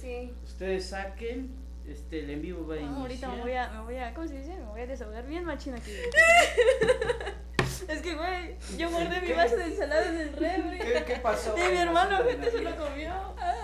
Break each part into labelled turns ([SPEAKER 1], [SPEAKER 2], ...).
[SPEAKER 1] Sí.
[SPEAKER 2] Ustedes saquen, este, el en vivo va a
[SPEAKER 1] No,
[SPEAKER 2] iniciar.
[SPEAKER 1] Ah, ahorita me voy a, me voy a, ¿cómo se dice? Me voy a desahogar bien machina aquí. es que, güey, yo guardé mi vaso de ensalada en el refri.
[SPEAKER 2] ¿Qué, qué pasó?
[SPEAKER 1] Y
[SPEAKER 2] en
[SPEAKER 1] mi
[SPEAKER 2] la
[SPEAKER 1] hermano,
[SPEAKER 2] cena de
[SPEAKER 1] gente, se lo
[SPEAKER 2] Navidad?
[SPEAKER 1] comió.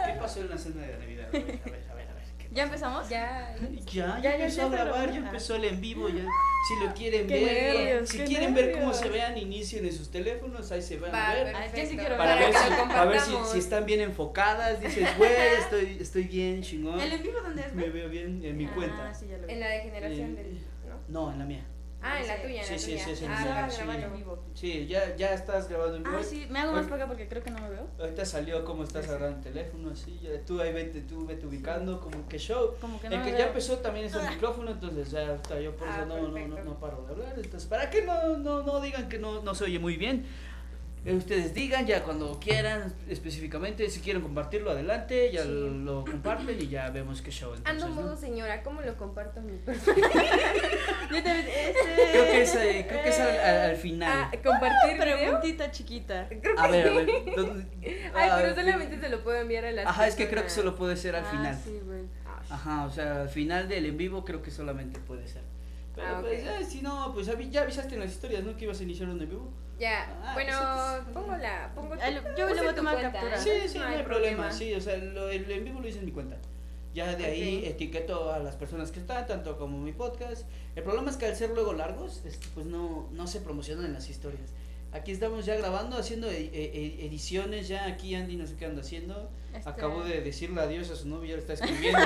[SPEAKER 2] ¿Qué
[SPEAKER 1] Ah.
[SPEAKER 2] pasó en la cena de Navidad? A ver, a ver, a ver. A ver ¿qué
[SPEAKER 1] ¿Ya empezamos?
[SPEAKER 3] Ya.
[SPEAKER 2] Ya, ya,
[SPEAKER 1] Ya, ya,
[SPEAKER 2] empezó
[SPEAKER 1] ya
[SPEAKER 2] a
[SPEAKER 1] está
[SPEAKER 2] grabar, ya
[SPEAKER 1] grabando.
[SPEAKER 2] empezó el en vivo, ya. Si lo quieren
[SPEAKER 1] Qué
[SPEAKER 2] ver,
[SPEAKER 1] nervios,
[SPEAKER 2] si
[SPEAKER 1] qué
[SPEAKER 2] quieren ver cómo se
[SPEAKER 1] nervios.
[SPEAKER 2] vean, inicien en sus teléfonos, ahí se van
[SPEAKER 3] Va,
[SPEAKER 2] a ver.
[SPEAKER 1] Ah,
[SPEAKER 3] perfecto.
[SPEAKER 1] ya sí quiero
[SPEAKER 2] Para,
[SPEAKER 1] para
[SPEAKER 2] ver,
[SPEAKER 1] que
[SPEAKER 2] si,
[SPEAKER 1] lo
[SPEAKER 2] a ver si,
[SPEAKER 3] compartamos.
[SPEAKER 2] si están bien enfocadas, dices, güey, estoy, estoy bien, chingón.
[SPEAKER 3] ¿El en vivo dónde es?
[SPEAKER 2] Me
[SPEAKER 3] güey?
[SPEAKER 2] veo bien en mi
[SPEAKER 1] Ah,
[SPEAKER 2] cuenta. Eh,
[SPEAKER 1] sí, ya lo vi.
[SPEAKER 3] En la de generación del. ¿no?
[SPEAKER 2] No, en la mía.
[SPEAKER 3] Ah, en la tuya, en la
[SPEAKER 2] Sí, sí,
[SPEAKER 3] tuya.
[SPEAKER 2] sí, sí, en
[SPEAKER 3] ah,
[SPEAKER 2] la-
[SPEAKER 3] vas a
[SPEAKER 2] sí.
[SPEAKER 3] grabar en vivo.
[SPEAKER 2] Sí, ya, ya estás grabando en vivo.
[SPEAKER 1] Ah, sí, me hago más
[SPEAKER 2] Oye.
[SPEAKER 1] para acá porque creo que no me veo.
[SPEAKER 2] Ahorita salió cómo estás agarrando el teléfono, así. Ya, tú ahí vete, tú vete ubicando, como que show.
[SPEAKER 1] Como que no
[SPEAKER 2] El
[SPEAKER 1] me
[SPEAKER 2] que
[SPEAKER 1] veo.
[SPEAKER 2] ya empezó también es el micrófono, entonces ya ahorita yo por
[SPEAKER 3] Ah,
[SPEAKER 2] eso no, no, no,
[SPEAKER 3] perfecto.
[SPEAKER 2] no paro de hablar. Entonces, para que no, no, no digan que no, no se oye muy bien, Eh, ustedes digan ya cuando quieran específicamente, si quieren compartirlo adelante, ya
[SPEAKER 3] Sí.
[SPEAKER 2] lo, lo comparten y ya vemos qué show.
[SPEAKER 3] Ando
[SPEAKER 2] Entonces,
[SPEAKER 3] en
[SPEAKER 2] ¿no?
[SPEAKER 3] modo señora, ¿cómo lo comparto en mi perfil?
[SPEAKER 1] Yo también, este...
[SPEAKER 2] Creo que es, eh, creo que es al, al- al final.
[SPEAKER 3] Ah, ¿Compartir video?
[SPEAKER 1] Preguntita chiquita.
[SPEAKER 2] a ver, a ver. ¿dónde-
[SPEAKER 3] Ay,
[SPEAKER 2] ah,
[SPEAKER 3] pero solamente se lo puedo enviar a las
[SPEAKER 2] Ajá, es que creo que
[SPEAKER 3] personas.
[SPEAKER 2] solo puede ser al
[SPEAKER 1] Ah,
[SPEAKER 2] final.
[SPEAKER 1] sí, güey.
[SPEAKER 3] Ay,
[SPEAKER 2] Ajá, o sea, al final del en vivo creo que solamente puede ser. Pero
[SPEAKER 3] Ah,
[SPEAKER 2] pues,
[SPEAKER 3] ok.
[SPEAKER 2] eh, si no, pues avi- ya avisaste en las historias, ¿no? Que ibas a iniciar un en vivo.
[SPEAKER 3] Ya,
[SPEAKER 2] Ah,
[SPEAKER 3] bueno,
[SPEAKER 2] eso, pues.
[SPEAKER 3] pongo la. Pongo
[SPEAKER 1] Ah, lo- yo le
[SPEAKER 3] puse
[SPEAKER 1] voy a
[SPEAKER 3] tu
[SPEAKER 1] tomar
[SPEAKER 3] cuenta,
[SPEAKER 1] captura.
[SPEAKER 3] ¿eh?
[SPEAKER 2] Sí, sí, no hay problema. Sí, o sea, lo, el en vivo lo hice en mi cuenta. Ya de ahí
[SPEAKER 3] Ok.
[SPEAKER 2] etiqueto a las personas que están, tanto como mi podcast. El problema es que al ser luego largos, este, pues no, no se promocionan en las historias. Aquí estamos ya grabando, haciendo e- e- e- ediciones, ya aquí Andy no sé qué anda haciendo.
[SPEAKER 1] Este-
[SPEAKER 2] Acabo de decirle adiós a su novio, ya lo está escribiendo.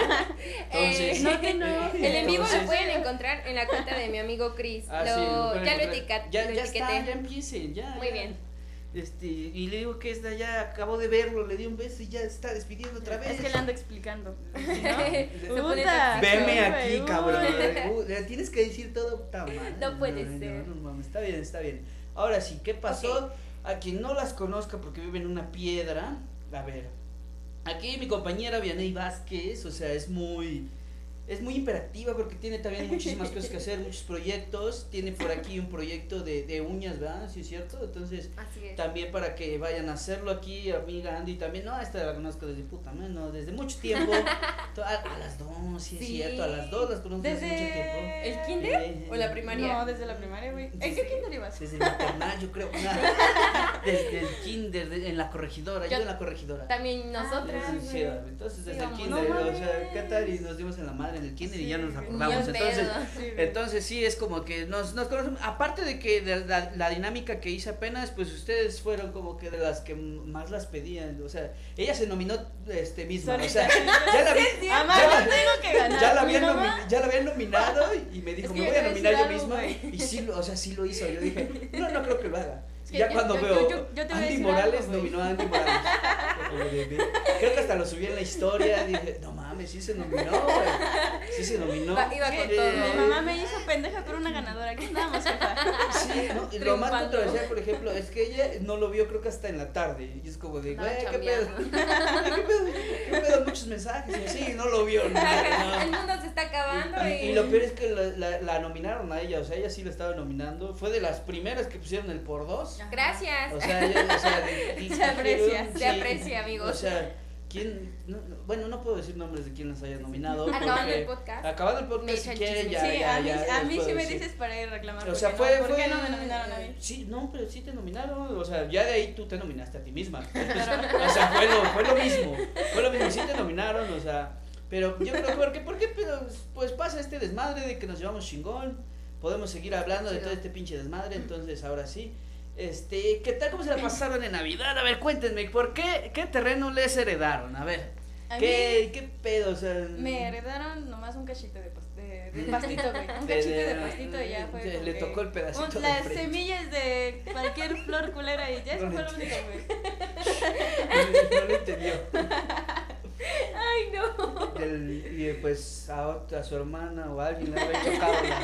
[SPEAKER 2] Entonces,
[SPEAKER 3] Eh, no te
[SPEAKER 1] enojes.
[SPEAKER 3] El en vivo
[SPEAKER 2] entonces-
[SPEAKER 3] lo pueden encontrar en la cuenta de mi amigo Chris.
[SPEAKER 2] Ah,
[SPEAKER 3] Lo-
[SPEAKER 2] sí, lo pueden
[SPEAKER 3] ya lo,
[SPEAKER 2] encontrar.
[SPEAKER 3] etiquet-
[SPEAKER 2] Ya,
[SPEAKER 3] lo
[SPEAKER 2] ya está, ya
[SPEAKER 3] etiqueté.
[SPEAKER 2] empiecen, ya.
[SPEAKER 3] Muy
[SPEAKER 2] ya.
[SPEAKER 3] bien.
[SPEAKER 2] Este, y le digo que esta ya acabó de verlo, le di un beso y ya está despidiendo otra vez.
[SPEAKER 1] Es que le ando explicando.
[SPEAKER 2] Sí, ¿no?
[SPEAKER 3] Se pone
[SPEAKER 1] Puta.
[SPEAKER 3] tóxico.
[SPEAKER 2] Veme
[SPEAKER 1] Sí,
[SPEAKER 2] aquí,
[SPEAKER 1] güey,
[SPEAKER 2] cabrón.
[SPEAKER 3] uy.
[SPEAKER 2] Uh, le tienes que decir todo puta madre.
[SPEAKER 3] No puede
[SPEAKER 2] no,
[SPEAKER 3] ser.
[SPEAKER 2] no mames, está bien, está bien. Ahora sí, ¿qué pasó? A quien no las conozca porque vive en una piedra. A ver. Aquí mi compañera Vianey Vázquez, o sea, es muy. Es muy imperativa porque tiene también muchísimas cosas que hacer, muchos proyectos. Tiene por aquí un proyecto de, de uñas, ¿verdad? Sí, es cierto. Entonces,
[SPEAKER 3] Así es.
[SPEAKER 2] también para que vayan a hacerlo aquí, amiga Andy también, no, esta la conozco desde puta madre, no, desde mucho tiempo, To- a, a las dos, sí, es
[SPEAKER 3] Sí.
[SPEAKER 2] cierto, a las dos las conozco desde, mucho tiempo.
[SPEAKER 3] ¿El kinder
[SPEAKER 2] Eh,
[SPEAKER 3] o la primaria?
[SPEAKER 1] No, desde la primaria, güey. ¿En qué kinder ibas?
[SPEAKER 2] Desde el maternal, yo creo, na- desde el kinder, de- en la corregidora, yo,
[SPEAKER 3] Yo-
[SPEAKER 2] en la corregidora.
[SPEAKER 3] También nosotras.
[SPEAKER 2] Ah, Sí, sí,
[SPEAKER 3] güey.
[SPEAKER 2] entonces desde el
[SPEAKER 1] vamos.
[SPEAKER 2] kinder,
[SPEAKER 1] No
[SPEAKER 2] o sea,
[SPEAKER 1] mames.
[SPEAKER 2] ¿qué tal? Y nos dimos en la madre en el kinder y ya nos
[SPEAKER 1] Sí.
[SPEAKER 3] Ni
[SPEAKER 2] acordamos,
[SPEAKER 3] al
[SPEAKER 2] entonces...
[SPEAKER 3] pedo.
[SPEAKER 1] Sí, güey.
[SPEAKER 2] Entonces sí, es como que nos, nos conocemos. Aparte de que de la, la dinámica que hice apenas, pues ustedes fueron como que de las que más las pedían. O sea, ella se nominó este misma. O sea, ya la, vi-
[SPEAKER 1] Sí, Amá,
[SPEAKER 2] ya-
[SPEAKER 1] yo tengo que ganar.
[SPEAKER 2] ya la habían,
[SPEAKER 1] Mi mamá-
[SPEAKER 2] nomi- ya la habían nominado y me dijo,
[SPEAKER 3] Es que
[SPEAKER 2] me voy
[SPEAKER 3] yo
[SPEAKER 2] a
[SPEAKER 3] te voy a
[SPEAKER 2] nominar yo
[SPEAKER 3] decir
[SPEAKER 2] misma.
[SPEAKER 3] algo,
[SPEAKER 2] Y sí, lo- o sea, sí lo hizo. Yo dije, no, no creo que lo haga.
[SPEAKER 1] Es
[SPEAKER 2] Y
[SPEAKER 1] que
[SPEAKER 2] ya
[SPEAKER 1] yo-
[SPEAKER 2] cuando
[SPEAKER 1] yo-
[SPEAKER 2] veo
[SPEAKER 1] yo- yo- yo te voy a
[SPEAKER 2] Andy
[SPEAKER 1] decir
[SPEAKER 2] Morales
[SPEAKER 1] algo, güey.
[SPEAKER 2] nominó a Andy Morales. Creo que hasta lo subí en la historia. Dije, no mames, sí se nominó. güey. Sí se nominó.
[SPEAKER 3] Va- iba con
[SPEAKER 2] Eh,
[SPEAKER 3] todo.
[SPEAKER 1] Mi mamá me hizo pendeja por una ganadora. ¿Qué nada más, jefa?
[SPEAKER 2] Sí, ¿no? Y lo más
[SPEAKER 3] Triunfando.
[SPEAKER 2] controversial, por ejemplo, es que ella no lo vio creo que hasta en la tarde. Y es como de,
[SPEAKER 3] Andaba
[SPEAKER 2] güey, ¿qué pedo?
[SPEAKER 3] chambeando.
[SPEAKER 2] ¿Qué pedo? ¿Qué pedo? Muchos mensajes. Y sí, no lo vio. no, no.
[SPEAKER 3] El mundo se está acabando
[SPEAKER 2] Y,
[SPEAKER 3] y.
[SPEAKER 2] y lo peor es que la, la- la nominaron a ella, o sea, ella sí la estaba nominando. Fue de las primeras que pusieron el por dos.
[SPEAKER 3] Gracias.
[SPEAKER 2] O sea, ella, o sea, de- y-
[SPEAKER 1] Se aprecia,
[SPEAKER 2] dijeron,
[SPEAKER 3] se aprecia, amigos.
[SPEAKER 2] O sea, ¿quién? no- no- bueno, no puedo decir nombres de quién las haya nominado.
[SPEAKER 3] Acabando
[SPEAKER 2] porque-
[SPEAKER 3] el podcast.
[SPEAKER 2] Acabando el
[SPEAKER 3] Me
[SPEAKER 2] podcast, si
[SPEAKER 3] echa el
[SPEAKER 2] quieren,
[SPEAKER 3] chisme.
[SPEAKER 2] ya,
[SPEAKER 1] sí,
[SPEAKER 2] ya,
[SPEAKER 1] a mí,
[SPEAKER 2] ya
[SPEAKER 1] a
[SPEAKER 2] les
[SPEAKER 1] mí
[SPEAKER 2] puedo
[SPEAKER 1] sí me
[SPEAKER 2] decir.
[SPEAKER 1] dices para ir a reclamar.
[SPEAKER 2] O sea,
[SPEAKER 1] ¿por
[SPEAKER 2] fue,
[SPEAKER 1] qué no? ¿Por
[SPEAKER 2] fue-
[SPEAKER 1] qué no me nominaron a mí?
[SPEAKER 2] Sí, no, pero sí te nominaron. O sea, ya de ahí tú te nominaste a ti misma. o sea, fue lo, fue lo mismo. Fue lo mismo, sí te nominaron, o sea. Pero yo creo, ¿por qué? ¿Por qué? Pero, pues pasa este desmadre de que nos llevamos chingón. Podemos seguir hablando de
[SPEAKER 3] Chido.
[SPEAKER 2] todo este pinche desmadre, entonces ahora sí. Este, ¿qué tal? ¿Cómo se la pasaron en Navidad? A ver, cuéntenme, ¿por qué? ¿Qué terreno les heredaron? A ver,
[SPEAKER 1] A mí
[SPEAKER 2] ¿qué, ¿qué pedo? O sea,
[SPEAKER 1] me heredaron nomás un cachito de, pas- de, de pastito, güey. Un cachito de pastito y ya fue.
[SPEAKER 2] Le,
[SPEAKER 1] como
[SPEAKER 2] le
[SPEAKER 1] que-
[SPEAKER 2] tocó el pedacito
[SPEAKER 1] Un-
[SPEAKER 2] de
[SPEAKER 1] las
[SPEAKER 2] frente.
[SPEAKER 1] semillas de cualquier flor culera y ya eso
[SPEAKER 2] No
[SPEAKER 1] fue
[SPEAKER 2] le
[SPEAKER 1] lo único, güey.
[SPEAKER 2] No lo entendió.
[SPEAKER 3] Ay, no.
[SPEAKER 2] del- y eh, pues a, otra- a su hermana o a alguien le había chocado la-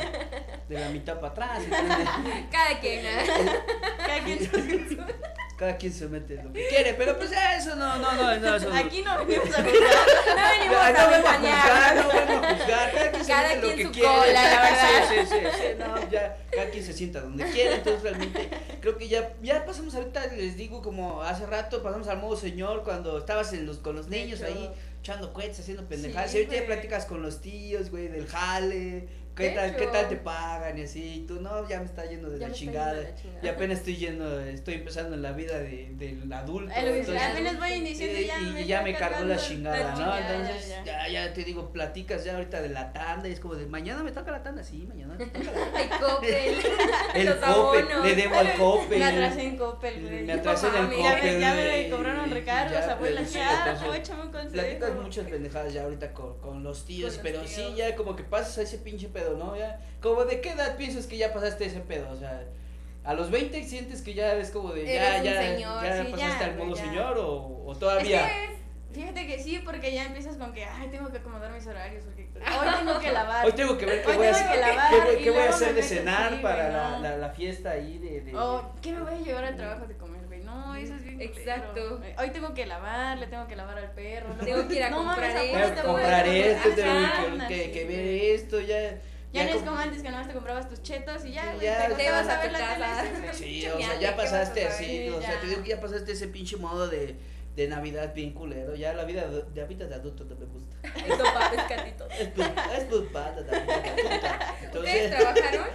[SPEAKER 2] de la mitad para atrás. entonces,
[SPEAKER 3] Cada quien. ¿eh?
[SPEAKER 1] Cada quien-
[SPEAKER 2] cada quien se mete lo que quiere, pero pues ya eso no, no, no, no, eso no.
[SPEAKER 1] Aquí no venimos a
[SPEAKER 3] No
[SPEAKER 2] no,
[SPEAKER 3] venimos
[SPEAKER 2] no
[SPEAKER 3] a
[SPEAKER 2] vengo a juzgar,
[SPEAKER 3] regañar.
[SPEAKER 2] no vengo a juzgar, cada quien se
[SPEAKER 3] Cada
[SPEAKER 2] mete lo
[SPEAKER 3] quien
[SPEAKER 2] que
[SPEAKER 3] su
[SPEAKER 2] quiere.
[SPEAKER 3] cola, la
[SPEAKER 2] Sí, sí, sí, sí, no, ya, cada quien se sienta donde quiere, entonces realmente Creo que ya, ya pasamos ahorita, les digo, como hace rato, pasamos al modo señor cuando estabas en los, con los
[SPEAKER 1] De
[SPEAKER 2] niños
[SPEAKER 1] hecho,
[SPEAKER 2] ahí echando cohetes, haciendo pendejadas.
[SPEAKER 1] Sí,
[SPEAKER 2] y ahorita ya
[SPEAKER 1] güey.
[SPEAKER 2] platicas con los tíos, güey, del jale, qué
[SPEAKER 3] De
[SPEAKER 2] tal, qué
[SPEAKER 3] hecho.
[SPEAKER 2] tal te pagan y así. y tú, no, ya me está yendo de la
[SPEAKER 1] ya me está yendo
[SPEAKER 2] chingada.
[SPEAKER 1] a la chingada.
[SPEAKER 2] Y apenas estoy yendo, estoy empezando en la vida de, del adulto.
[SPEAKER 1] Ah, lo que
[SPEAKER 2] entonces- eh,
[SPEAKER 1] decía,
[SPEAKER 3] apenas voy iniciando y ya
[SPEAKER 2] y,
[SPEAKER 3] me,
[SPEAKER 2] y ya
[SPEAKER 3] está
[SPEAKER 2] me cargó
[SPEAKER 3] cargando
[SPEAKER 2] la chingada, ¿no?
[SPEAKER 3] chingada,
[SPEAKER 2] Entonces, ya,
[SPEAKER 1] ya,
[SPEAKER 2] ya. te digo, platicas ya ahorita de la tanda y es como de mañana me toca la tanda, sí, mañana te toca la
[SPEAKER 3] Ay, Coppel.
[SPEAKER 2] El
[SPEAKER 3] Los
[SPEAKER 2] cope,
[SPEAKER 3] abonos.
[SPEAKER 2] le debo al cope.
[SPEAKER 1] Me atrasé en Coppel, güey.
[SPEAKER 2] Me atrasé en el
[SPEAKER 3] Mami,
[SPEAKER 1] Ya
[SPEAKER 2] cope.
[SPEAKER 1] me, ya me
[SPEAKER 2] güey,
[SPEAKER 1] cobraron
[SPEAKER 2] y
[SPEAKER 1] recargos,
[SPEAKER 2] ya,
[SPEAKER 1] abuela.
[SPEAKER 2] pues, sí,
[SPEAKER 1] Ya,
[SPEAKER 2] entonces,
[SPEAKER 1] échame un consejo.
[SPEAKER 2] Platicas muchas pendejadas ya ahorita con, con los tíos,
[SPEAKER 3] Con los
[SPEAKER 2] pero sí,
[SPEAKER 3] tíos.
[SPEAKER 2] ya como que pasas a ese pinche pedo, ¿no? Ya, como de qué edad piensas que ya pasaste ese pedo, o sea, a los 20 sientes que ya es como de ya,
[SPEAKER 3] Eres un
[SPEAKER 2] ya,
[SPEAKER 3] señor,
[SPEAKER 2] ya
[SPEAKER 3] sí,
[SPEAKER 2] pasaste
[SPEAKER 1] ya,
[SPEAKER 2] al modo
[SPEAKER 1] güey, ya.
[SPEAKER 2] señor o, o
[SPEAKER 3] Es
[SPEAKER 2] todavía.
[SPEAKER 3] que es-
[SPEAKER 1] Fíjate que sí, porque ya empiezas con que, ay, tengo que acomodar mis horarios, porque hoy tengo que lavar.
[SPEAKER 2] Hoy tengo que ver qué
[SPEAKER 1] Hoy
[SPEAKER 2] voy a
[SPEAKER 1] tengo
[SPEAKER 2] hacer,
[SPEAKER 1] que lavar
[SPEAKER 2] qué voy,
[SPEAKER 1] y
[SPEAKER 2] qué voy a
[SPEAKER 1] luego me
[SPEAKER 2] hacer de
[SPEAKER 1] meto así,
[SPEAKER 2] cenar
[SPEAKER 1] güey,
[SPEAKER 2] para la,
[SPEAKER 1] no.
[SPEAKER 2] la, la fiesta ahí de... de-
[SPEAKER 1] O, ¿qué me voy a llevar al trabajo de comer, güey? No, eso es bien culero. Eh,
[SPEAKER 3] Exacto.
[SPEAKER 1] Hoy tengo que lavar, le tengo que lavar al perro. luego-
[SPEAKER 3] Tengo que ir a
[SPEAKER 1] no,
[SPEAKER 3] comprar
[SPEAKER 1] mames,
[SPEAKER 3] esto,
[SPEAKER 2] tengo
[SPEAKER 1] apúrate,
[SPEAKER 2] que
[SPEAKER 3] güey.
[SPEAKER 2] comprar
[SPEAKER 1] apúrate,
[SPEAKER 2] esto,
[SPEAKER 1] apúrate.
[SPEAKER 2] tengo que,
[SPEAKER 1] Ajá,
[SPEAKER 2] que- que
[SPEAKER 1] sí,
[SPEAKER 2] ver
[SPEAKER 1] güey.
[SPEAKER 2] esto, ya...
[SPEAKER 1] Ya, no es
[SPEAKER 2] com-
[SPEAKER 1] como antes que nomás te comprabas tus chetos y ya,
[SPEAKER 2] Sí,
[SPEAKER 1] güey,
[SPEAKER 2] ya.
[SPEAKER 3] Te vas a
[SPEAKER 1] acostabas
[SPEAKER 3] ver la
[SPEAKER 1] tele, sí, sí.
[SPEAKER 3] casa.
[SPEAKER 2] Sí,
[SPEAKER 3] pinche
[SPEAKER 2] o sea,
[SPEAKER 3] miate,
[SPEAKER 2] ya
[SPEAKER 3] ¿qué vas a
[SPEAKER 2] pasaste
[SPEAKER 3] saber?
[SPEAKER 2] así, o sea,
[SPEAKER 1] Ya.
[SPEAKER 2] te digo que ya pasaste ese pinche modo de, de Navidad bien culero, ya la vida de, la vida de adulto no me gusta.
[SPEAKER 3] Ay, topa, pescadito.
[SPEAKER 2] Es tu, es tu pata, la vida de adulto.
[SPEAKER 3] ¿Ustedes
[SPEAKER 2] Entonces,
[SPEAKER 3] trabajaron?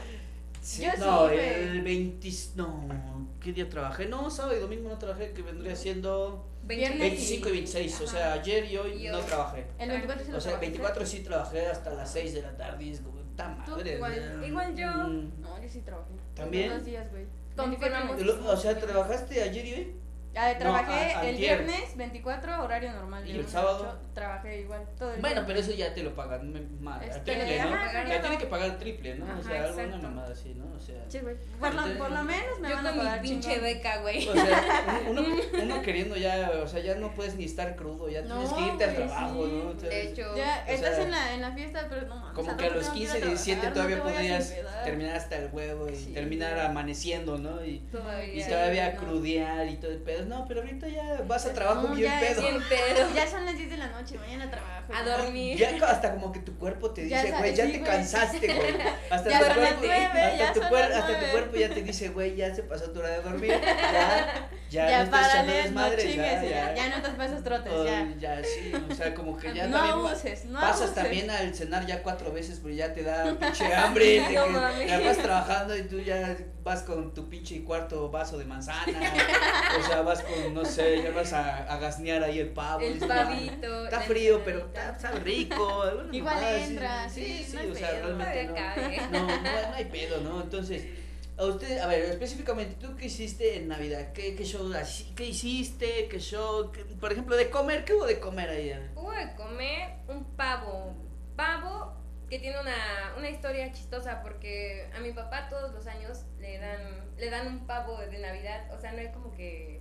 [SPEAKER 2] sí,
[SPEAKER 1] Yo sí,
[SPEAKER 2] no,
[SPEAKER 1] güey.
[SPEAKER 2] el 20, no, ¿qué día trabajé? No, sábado y domingo no trabajé, que vendría siendo... 25 y 26, o sea, ayer y hoy
[SPEAKER 3] Y
[SPEAKER 2] no
[SPEAKER 3] hoy.
[SPEAKER 2] trabajé.
[SPEAKER 1] El 24 se lo
[SPEAKER 2] O sea,
[SPEAKER 1] trabajaste.
[SPEAKER 2] 24 sí trabajé hasta las 6 de la tarde y es como, puta
[SPEAKER 3] Tú,
[SPEAKER 2] madre.
[SPEAKER 3] igual-
[SPEAKER 2] ¿no?
[SPEAKER 3] igual yo.
[SPEAKER 2] Mm.
[SPEAKER 1] No, yo sí trabajé.
[SPEAKER 2] ¿También?
[SPEAKER 1] Los dos días, güey.
[SPEAKER 3] Confirmamos.
[SPEAKER 1] Pues
[SPEAKER 2] Y lo- O sea, ¿trabajaste ayer y hoy?
[SPEAKER 1] Ya, trabajé
[SPEAKER 2] a-
[SPEAKER 1] el
[SPEAKER 2] antier.
[SPEAKER 1] viernes 24, horario normal.
[SPEAKER 2] ¿Y
[SPEAKER 1] de
[SPEAKER 2] el
[SPEAKER 1] uno a
[SPEAKER 2] sábado?
[SPEAKER 1] ocho, Trabajé igual, todo el
[SPEAKER 2] Bueno,
[SPEAKER 1] día.
[SPEAKER 2] pero eso ya te lo pagan me- mal, al
[SPEAKER 1] Pues Este,
[SPEAKER 2] triple,
[SPEAKER 1] ajá,
[SPEAKER 2] ¿no?
[SPEAKER 1] pero
[SPEAKER 2] Te
[SPEAKER 1] ya
[SPEAKER 2] tienen
[SPEAKER 1] no.
[SPEAKER 2] que pagar al triple, ¿no? o
[SPEAKER 3] Ajá,
[SPEAKER 2] sea, alguna
[SPEAKER 3] exacto.
[SPEAKER 2] mamada así, ¿no? O sea,
[SPEAKER 1] Sí, güey. Por lo, por lo menos me
[SPEAKER 3] Yo
[SPEAKER 1] van a
[SPEAKER 3] con mi
[SPEAKER 1] pagar
[SPEAKER 3] pinche
[SPEAKER 1] chingón.
[SPEAKER 3] beca, güey.
[SPEAKER 2] o sea, uno, uno queriendo ya, o sea, ya no puedes ni estar crudo, ya
[SPEAKER 1] No,
[SPEAKER 2] tienes que irte al
[SPEAKER 1] güey,
[SPEAKER 2] trabajo,
[SPEAKER 1] sí,
[SPEAKER 2] ¿no?
[SPEAKER 1] güey.
[SPEAKER 2] Entonces,
[SPEAKER 3] De hecho,
[SPEAKER 1] Ya,
[SPEAKER 2] O
[SPEAKER 1] estás
[SPEAKER 2] sea,
[SPEAKER 1] en la, en la fiesta, pero no mames.
[SPEAKER 2] Como
[SPEAKER 1] al
[SPEAKER 2] que a
[SPEAKER 1] rato
[SPEAKER 2] los
[SPEAKER 1] tengo ir
[SPEAKER 2] 15,
[SPEAKER 1] trabajar,
[SPEAKER 2] 17
[SPEAKER 1] no
[SPEAKER 2] todavía
[SPEAKER 1] te vayas a
[SPEAKER 2] podías
[SPEAKER 1] empedar.
[SPEAKER 2] terminar hasta el huevo y
[SPEAKER 1] Sí.
[SPEAKER 2] terminar amaneciendo, ¿no? Y, Y
[SPEAKER 3] todavía.
[SPEAKER 1] Sí,
[SPEAKER 2] todavía
[SPEAKER 1] no.
[SPEAKER 2] crudear y todo el pedo. No, pero ahorita ya vas a trabajo
[SPEAKER 1] No,
[SPEAKER 2] bien
[SPEAKER 1] ya es
[SPEAKER 2] pedo.
[SPEAKER 3] Bien pedo.
[SPEAKER 1] Ya son las 10 de la noche, mañana trabajo.
[SPEAKER 3] A dormir.
[SPEAKER 2] Ya co- hasta como que tu cuerpo te
[SPEAKER 1] Ya
[SPEAKER 2] dice, güey,
[SPEAKER 1] sabes,
[SPEAKER 2] ya
[SPEAKER 1] sí,
[SPEAKER 2] te
[SPEAKER 1] güey.
[SPEAKER 2] cansaste, güey. Hasta,
[SPEAKER 1] Ya
[SPEAKER 2] tu
[SPEAKER 1] son las
[SPEAKER 2] cuerpo,
[SPEAKER 1] nueve,
[SPEAKER 2] hasta,
[SPEAKER 1] ya
[SPEAKER 2] tu
[SPEAKER 1] son
[SPEAKER 2] cuer-
[SPEAKER 1] las
[SPEAKER 2] hasta tu
[SPEAKER 1] nueve.
[SPEAKER 2] cuerpo ya te dice, güey, ya se pasó tu hora de dormir. Ya, ya,
[SPEAKER 1] Ya,
[SPEAKER 2] no estás echando
[SPEAKER 1] párale, no
[SPEAKER 2] desmadre,
[SPEAKER 1] chingues,
[SPEAKER 2] ya,
[SPEAKER 1] ya,
[SPEAKER 2] ya.
[SPEAKER 1] ya no te pasas trotes,
[SPEAKER 2] Ay,
[SPEAKER 1] ya.
[SPEAKER 2] ya, sí, o sea, como que ya también
[SPEAKER 1] No abuses, no
[SPEAKER 2] pasas
[SPEAKER 1] abuses.
[SPEAKER 2] también al cenar ya cuatro veces, pero ya te da pinche hambre. de
[SPEAKER 3] No
[SPEAKER 2] que
[SPEAKER 3] mames.
[SPEAKER 2] Ya vas trabajando y tú ya vas con tu pinche cuarto vaso de manzana. o sea, vas con, no sé, ya vas a, a gasnear ahí el pavo.
[SPEAKER 3] El
[SPEAKER 2] dices, "Mames,
[SPEAKER 3] pavito.
[SPEAKER 2] pues, Está
[SPEAKER 3] la
[SPEAKER 2] frío, pero
[SPEAKER 3] ensaladita.
[SPEAKER 2] está, está rico. alguna
[SPEAKER 1] Igual
[SPEAKER 2] mamada así.
[SPEAKER 1] entra,
[SPEAKER 2] Sí,
[SPEAKER 1] sí,
[SPEAKER 2] sí,
[SPEAKER 1] no hay
[SPEAKER 2] o sea,
[SPEAKER 1] pedo.
[SPEAKER 2] realmente no.
[SPEAKER 3] Todavía cabe.
[SPEAKER 2] No, no, no hay pedo, ¿no? Entonces, a usted, a ver, específicamente, ¿tú qué hiciste en Navidad? ¿Qué, qué show así- ¿Qué hiciste? ¿Qué show? ¿Qué- por ejemplo, de comer, ¿qué hubo de comer ahí?
[SPEAKER 3] Hubo de comer un pavo. Pavo que tiene una, una historia chistosa porque a mi papá todos los años le dan, le dan un pavo de Navidad. O sea, no hay como que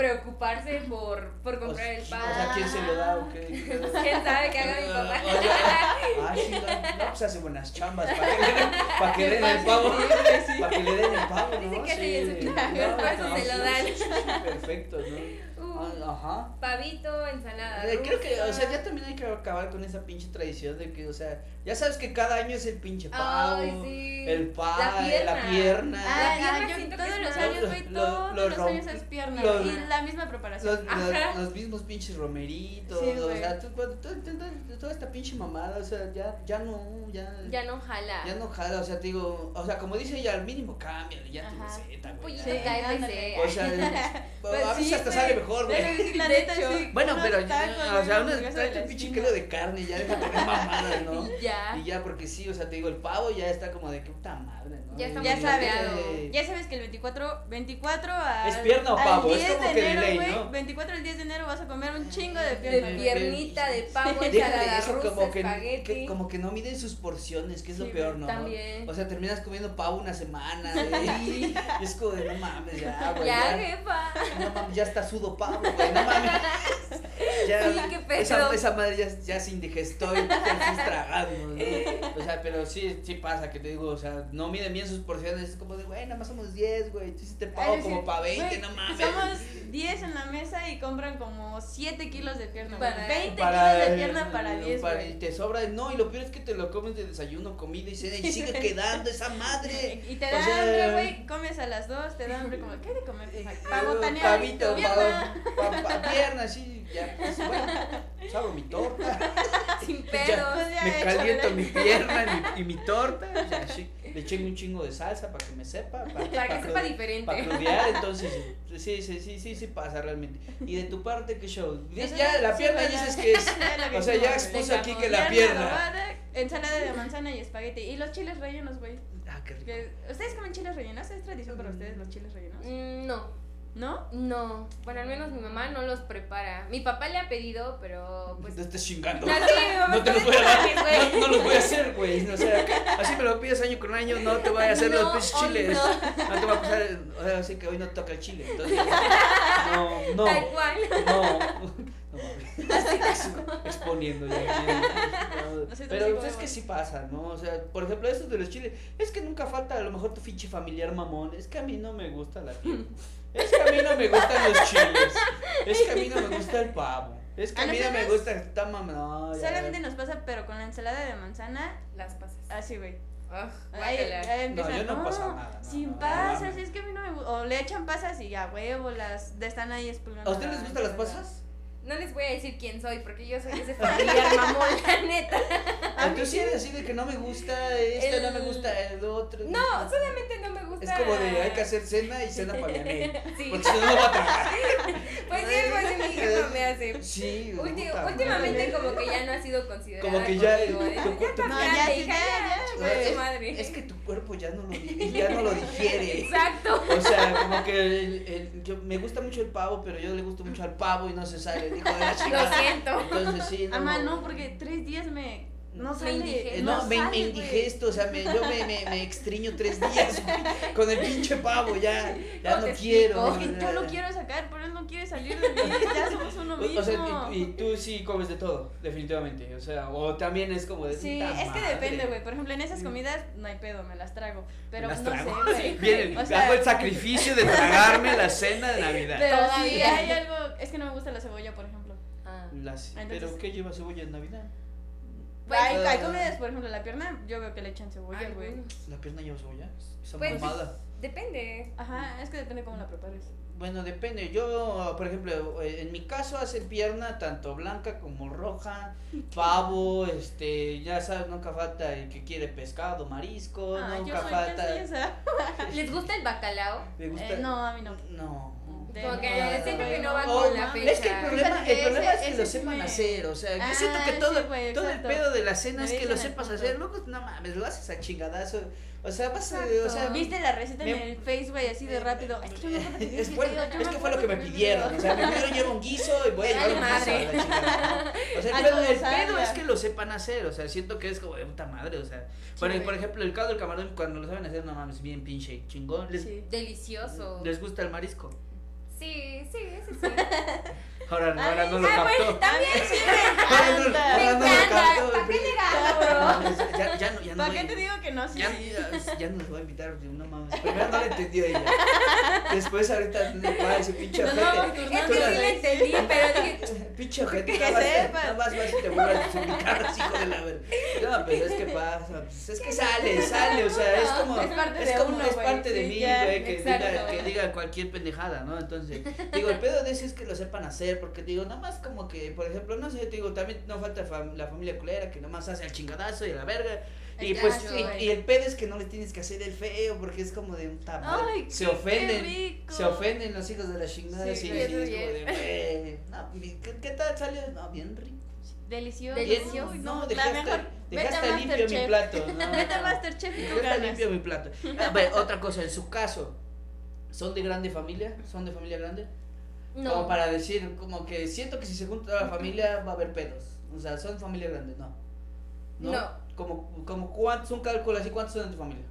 [SPEAKER 3] preocuparse por, por
[SPEAKER 2] O
[SPEAKER 3] comprar
[SPEAKER 2] sea,
[SPEAKER 3] el
[SPEAKER 2] ¿qui-
[SPEAKER 3] pavo.
[SPEAKER 2] O sea, ¿quién se lo da o qué? ¿Qué pedo?
[SPEAKER 3] ¿Quién sabe qué haga mi
[SPEAKER 2] O
[SPEAKER 3] papá?
[SPEAKER 2] sea, Ah, sí, no, no, pues hace buenas chambas para que le den, para que le den el
[SPEAKER 1] pase
[SPEAKER 2] pavo.
[SPEAKER 1] libre, sí.
[SPEAKER 2] Para que le den el pavo, ¿no?
[SPEAKER 3] Dice que hace bien su
[SPEAKER 2] Sí.
[SPEAKER 3] trabajo, por eso se lo dan.
[SPEAKER 2] sí, sí, sí, perfecto, ¿no?
[SPEAKER 3] Uh,
[SPEAKER 2] Ah, Ajá.
[SPEAKER 3] pavito, ensalada.
[SPEAKER 2] Eh, Creo que, o sea,
[SPEAKER 3] rusa.
[SPEAKER 2] ya también hay que acabar con esa pinche tradición de que, o sea, ya sabes que cada año es el pinche pavo,
[SPEAKER 3] Ay, sí.
[SPEAKER 2] el pavo, la
[SPEAKER 3] pierna.
[SPEAKER 2] pierna.
[SPEAKER 1] Ah,
[SPEAKER 3] La
[SPEAKER 1] ya,
[SPEAKER 3] pierna
[SPEAKER 1] yo
[SPEAKER 3] siento que
[SPEAKER 1] todos
[SPEAKER 3] es
[SPEAKER 1] los
[SPEAKER 3] más-
[SPEAKER 1] años, güey,
[SPEAKER 2] Lo-
[SPEAKER 1] todos
[SPEAKER 2] lo
[SPEAKER 1] los
[SPEAKER 2] romp-
[SPEAKER 1] años es pierna
[SPEAKER 2] lo-
[SPEAKER 1] y la misma
[SPEAKER 2] Los,
[SPEAKER 1] preparación. Ah,
[SPEAKER 2] los,
[SPEAKER 3] Ajá.
[SPEAKER 2] los mismos pinches romeritos,
[SPEAKER 1] Sí,
[SPEAKER 2] o
[SPEAKER 1] güey.
[SPEAKER 2] sea, tú- pues, tú- tú- tú- toda esta pinche mamada, o sea, ya, ya no, ya,
[SPEAKER 3] Ya no jala.
[SPEAKER 2] ya no jala, o sea, te digo, o sea, como dice ella, al mínimo cambia, ya tu
[SPEAKER 1] Ajá.
[SPEAKER 2] receta, güey.
[SPEAKER 3] Pollito
[SPEAKER 2] ya.
[SPEAKER 1] Sí.
[SPEAKER 3] KFC.
[SPEAKER 2] O sea, pues, a veces
[SPEAKER 1] Pues sí,
[SPEAKER 2] hasta
[SPEAKER 1] güey.
[SPEAKER 2] sale mejor, güey.
[SPEAKER 1] Pero sí, la
[SPEAKER 3] De
[SPEAKER 1] neta,
[SPEAKER 3] hecho.
[SPEAKER 1] sí,
[SPEAKER 2] Bueno,
[SPEAKER 1] unos
[SPEAKER 2] pero,
[SPEAKER 1] tacos,
[SPEAKER 2] ya, o
[SPEAKER 1] güey,
[SPEAKER 2] sea,
[SPEAKER 1] una
[SPEAKER 2] una,
[SPEAKER 1] hamburguesa de
[SPEAKER 2] tráete
[SPEAKER 1] la
[SPEAKER 2] un pinche
[SPEAKER 1] esquina.
[SPEAKER 2] kilo de carne, ya déjate de mamadas, ¿no?
[SPEAKER 3] Y ya.
[SPEAKER 2] Y ya, porque sí, o sea, te digo, el pavo ya está como de que puta madre, ¿no?
[SPEAKER 3] Ya está
[SPEAKER 2] Y-
[SPEAKER 1] muy
[SPEAKER 3] madreado.
[SPEAKER 2] eh,
[SPEAKER 1] Ya sabes que el 24, 24 al,
[SPEAKER 2] ¿Es pierna o
[SPEAKER 1] al
[SPEAKER 2] pavo? Es
[SPEAKER 1] 10
[SPEAKER 2] como
[SPEAKER 1] de
[SPEAKER 2] que
[SPEAKER 1] enero,
[SPEAKER 2] ley,
[SPEAKER 1] güey,
[SPEAKER 2] ¿no?
[SPEAKER 1] 24 al 10 de enero vas a comer un chingo de
[SPEAKER 3] De
[SPEAKER 1] pierna. güey.
[SPEAKER 3] piernita, de pavo,
[SPEAKER 2] Déjale
[SPEAKER 3] ensalada
[SPEAKER 2] eso,
[SPEAKER 3] rusa,
[SPEAKER 2] como que,
[SPEAKER 3] espagueti.
[SPEAKER 2] que- como que no miden sus porciones, que es lo
[SPEAKER 1] Sí,
[SPEAKER 2] peor,
[SPEAKER 1] güey,
[SPEAKER 2] ¿no?
[SPEAKER 3] También.
[SPEAKER 2] O sea, terminas comiendo pavo una semana, güey. y es como de no mames, ya, güey.
[SPEAKER 3] ya,
[SPEAKER 2] Ya,
[SPEAKER 3] jefa.
[SPEAKER 2] no mames, ya está sudo pavo, güey, no mames. Ya,
[SPEAKER 3] Sí, qué pedo.
[SPEAKER 2] Esa, esa madre ya, ya se indigestó y te estás tragando, ¿no? O sea, pero sí, sí pasa, que te digo, o sea, no miden bien sus porciones, es como de, güey, nada más somos 10, güey, tú hiciste pavo
[SPEAKER 1] Ay, sí,
[SPEAKER 2] como para 20,
[SPEAKER 1] güey,
[SPEAKER 2] no mames.
[SPEAKER 1] Somos 10 en la mesa y compran como 7 kilos de pierna. güey.
[SPEAKER 3] Para-
[SPEAKER 1] 20 kilos de pierna para 10.
[SPEAKER 2] para-
[SPEAKER 1] güey.
[SPEAKER 2] y te sobra, no, y lo peor es que te lo comes de desayuno, comida y cena y sigue quedando esa madre.
[SPEAKER 1] Y te
[SPEAKER 2] O
[SPEAKER 1] da
[SPEAKER 2] sea- Eh,
[SPEAKER 1] hambre, güey. Comes a las 2, te da hambre. Como, ¿qué de comer? Pues, pa' botanear,
[SPEAKER 2] Pavito,
[SPEAKER 1] pierna.
[SPEAKER 2] pa- pa- pa- pierna, sí, ya. Pues, bueno, sabro mi torta.
[SPEAKER 3] Sin
[SPEAKER 2] Ya,
[SPEAKER 3] pedos.
[SPEAKER 1] Pues ya
[SPEAKER 2] me
[SPEAKER 1] he
[SPEAKER 2] caliento
[SPEAKER 1] hecho,
[SPEAKER 2] mi pierna y mi, y mi torta. o sea, sí, le eché un chingo de salsa para que me sepa. Para,
[SPEAKER 3] Para que sepa
[SPEAKER 2] Para
[SPEAKER 3] diferente.
[SPEAKER 2] crudear, entonces sí, sí, sí, sí, sí pasa realmente. Y de tu parte, ¿qué show?
[SPEAKER 1] Eso
[SPEAKER 2] Ya, la
[SPEAKER 1] sí,
[SPEAKER 2] pierna
[SPEAKER 1] ¿verdad?
[SPEAKER 2] dices que es.
[SPEAKER 1] Ya la
[SPEAKER 2] O sea, ya
[SPEAKER 1] vimos, güey.
[SPEAKER 2] expuso aquí que la
[SPEAKER 1] Pierna
[SPEAKER 2] pierna.
[SPEAKER 1] adobada, ensalada de manzana y espagueti. Y los chiles rellenos, güey.
[SPEAKER 2] Ah, qué rico.
[SPEAKER 1] Que- ¿Ustedes comen chiles rellenos? ¿Es tradición para ustedes los chiles rellenos?
[SPEAKER 3] Mm, No,
[SPEAKER 1] ¿No?
[SPEAKER 3] no. Bueno, al menos mi mamá no los prepara. Mi papá le ha pedido, pero pues.
[SPEAKER 2] Te estás chingando.
[SPEAKER 3] Así, mi mamá
[SPEAKER 2] No te los voy a
[SPEAKER 3] "Ay,
[SPEAKER 2] dar,
[SPEAKER 3] güey".
[SPEAKER 2] no, no los voy a hacer, güey. O sea, así me lo pides año con año, no te voy a hacer los
[SPEAKER 3] No,
[SPEAKER 2] pinches
[SPEAKER 3] hoy
[SPEAKER 2] chiles.
[SPEAKER 3] no.
[SPEAKER 2] No. te va a pasar, el- o sea, así que hoy no toca el chile. Entonces, no, no,
[SPEAKER 3] Tal cual.
[SPEAKER 2] no. No mames. Exponiendo ya. aquí. No,
[SPEAKER 1] Nosotros sí
[SPEAKER 2] Pero pues es
[SPEAKER 1] comemos.
[SPEAKER 2] que sí pasa, ¿no? O sea, por ejemplo, esto de los chiles. Es que nunca falta a lo mejor tu pinche familiar mamón. Es que a mí no me gusta la piel. Es que a mí no me gustan los chiles. Es que a mí no me gusta el pavo. Es que a,
[SPEAKER 1] A
[SPEAKER 2] mí no me
[SPEAKER 1] nosotros
[SPEAKER 2] gusta esta mamá. No, ya.
[SPEAKER 1] Solamente nos pasa, pero con la ensalada de manzana,
[SPEAKER 3] Las pasas.
[SPEAKER 1] así, güey.
[SPEAKER 3] Ugh,
[SPEAKER 1] Ahí,
[SPEAKER 3] guácala.
[SPEAKER 1] ahí empiezan,
[SPEAKER 2] yo no pasa nada, no,
[SPEAKER 1] sin
[SPEAKER 2] no, no,
[SPEAKER 1] pasas,
[SPEAKER 2] no.
[SPEAKER 1] es que a mí no me gusta. O le echan pasas y ya, huevo, las de- están ahí espulgando.
[SPEAKER 2] ¿A ustedes
[SPEAKER 1] la
[SPEAKER 2] les gustan las
[SPEAKER 1] ensalada.
[SPEAKER 2] pasas?
[SPEAKER 3] No les voy a decir quién soy, porque yo soy ese familiar mamón, la neta.
[SPEAKER 2] A tú sí eres así de que no me gusta esta,
[SPEAKER 3] El-
[SPEAKER 2] no me gusta el otro.
[SPEAKER 3] No, solamente no me
[SPEAKER 2] Es
[SPEAKER 3] gusta.
[SPEAKER 2] como de hay que hacer cena y cena para Vianey.
[SPEAKER 3] Sí,
[SPEAKER 2] Porque si no, no va a trabajar.
[SPEAKER 3] pues sí, algo así mi jefa me hace.
[SPEAKER 2] Sí,
[SPEAKER 3] Ulti-
[SPEAKER 2] puta
[SPEAKER 3] últimamente
[SPEAKER 2] madre.
[SPEAKER 3] como que ya no ha sido considerada.
[SPEAKER 2] Como que ya-
[SPEAKER 3] conmigo, ¿eh?
[SPEAKER 2] tu cu- tu-
[SPEAKER 1] No,
[SPEAKER 3] Ya,
[SPEAKER 1] "Ah, ya, sí,
[SPEAKER 3] hija,
[SPEAKER 1] ya,
[SPEAKER 3] ya,
[SPEAKER 1] ya,
[SPEAKER 3] chinga
[SPEAKER 2] güey.
[SPEAKER 3] tu madre.
[SPEAKER 2] Es que tu cuerpo ya no lo, di- ya no lo digiere.
[SPEAKER 3] Exacto.
[SPEAKER 2] O sea, como que el- el- yo, me gusta mucho el pavo, pero yo le gusto mucho al pavo y no se sale. Dijo, de la
[SPEAKER 3] Lo
[SPEAKER 2] chica.
[SPEAKER 3] siento.
[SPEAKER 2] Entonces sí.
[SPEAKER 1] Ama, Ah, no, porque tres días me. No
[SPEAKER 3] Me
[SPEAKER 1] sale.
[SPEAKER 3] indigé.
[SPEAKER 2] Eh, No, me, me
[SPEAKER 1] sale, güey.
[SPEAKER 2] indigesto, o sea, me- yo me, me, me extriño tres días güey, con el pinche pavo, ya, ya
[SPEAKER 3] No
[SPEAKER 2] no
[SPEAKER 3] te
[SPEAKER 2] quiero.
[SPEAKER 3] explico.
[SPEAKER 2] ya,
[SPEAKER 1] Yo lo
[SPEAKER 2] ya.
[SPEAKER 1] quiero sacar, pero él no quiere salir de mí. Ya somos uno mismo.
[SPEAKER 2] O, o sea, y, y tú sí comes de todo, definitivamente, o sea, o también es como de...
[SPEAKER 1] Sí,
[SPEAKER 2] "Puta
[SPEAKER 1] es que
[SPEAKER 2] madre".
[SPEAKER 1] depende, güey. Por ejemplo, en esas comidas no hay pedo, me las trago. Pero
[SPEAKER 2] Las
[SPEAKER 1] no
[SPEAKER 2] trago.
[SPEAKER 1] sé, güey.
[SPEAKER 2] Bien,
[SPEAKER 1] O sea-
[SPEAKER 2] hago el sacrificio de tragarme la cena de Navidad.
[SPEAKER 1] Pero si
[SPEAKER 3] Todavía.
[SPEAKER 1] hay algo. Es que no me gusta la cebolla, por ejemplo.
[SPEAKER 3] Ah,
[SPEAKER 2] Las-
[SPEAKER 1] Entonces-
[SPEAKER 2] ¿Pero qué lleva cebolla en Navidad? Ah,
[SPEAKER 3] Bueno.
[SPEAKER 1] hay, hay comidas, por ejemplo, la pierna, yo veo que le echan cebolla,
[SPEAKER 3] ay,
[SPEAKER 1] güey.
[SPEAKER 3] bueno.
[SPEAKER 2] ¿La pierna lleva cebolla? Esa
[SPEAKER 3] Pues-
[SPEAKER 2] mamada.
[SPEAKER 3] Depende.
[SPEAKER 1] Ajá, es que depende cómo la prepares.
[SPEAKER 2] Bueno, depende. Yo, por ejemplo, eh, en mi caso hacen pierna tanto blanca como roja, pavo, este, ya sabes, nunca falta el que quiere pescado, marisco,
[SPEAKER 1] Ah, yo
[SPEAKER 2] nunca
[SPEAKER 1] soy, yo
[SPEAKER 2] falta.
[SPEAKER 1] soy esa.
[SPEAKER 3] ¿Les gusta el bacalao?
[SPEAKER 2] Me gusta.
[SPEAKER 1] Eh, no, a mí no.
[SPEAKER 2] No.
[SPEAKER 1] De-
[SPEAKER 3] Como
[SPEAKER 2] no,
[SPEAKER 3] que siento que no va
[SPEAKER 2] no,
[SPEAKER 3] con
[SPEAKER 1] no.
[SPEAKER 3] la fecha.
[SPEAKER 2] Es que el problema,
[SPEAKER 1] Fíjate
[SPEAKER 2] el
[SPEAKER 1] que
[SPEAKER 2] problema
[SPEAKER 1] ese-
[SPEAKER 2] es que lo
[SPEAKER 1] ese sí
[SPEAKER 2] sepan
[SPEAKER 1] me-
[SPEAKER 2] hacer, o sea, yo
[SPEAKER 1] Ah,
[SPEAKER 2] siento que todo,
[SPEAKER 1] sí, güey,
[SPEAKER 2] todo el
[SPEAKER 1] exacto.
[SPEAKER 2] pedo de la cena
[SPEAKER 1] Me
[SPEAKER 2] es que
[SPEAKER 1] dicen
[SPEAKER 2] lo
[SPEAKER 1] el
[SPEAKER 2] sepas
[SPEAKER 1] punto.
[SPEAKER 2] hacer, luego no mames, lo haces a chingadazo, o sea, vas a, o
[SPEAKER 3] Exacto.
[SPEAKER 2] sea,
[SPEAKER 1] ¿Viste la receta en
[SPEAKER 2] Me-
[SPEAKER 1] el Face, güey, así de rápido? Es que yo me acuerdo que
[SPEAKER 2] Es,
[SPEAKER 1] vi
[SPEAKER 2] bueno,
[SPEAKER 1] video, yo
[SPEAKER 2] es
[SPEAKER 1] me
[SPEAKER 2] que fue lo que me
[SPEAKER 1] acuerdo vi video.
[SPEAKER 2] pidieron. O sea, me pidieron llevar un guiso y voy a llevar
[SPEAKER 3] Vale
[SPEAKER 2] un guiso. a la
[SPEAKER 3] madre.
[SPEAKER 2] chingada, ¿no? O sea, el
[SPEAKER 1] Algo
[SPEAKER 2] pedo,
[SPEAKER 1] de
[SPEAKER 2] el
[SPEAKER 1] salga.
[SPEAKER 2] pedo es que lo sepan hacer. O sea, siento que es como de puta madre. O sea, bueno, y
[SPEAKER 3] güey.
[SPEAKER 2] por ejemplo, el caldo del camarón, cuando lo saben hacer, no mames, bien pinche chingón. Les,
[SPEAKER 1] Sí.
[SPEAKER 3] Delicioso.
[SPEAKER 2] les gusta el marisco.
[SPEAKER 3] Sí, sí, sí, sí.
[SPEAKER 2] Ahora,
[SPEAKER 1] Ay,
[SPEAKER 2] ahora no lo
[SPEAKER 3] Ah, bueno,
[SPEAKER 2] captó.
[SPEAKER 3] también sí. Me
[SPEAKER 2] Ahora no,
[SPEAKER 1] encanta.
[SPEAKER 2] ahora no lo
[SPEAKER 3] encanta.
[SPEAKER 2] captó.
[SPEAKER 3] ¿Para qué le gano,
[SPEAKER 2] No, ya- ya, ya no, ya no.
[SPEAKER 1] ¿Para
[SPEAKER 2] voy-
[SPEAKER 1] qué te digo que no? Sí.
[SPEAKER 2] Ya, ya nos va a invitar, no mames. Primero no lo entendió ella. Después ahorita no va a decir pinche
[SPEAKER 1] Nos
[SPEAKER 2] ojete.
[SPEAKER 1] vamos
[SPEAKER 3] bro?
[SPEAKER 1] turnando.
[SPEAKER 3] Es que sí le entendí, pero dije,
[SPEAKER 2] Pinche ojete,
[SPEAKER 1] Que
[SPEAKER 2] nada más,
[SPEAKER 1] sepas.
[SPEAKER 2] nada más vas y te vuelvas a desubicar así, hijo de la verga. No, pero es que pasa, pues, es que sale, sale, o sea, es como,
[SPEAKER 1] Es parte
[SPEAKER 2] es
[SPEAKER 1] de
[SPEAKER 2] como,
[SPEAKER 1] uno,
[SPEAKER 2] es
[SPEAKER 1] güey,
[SPEAKER 2] parte de
[SPEAKER 1] sí,
[SPEAKER 2] mí,
[SPEAKER 1] ya,
[SPEAKER 2] güey, que diga,
[SPEAKER 3] exacto.
[SPEAKER 2] que diga cualquier pendejada, ¿no? Entonces, digo, el pedo de eso es que lo sepan hacer, porque digo, nada más como que, por ejemplo, no sé, te digo, también no falta fam- la familia culera que nomás hace el chingadazo y a la verga, y
[SPEAKER 3] Ya,
[SPEAKER 2] pues,
[SPEAKER 3] yo,
[SPEAKER 2] y,
[SPEAKER 3] güey.
[SPEAKER 2] y el pedo es que no le tienes que hacer el feo, porque es como de un tamal,
[SPEAKER 1] Ay,
[SPEAKER 2] se
[SPEAKER 1] qué-
[SPEAKER 2] ofenden,
[SPEAKER 1] qué rico.
[SPEAKER 2] se ofenden los hijos de la chingada.
[SPEAKER 1] Sí,
[SPEAKER 2] así,
[SPEAKER 1] sí,
[SPEAKER 2] es como
[SPEAKER 3] sí.
[SPEAKER 2] de, "Güey, no, mi- ¿qué, qué tal salió? No, bien rico.
[SPEAKER 1] Delicioso.
[SPEAKER 2] Bien-
[SPEAKER 3] Delicioso.
[SPEAKER 1] Uy,
[SPEAKER 2] No,
[SPEAKER 1] la
[SPEAKER 2] dejaste,
[SPEAKER 1] mejor.
[SPEAKER 2] dejaste
[SPEAKER 1] Vete a
[SPEAKER 2] limpio mi
[SPEAKER 1] Masterchef.
[SPEAKER 2] plato. No,
[SPEAKER 1] Vete a
[SPEAKER 2] no,
[SPEAKER 1] Masterchef y tú
[SPEAKER 2] Dejaste
[SPEAKER 1] ganas.
[SPEAKER 2] limpio mi plato. A ver, otra cosa, en su caso, ¿son de grande familia? ¿Son de familia grande? Como
[SPEAKER 3] no.
[SPEAKER 2] para decir, como que siento que si se junta toda la familia va a haber pedos. O sea, son familia grande, no.
[SPEAKER 3] No.
[SPEAKER 2] Como, como cuántos, un cálculo así, ¿cuántos son en tu familia?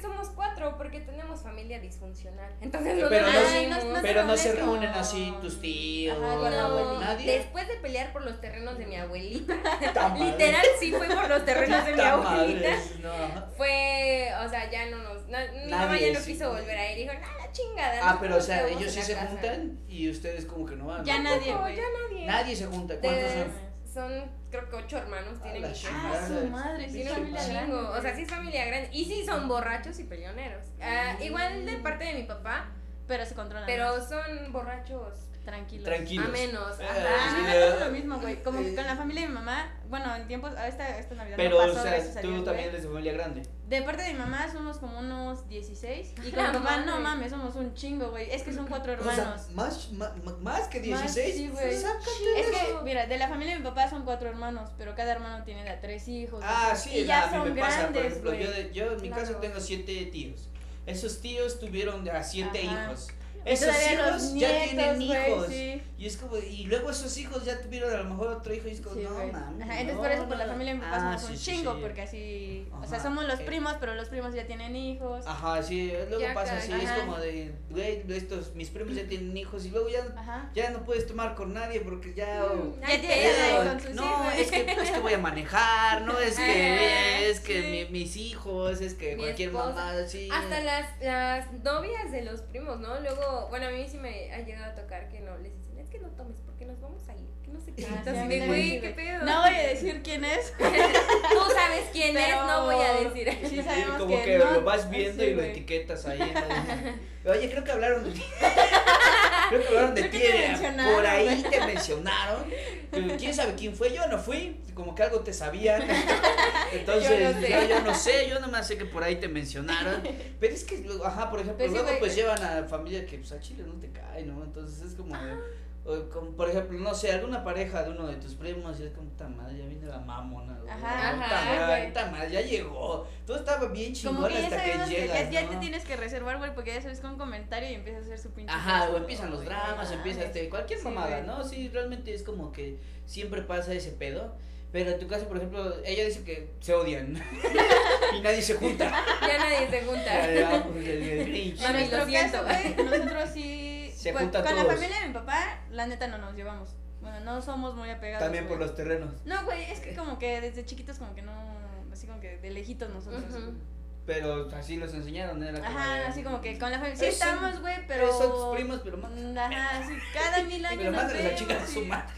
[SPEAKER 3] Somos cuatro porque tenemos familia disfuncional. Entonces no
[SPEAKER 2] Pero
[SPEAKER 3] nos
[SPEAKER 2] no-
[SPEAKER 3] reunimos.
[SPEAKER 1] Ay, no- no
[SPEAKER 2] Pero no se
[SPEAKER 1] reúnen como-
[SPEAKER 2] reúnen así tus tíos,
[SPEAKER 1] Ajá, con la
[SPEAKER 3] No,
[SPEAKER 1] abuelita.
[SPEAKER 2] nadie.
[SPEAKER 3] después de pelear por los terrenos de mi abuelita,
[SPEAKER 2] Ta madre.
[SPEAKER 3] literal sí fue por los terrenos de mi
[SPEAKER 2] Ta madre, Ah,
[SPEAKER 3] abuelita.
[SPEAKER 2] no.
[SPEAKER 3] Fue, o sea, ya no nos. na- mi mamá
[SPEAKER 2] Nadie,
[SPEAKER 3] ya no
[SPEAKER 2] sí.
[SPEAKER 3] quiso volver ahí. Dijo, no, la chingada.
[SPEAKER 2] Ah,
[SPEAKER 3] nosotros
[SPEAKER 2] pero o
[SPEAKER 3] nos
[SPEAKER 2] sea,
[SPEAKER 3] quedamos
[SPEAKER 2] ellos sí
[SPEAKER 3] en
[SPEAKER 2] se
[SPEAKER 3] la casa".
[SPEAKER 2] juntan y ustedes como que no van.
[SPEAKER 1] Ya
[SPEAKER 2] ¿no?
[SPEAKER 1] nadie,
[SPEAKER 3] No,
[SPEAKER 1] güey.
[SPEAKER 3] ya nadie.
[SPEAKER 2] Nadie se junta. ¿Cuántos
[SPEAKER 3] De-
[SPEAKER 2] son?
[SPEAKER 3] Son, creo que ocho hermanos tienen
[SPEAKER 2] la
[SPEAKER 3] mi
[SPEAKER 2] chingada.
[SPEAKER 3] jefa.
[SPEAKER 1] Pues, Ah, su madre, sí,
[SPEAKER 3] Tiene
[SPEAKER 2] Sí,
[SPEAKER 3] un
[SPEAKER 1] familia
[SPEAKER 2] sí.
[SPEAKER 1] grande.
[SPEAKER 3] chingo, o sea, sí es familia grande. Y sí son borrachos y peleoneros. Ah, igual de parte de mi papá,
[SPEAKER 1] Pero se controlan.
[SPEAKER 3] pero son borrachos
[SPEAKER 1] tranquilos.
[SPEAKER 2] Tranquilo.
[SPEAKER 3] a menos.
[SPEAKER 2] Eh,
[SPEAKER 1] Ah, a mí
[SPEAKER 3] Ajá.
[SPEAKER 1] me pasa lo mismo, güey. Como que con la familia de mi mamá, bueno, en tiempos, a esta, esta Navidad
[SPEAKER 2] Pero,
[SPEAKER 1] no
[SPEAKER 2] o
[SPEAKER 1] pasó, gracias
[SPEAKER 2] sea,
[SPEAKER 1] a
[SPEAKER 2] tú
[SPEAKER 1] Dios, güey.
[SPEAKER 2] también eres de familia grande.
[SPEAKER 1] De parte de mi mamá somos como unos 16 y con
[SPEAKER 3] La
[SPEAKER 1] mi papá,
[SPEAKER 3] madre.
[SPEAKER 1] no mames, somos un chingo, güey. Es que son cuatro
[SPEAKER 2] O sea,
[SPEAKER 1] hermanos.
[SPEAKER 2] más, ma- ma- más, que
[SPEAKER 1] Más,
[SPEAKER 2] 16.
[SPEAKER 1] sí, güey.
[SPEAKER 2] Sácate
[SPEAKER 1] Es
[SPEAKER 2] de
[SPEAKER 1] que,
[SPEAKER 2] eso.
[SPEAKER 1] mira, de la familia de mi papá son cuatro hermanos, pero cada hermano tiene de a tres hijos.
[SPEAKER 2] Ah,
[SPEAKER 1] así.
[SPEAKER 2] sí,
[SPEAKER 1] y ya
[SPEAKER 2] a mí
[SPEAKER 1] son
[SPEAKER 2] me pasa, por
[SPEAKER 1] grandes,
[SPEAKER 2] ejemplo,
[SPEAKER 1] güey.
[SPEAKER 2] yo, de- yo en mi
[SPEAKER 1] Claro.
[SPEAKER 2] caso tengo siete tíos. Esos tíos tuvieron de a siete
[SPEAKER 1] Ajá.
[SPEAKER 2] hijos.
[SPEAKER 1] Y
[SPEAKER 2] Esos
[SPEAKER 1] todavía los
[SPEAKER 2] hijos ya
[SPEAKER 1] nietos,
[SPEAKER 2] tienen
[SPEAKER 1] güey,
[SPEAKER 2] hijos.
[SPEAKER 1] sí.
[SPEAKER 2] Y es como, y luego esos hijos ya tuvieron a lo mejor otro hijo y es como,
[SPEAKER 1] Sí,
[SPEAKER 2] no
[SPEAKER 1] güey.
[SPEAKER 2] mames.
[SPEAKER 1] Ajá, entonces
[SPEAKER 2] no,
[SPEAKER 1] por eso
[SPEAKER 2] no,
[SPEAKER 1] por la
[SPEAKER 2] no.
[SPEAKER 1] familia de mi papá
[SPEAKER 2] Ah,
[SPEAKER 1] somos
[SPEAKER 2] sí,
[SPEAKER 1] un
[SPEAKER 2] sí,
[SPEAKER 1] chingo,
[SPEAKER 2] sí.
[SPEAKER 1] porque así, o
[SPEAKER 2] Ajá, Ah.
[SPEAKER 1] sea, somos los
[SPEAKER 2] eh.
[SPEAKER 1] primos, pero los primos ya tienen hijos.
[SPEAKER 2] Ajá, sí, luego
[SPEAKER 3] Ya
[SPEAKER 2] pasa
[SPEAKER 3] ca-
[SPEAKER 2] así, es
[SPEAKER 1] ajá.
[SPEAKER 2] como de, güey, estos, mis primos ya tienen hijos y luego ya,
[SPEAKER 1] Ajá.
[SPEAKER 2] ya no puedes tomar con nadie porque ya... o-
[SPEAKER 3] Mm,
[SPEAKER 1] Ya
[SPEAKER 3] ay,
[SPEAKER 1] tiene
[SPEAKER 3] pedo.
[SPEAKER 1] ahí con sus
[SPEAKER 2] no,
[SPEAKER 1] hijos.
[SPEAKER 2] es que, es que voy a manejar, no, es
[SPEAKER 3] Ah,
[SPEAKER 2] que, es que
[SPEAKER 3] sí.
[SPEAKER 2] mi- mis hijos, es que
[SPEAKER 3] Mi
[SPEAKER 2] cualquier
[SPEAKER 3] esposa.
[SPEAKER 2] mamá, sí.
[SPEAKER 3] Hasta las, las novias de los primos, ¿no? Luego, bueno, a mí sí me ha llegado a tocar que no, les dicen, es que no tomes porque nos vamos a ir, que no sé qué.
[SPEAKER 1] Ah, sí,
[SPEAKER 3] Entonces,
[SPEAKER 1] a mí
[SPEAKER 3] me
[SPEAKER 1] también
[SPEAKER 3] güey,
[SPEAKER 1] sí,
[SPEAKER 3] qué
[SPEAKER 1] güey.
[SPEAKER 3] pedo.
[SPEAKER 1] No voy a decir quién es.
[SPEAKER 3] Tú sabes quién
[SPEAKER 1] pero
[SPEAKER 3] es, no voy a decir.
[SPEAKER 1] Sí,
[SPEAKER 2] Sí,
[SPEAKER 1] sabemos
[SPEAKER 2] como que,
[SPEAKER 1] no-
[SPEAKER 2] lo vas viendo
[SPEAKER 1] sí,
[SPEAKER 2] y lo
[SPEAKER 1] güey.
[SPEAKER 2] etiquetas ahí. ¿no? Oye, creo que hablaron de ti. creo que hablaron de
[SPEAKER 1] Creo que
[SPEAKER 2] ti.
[SPEAKER 1] te
[SPEAKER 2] eh,
[SPEAKER 1] mencionaron,
[SPEAKER 2] Por ahí
[SPEAKER 1] güey.
[SPEAKER 2] te mencionaron. Pero ¿Quién sabe quién fue? Yo no fui. Como que algo te sabían. Entonces, yo
[SPEAKER 3] Yo
[SPEAKER 2] no sé.
[SPEAKER 3] no sé.
[SPEAKER 2] Yo, no sé, yo nomás sé que por ahí te mencionaron. Pero es que, luego, ajá, por ejemplo,
[SPEAKER 1] Pero sí,
[SPEAKER 2] luego
[SPEAKER 1] güey.
[SPEAKER 2] pues llevan a familia que pues a Chile no te cae, ¿no? Entonces es como... de- o como, por ejemplo, no sé, alguna pareja de uno de tus primos y es como, puta madre, ya viene la mamona. güey, puta
[SPEAKER 1] Ajá,
[SPEAKER 3] ajá,
[SPEAKER 2] madre,
[SPEAKER 1] güey.
[SPEAKER 2] puta madre, ya llegó. Todo estaba bien chingón
[SPEAKER 1] Como que ya
[SPEAKER 2] hasta que
[SPEAKER 1] sabemos
[SPEAKER 2] llegas,
[SPEAKER 1] que, ya, ya
[SPEAKER 2] ¿no?
[SPEAKER 1] te tienes que reservar, güey, porque ya sabes con un comentario y empiezas a hacer su pinche.
[SPEAKER 2] Ajá, o
[SPEAKER 1] caso,
[SPEAKER 2] empiezan los
[SPEAKER 1] güey.
[SPEAKER 2] dramas,
[SPEAKER 1] Ajá.
[SPEAKER 2] empieza este, cualquier
[SPEAKER 1] Sí,
[SPEAKER 2] mamada,
[SPEAKER 1] güey.
[SPEAKER 2] ¿no? Sí, realmente es como que siempre pasa ese pedo. Pero en tu caso, por ejemplo, ella dice que se odian y nadie se junta.
[SPEAKER 3] Ya nadie se junta.
[SPEAKER 2] Ya, pues, el- el Grinch.
[SPEAKER 1] En
[SPEAKER 3] Mami,
[SPEAKER 1] nuestro
[SPEAKER 3] lo siento.
[SPEAKER 1] caso, güey, nosotros sí.
[SPEAKER 2] Se
[SPEAKER 1] con
[SPEAKER 2] juntan
[SPEAKER 1] con la
[SPEAKER 2] todos.
[SPEAKER 1] familia de mi papá, la neta no nos llevamos. Bueno, no somos muy apegados.
[SPEAKER 2] También por
[SPEAKER 1] güey.
[SPEAKER 2] los terrenos.
[SPEAKER 1] No, güey, es que como que desde chiquitos, como que no. Así como que de lejitos nosotros.
[SPEAKER 3] Ujú.
[SPEAKER 2] Pero así los enseñaron, era como de-
[SPEAKER 1] Ajá, así como que con la familia. Sí
[SPEAKER 2] Esos son-
[SPEAKER 1] estamos, güey, pero.
[SPEAKER 2] Son tus primos, pero más.
[SPEAKER 1] Mm, Ajá, sí, cada mil años.
[SPEAKER 2] Pero
[SPEAKER 1] nos
[SPEAKER 2] mándales a
[SPEAKER 1] vemos,
[SPEAKER 2] chingar a su
[SPEAKER 1] sí.
[SPEAKER 2] madre.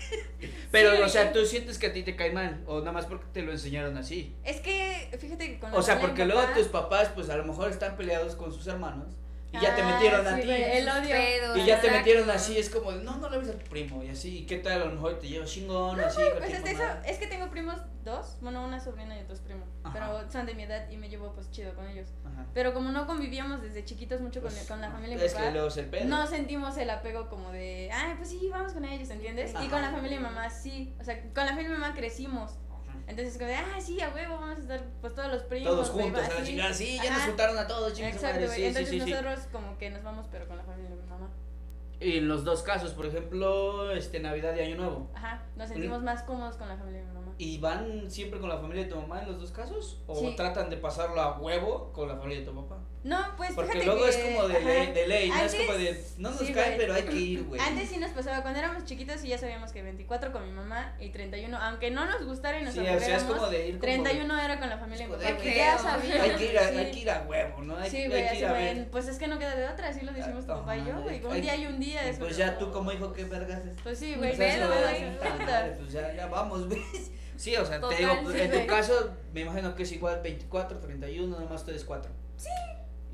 [SPEAKER 2] Pero,
[SPEAKER 1] Sí.
[SPEAKER 2] o sea, tú sientes que a ti te cae mal, o nada más porque te lo enseñaron así.
[SPEAKER 1] Es que, fíjate que con la
[SPEAKER 2] O sea,
[SPEAKER 1] familia
[SPEAKER 2] porque
[SPEAKER 1] de mi
[SPEAKER 2] luego
[SPEAKER 1] papá-
[SPEAKER 2] tus papás, pues a lo mejor están peleados con sus hermanos y ya te
[SPEAKER 1] Ah,
[SPEAKER 2] metieron a
[SPEAKER 1] sí,
[SPEAKER 2] ti.
[SPEAKER 1] güey, El odio.
[SPEAKER 3] Pedos,
[SPEAKER 2] Y ya te
[SPEAKER 3] exacto.
[SPEAKER 2] metieron así, es como, de, no, no le ves a tu primo, y así, ¿y ¿qué tal? A lo mejor te llevo chingón, así,
[SPEAKER 1] Pues
[SPEAKER 2] cualquier
[SPEAKER 1] hasta eso,
[SPEAKER 2] mamada.
[SPEAKER 1] es que tengo primos dos, bueno, una sobrina y otros primos,
[SPEAKER 2] Ajá.
[SPEAKER 1] pero son de mi edad y me llevo pues chido con ellos.
[SPEAKER 2] Ajá.
[SPEAKER 1] Pero como no convivíamos desde chiquitos mucho con,
[SPEAKER 2] Pues,
[SPEAKER 1] con la familia de mi
[SPEAKER 2] Es que
[SPEAKER 1] papá,
[SPEAKER 2] luego es el pedo.
[SPEAKER 1] no sentimos el apego como de, ay, pues sí, vamos con ellos, ¿entiendes? Y
[SPEAKER 2] Ajá.
[SPEAKER 1] con la familia de mamá sí, o sea, con la familia de mamá crecimos.
[SPEAKER 2] Ajá.
[SPEAKER 1] Entonces como de, ah, sí, a huevo, vamos a estar pues todos los primos.
[SPEAKER 2] Todos
[SPEAKER 1] güey,
[SPEAKER 2] juntos,
[SPEAKER 1] va,
[SPEAKER 2] a la
[SPEAKER 1] sí".
[SPEAKER 2] chingada, sí, ya nos
[SPEAKER 1] Ajá.
[SPEAKER 2] juntaron a todos, chingada su
[SPEAKER 1] Exacto,
[SPEAKER 2] madre,
[SPEAKER 1] güey.
[SPEAKER 2] sí, sí,
[SPEAKER 1] Entonces
[SPEAKER 2] sí, sí.
[SPEAKER 1] nosotros como que nos vamos pero con la familia de mi mamá.
[SPEAKER 2] Y en los dos casos, por ejemplo, este Navidad y Año Nuevo.
[SPEAKER 1] Ajá, nos sentimos más cómodos con la familia de mi mamá.
[SPEAKER 2] ¿Y van siempre con la familia de tu mamá en los dos casos? ¿O
[SPEAKER 1] Sí.
[SPEAKER 2] tratan de pasarlo a huevo con la familia de tu papá?
[SPEAKER 1] No, pues
[SPEAKER 2] Porque
[SPEAKER 1] fíjate
[SPEAKER 2] luego
[SPEAKER 1] que
[SPEAKER 2] es como de
[SPEAKER 1] ajá.
[SPEAKER 2] ley, de ley, no es
[SPEAKER 1] Antes-
[SPEAKER 2] como de, no nos
[SPEAKER 1] sí,
[SPEAKER 2] cae,
[SPEAKER 1] güey.
[SPEAKER 2] pero hay que ir, güey.
[SPEAKER 1] Antes sí nos pasaba, cuando éramos chiquitos y ya sabíamos que 24 con mi mamá y 31, aunque no nos gustara y nos
[SPEAKER 2] Sí, o sea, es como
[SPEAKER 1] aburriéramos,
[SPEAKER 2] de ir como de-
[SPEAKER 1] 31 era con la familia de mi
[SPEAKER 2] Joder,
[SPEAKER 1] papá,
[SPEAKER 3] qué
[SPEAKER 1] que ya
[SPEAKER 3] feo.
[SPEAKER 1] sabíamos.
[SPEAKER 2] Hay que ir a,
[SPEAKER 1] sí.
[SPEAKER 2] hay que ir a huevo, ¿no? Hay,
[SPEAKER 1] Sí,
[SPEAKER 2] hay
[SPEAKER 1] güey,
[SPEAKER 2] que
[SPEAKER 1] así
[SPEAKER 2] ir a
[SPEAKER 1] fue,
[SPEAKER 2] ver.
[SPEAKER 1] pues es que no queda de otra, así lo decimos tu
[SPEAKER 2] Ajá,
[SPEAKER 1] papá y yo, güey,
[SPEAKER 2] hay-
[SPEAKER 1] un día y un día.
[SPEAKER 2] Pues
[SPEAKER 1] es como-
[SPEAKER 2] ya tú como hijo, ¿qué vergas es?
[SPEAKER 1] Pues sí, güey,
[SPEAKER 2] O sea,
[SPEAKER 1] ve,
[SPEAKER 3] pedo,
[SPEAKER 1] lo
[SPEAKER 2] eso,
[SPEAKER 1] veo
[SPEAKER 3] güey,
[SPEAKER 1] así,
[SPEAKER 2] puta madre,
[SPEAKER 1] puta.
[SPEAKER 2] pues ya, ya vamos, güey. Sí, o sea,
[SPEAKER 3] Total,
[SPEAKER 2] te digo,
[SPEAKER 3] sí,
[SPEAKER 2] en tu
[SPEAKER 3] güey.
[SPEAKER 2] caso, me imagino que es igual 24, 31, nada más ustedes cuatro. Sí.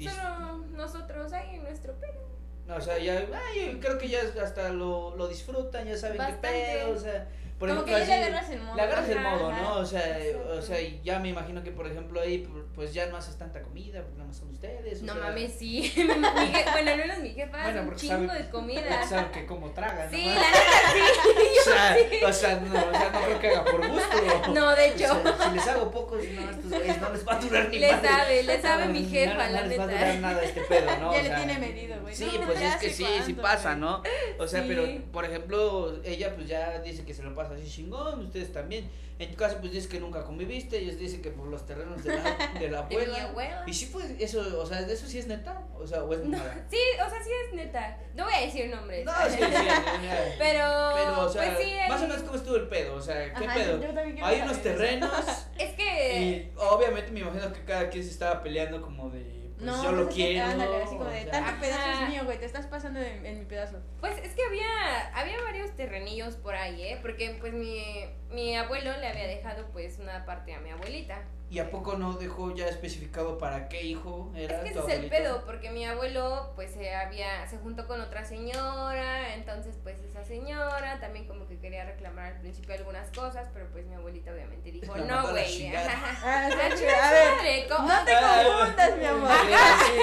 [SPEAKER 3] Solo nosotros ahí en nuestro perro.
[SPEAKER 2] No, o sea, ya, ay, creo que ya hasta lo, lo disfrutan, ya saben
[SPEAKER 3] Bastante.
[SPEAKER 2] qué pedo, o sea, por
[SPEAKER 1] Como que
[SPEAKER 2] ejemplo,
[SPEAKER 1] ya le
[SPEAKER 2] así,
[SPEAKER 1] agarras el modo.
[SPEAKER 2] le agarras el
[SPEAKER 1] ajá,
[SPEAKER 2] modo,
[SPEAKER 1] ajá.
[SPEAKER 2] ¿no? O sea, eh, o
[SPEAKER 3] Exacto.
[SPEAKER 2] sea, y ya me imagino que, por ejemplo, ahí, pu- pues ya no haces tanta comida, porque nada más son ustedes, o
[SPEAKER 3] No
[SPEAKER 2] sea,
[SPEAKER 3] mames, sí. Mi je- bueno, al menos mi jefa
[SPEAKER 2] Bueno,
[SPEAKER 3] hace un
[SPEAKER 2] porque
[SPEAKER 3] chingo
[SPEAKER 2] sabe-
[SPEAKER 3] de
[SPEAKER 2] porque
[SPEAKER 3] comida.
[SPEAKER 2] Saben que como tragan,
[SPEAKER 3] Sí,
[SPEAKER 2] ¿no?
[SPEAKER 3] la neta
[SPEAKER 2] o, sea, o sea, no, o sea, no creo que haga por gusto.
[SPEAKER 3] sí. No, de
[SPEAKER 2] O
[SPEAKER 3] hecho.
[SPEAKER 2] sea, si les hago pocos, no, estos güeyes no les va a durar ni
[SPEAKER 3] Le
[SPEAKER 2] madre.
[SPEAKER 3] sabe, le sabe
[SPEAKER 2] No,
[SPEAKER 3] mi
[SPEAKER 2] no,
[SPEAKER 3] jefa,
[SPEAKER 2] no
[SPEAKER 3] la
[SPEAKER 2] les va a
[SPEAKER 3] neta.
[SPEAKER 2] durar nada este pedo, ¿no?
[SPEAKER 1] Ya
[SPEAKER 2] O
[SPEAKER 1] le
[SPEAKER 2] sea,
[SPEAKER 1] tiene medido, güey.
[SPEAKER 2] Sí,
[SPEAKER 1] No, no,
[SPEAKER 2] pues
[SPEAKER 1] ya
[SPEAKER 2] es que
[SPEAKER 1] sé
[SPEAKER 2] sí, sí
[SPEAKER 1] cuánto,
[SPEAKER 2] pasa,
[SPEAKER 1] güey.
[SPEAKER 2] ¿no? O sea,
[SPEAKER 1] Sí.
[SPEAKER 2] pero por ejemplo, ella pues ya dice que se lo pasa así chingón, ustedes también. En tu caso, pues dices que nunca conviviste, ellos dicen que por los terrenos de la, de la
[SPEAKER 3] De mi
[SPEAKER 2] abuela.
[SPEAKER 3] abuela.
[SPEAKER 2] Y sí, pues, eso, o sea, de eso sí es neta, o sea, o es
[SPEAKER 3] No,
[SPEAKER 2] mamada.
[SPEAKER 3] sí, o sea, sí es neta. No voy a decir nombres.
[SPEAKER 2] No, sí, sí, sí.
[SPEAKER 3] Pero,
[SPEAKER 2] Pero, o sea,
[SPEAKER 3] pues sí, hay-
[SPEAKER 2] más o menos cómo estuvo el pedo, o sea, ¿qué
[SPEAKER 1] Ajá,
[SPEAKER 2] pedo?
[SPEAKER 1] yo también quiero
[SPEAKER 2] Hay unos
[SPEAKER 1] saber eso.
[SPEAKER 2] terrenos
[SPEAKER 3] es que
[SPEAKER 1] Eh,
[SPEAKER 2] y obviamente me imagino que cada quien se estaba peleando como de, pues
[SPEAKER 1] No,
[SPEAKER 2] yo lo
[SPEAKER 1] pues es que-
[SPEAKER 2] quiero.
[SPEAKER 1] ándale, así como de
[SPEAKER 2] o sea,
[SPEAKER 1] tanto pedazo
[SPEAKER 3] Ajá.
[SPEAKER 1] es mío, güey, te estás pasando en, en mi pedazo.
[SPEAKER 3] Pues es que había, había varios terrenillos por ahí, ¿eh? Porque pues mi, mi abuelo le había dejado pues una parte a mi abuelita.
[SPEAKER 2] ¿Y a poco no dejó ya especificado para qué hijo
[SPEAKER 3] Es
[SPEAKER 2] era
[SPEAKER 3] que
[SPEAKER 2] tu
[SPEAKER 3] ese es el
[SPEAKER 2] abuelito?
[SPEAKER 3] pedo, porque mi abuelo pues se había, se juntó con otra señora, entonces pues esa señora también como que quería reclamar al principio algunas cosas, pero pues mi abuelita obviamente dijo,
[SPEAKER 1] pues,
[SPEAKER 2] La mandó
[SPEAKER 3] no,
[SPEAKER 2] a la
[SPEAKER 3] güey.
[SPEAKER 2] chingada".
[SPEAKER 1] Ah, está
[SPEAKER 3] Ay,
[SPEAKER 1] chido. A
[SPEAKER 3] no,
[SPEAKER 1] ver,
[SPEAKER 3] madre, ¿cómo?
[SPEAKER 1] no te
[SPEAKER 2] Ah,
[SPEAKER 1] confundas, mi amor.
[SPEAKER 2] sí, sí,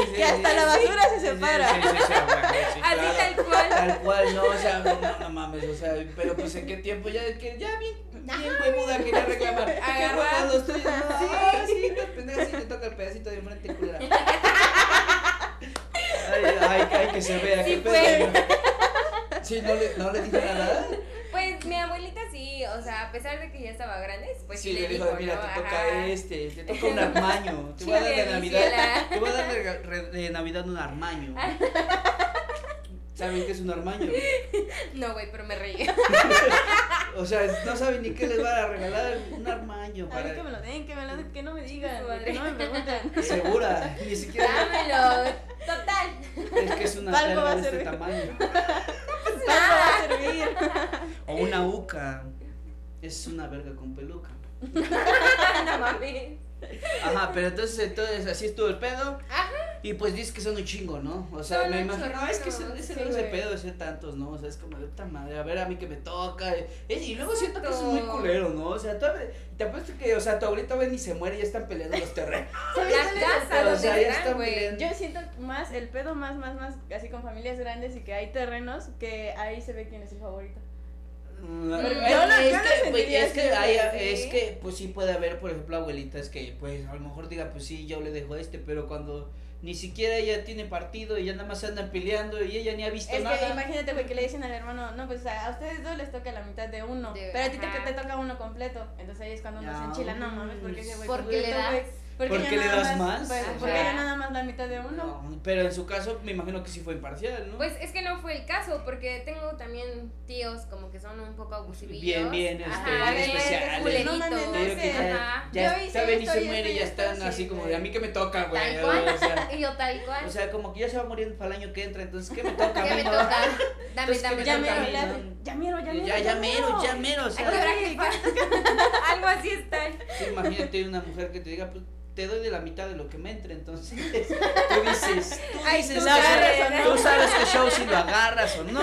[SPEAKER 2] sí,
[SPEAKER 1] Que hasta
[SPEAKER 2] sí,
[SPEAKER 1] la
[SPEAKER 2] sí.
[SPEAKER 1] basura se
[SPEAKER 2] Sí, sí,
[SPEAKER 1] separa.
[SPEAKER 2] sí, sí, sí, abuelo, sí,
[SPEAKER 3] Así
[SPEAKER 2] claro.
[SPEAKER 3] tal cual.
[SPEAKER 2] Tal cual, no, o sea, no, no mames, o sea, pero pues en qué tiempo ya, que ya bien, bien huevuda quería reclamar.
[SPEAKER 3] Agarrar.
[SPEAKER 2] Agarrado estoy, no, sí, sí, te pendeja, sí, te toca el pedacito de enfrente, culera. Ay, ay, ay, que se vea,
[SPEAKER 3] Sí
[SPEAKER 2] qué
[SPEAKER 3] fue.
[SPEAKER 2] pedo. Sí, no le, no le dije nada.
[SPEAKER 3] Pues mi abuelita sí, o sea, a pesar de que ya estaba grande, pues
[SPEAKER 2] sí, le dijo,
[SPEAKER 3] dijo,
[SPEAKER 2] mira,
[SPEAKER 3] ¿no?
[SPEAKER 2] te toca
[SPEAKER 3] Ajá.
[SPEAKER 2] este, te toca un armaño, te voy a dar de
[SPEAKER 3] Chale, mi
[SPEAKER 2] Navidad,
[SPEAKER 3] ciela.
[SPEAKER 2] te voy a dar de, re- de Navidad un armaño. ¿Saben qué es un armaño?
[SPEAKER 3] No, güey, pero me reí.
[SPEAKER 2] O sea, no saben ni qué les van a regalar un armaño
[SPEAKER 1] A ver, que
[SPEAKER 2] para
[SPEAKER 1] me lo den, que me lo den, que no me digan,
[SPEAKER 3] Madre.
[SPEAKER 1] que no me pregunten.
[SPEAKER 2] segura, ni siquiera
[SPEAKER 3] Dámelo. Total.
[SPEAKER 2] es que es una
[SPEAKER 1] Para algo Ah, va
[SPEAKER 2] perla
[SPEAKER 1] a
[SPEAKER 2] de este
[SPEAKER 1] servir.
[SPEAKER 2] tamaño
[SPEAKER 1] Pues nada va a servir.
[SPEAKER 2] o una uca. Es una verga con peluca.
[SPEAKER 3] No mames.
[SPEAKER 2] Ajá, pero entonces entonces así estuvo el pedo.
[SPEAKER 3] Ajá.
[SPEAKER 2] Y pues dices que son un chingo, ¿no? O sea,
[SPEAKER 3] Son
[SPEAKER 2] me
[SPEAKER 3] un
[SPEAKER 2] imagino,
[SPEAKER 3] chorro,
[SPEAKER 2] es que ese, ese
[SPEAKER 1] sí,
[SPEAKER 2] no es el
[SPEAKER 1] güey.
[SPEAKER 2] pedo de ser tantos, ¿no? O sea, es como de puta madre, a ver a mí que me toca. eh, y luego siento que eso es muy
[SPEAKER 3] Exacto.
[SPEAKER 2] culero, ¿no? O sea, todavía- te apuesto que, o sea, tu abuelita ven y se muere y ya están peleando los terrenos.
[SPEAKER 1] ¿Sabes
[SPEAKER 3] La
[SPEAKER 1] cuál es el
[SPEAKER 3] casa
[SPEAKER 1] pedo?
[SPEAKER 2] O
[SPEAKER 3] donde
[SPEAKER 2] sea, ya está
[SPEAKER 3] están, güey.
[SPEAKER 2] peleando.
[SPEAKER 1] Yo siento más el pedo más, más, más, así con familias grandes y que hay terrenos que ahí se ve quién es el favorito.
[SPEAKER 2] Mm,
[SPEAKER 3] Yo
[SPEAKER 2] es
[SPEAKER 3] no-
[SPEAKER 1] yo no
[SPEAKER 2] que, pues,
[SPEAKER 1] sentiría
[SPEAKER 2] es que
[SPEAKER 1] así,
[SPEAKER 2] hay-
[SPEAKER 3] güey,
[SPEAKER 2] es
[SPEAKER 3] sí.
[SPEAKER 2] que, pues sí puede haber, por ejemplo, abuelitas que, pues, a lo mejor diga, pues sí, yo le dejo a este, pero cuando ni siquiera ella tiene partido y ya nada más se andan peleando y ella ni ha visto
[SPEAKER 1] Es
[SPEAKER 2] Pues nada.
[SPEAKER 1] que imagínate, güey, que le dicen al hermano, no, pues a, a ustedes dos les toca la mitad de uno,
[SPEAKER 3] De-
[SPEAKER 1] pero a ti te,
[SPEAKER 3] ajá.
[SPEAKER 1] te toca uno completo. Entonces ahí es cuando uno
[SPEAKER 2] Ya,
[SPEAKER 1] se enchila, no mames, porque ese güey
[SPEAKER 3] Porque
[SPEAKER 1] completo,
[SPEAKER 3] le das.
[SPEAKER 1] güey, Porque,
[SPEAKER 2] ¿Porque
[SPEAKER 1] yo
[SPEAKER 2] le
[SPEAKER 1] nada
[SPEAKER 2] das más?
[SPEAKER 1] pues,
[SPEAKER 3] Ajá.
[SPEAKER 1] porque yo nada más la mitad de uno.
[SPEAKER 2] No, pero en su caso, me imagino que sí fue imparcial, ¿no?
[SPEAKER 3] Pues es que no fue el caso, porque tengo también tíos como que son un poco abusivillos.
[SPEAKER 2] Bien, bien, este,
[SPEAKER 3] Ajá,
[SPEAKER 2] bien
[SPEAKER 3] bien,
[SPEAKER 2] especiales.
[SPEAKER 3] culerito.
[SPEAKER 1] No mames, no
[SPEAKER 2] Te digo que
[SPEAKER 1] sé.
[SPEAKER 2] ya,
[SPEAKER 3] Ajá.
[SPEAKER 2] ya
[SPEAKER 1] Yo hice
[SPEAKER 2] saben y
[SPEAKER 1] esto,
[SPEAKER 2] se
[SPEAKER 1] yo
[SPEAKER 2] mueren y
[SPEAKER 1] estoy
[SPEAKER 2] ya
[SPEAKER 1] esto,
[SPEAKER 2] están
[SPEAKER 1] sí,
[SPEAKER 2] así como de a mí que me toca, güey.
[SPEAKER 3] Tal
[SPEAKER 2] O
[SPEAKER 3] cual.
[SPEAKER 2] sea,
[SPEAKER 3] Y yo tal cual.
[SPEAKER 2] o sea, como que ya se va a morir en para el año que entra, entonces, ¿qué me toca?
[SPEAKER 3] ¿Qué me
[SPEAKER 2] mamá?
[SPEAKER 3] toca? Dame,
[SPEAKER 2] Entonces, ¿qué
[SPEAKER 3] dame,
[SPEAKER 2] me
[SPEAKER 1] Ya
[SPEAKER 3] dame.
[SPEAKER 2] toca a
[SPEAKER 1] mero,
[SPEAKER 2] mí,
[SPEAKER 1] le hace,
[SPEAKER 2] no?
[SPEAKER 1] ya mero, ya mero.
[SPEAKER 2] Ya, ya mero, ya mero, o
[SPEAKER 3] Ay,
[SPEAKER 2] sea.
[SPEAKER 3] qué braje, Algo así está.
[SPEAKER 2] Sí, imagínate una mujer que te diga, pues te doy de la mitad de lo que me entre, entonces tú dices, tú
[SPEAKER 3] Ay,
[SPEAKER 2] dices,
[SPEAKER 3] tú
[SPEAKER 2] "Ah,
[SPEAKER 3] sabes,
[SPEAKER 2] sí,
[SPEAKER 3] ¿no?"
[SPEAKER 2] tú sabes que show si lo agarras o no,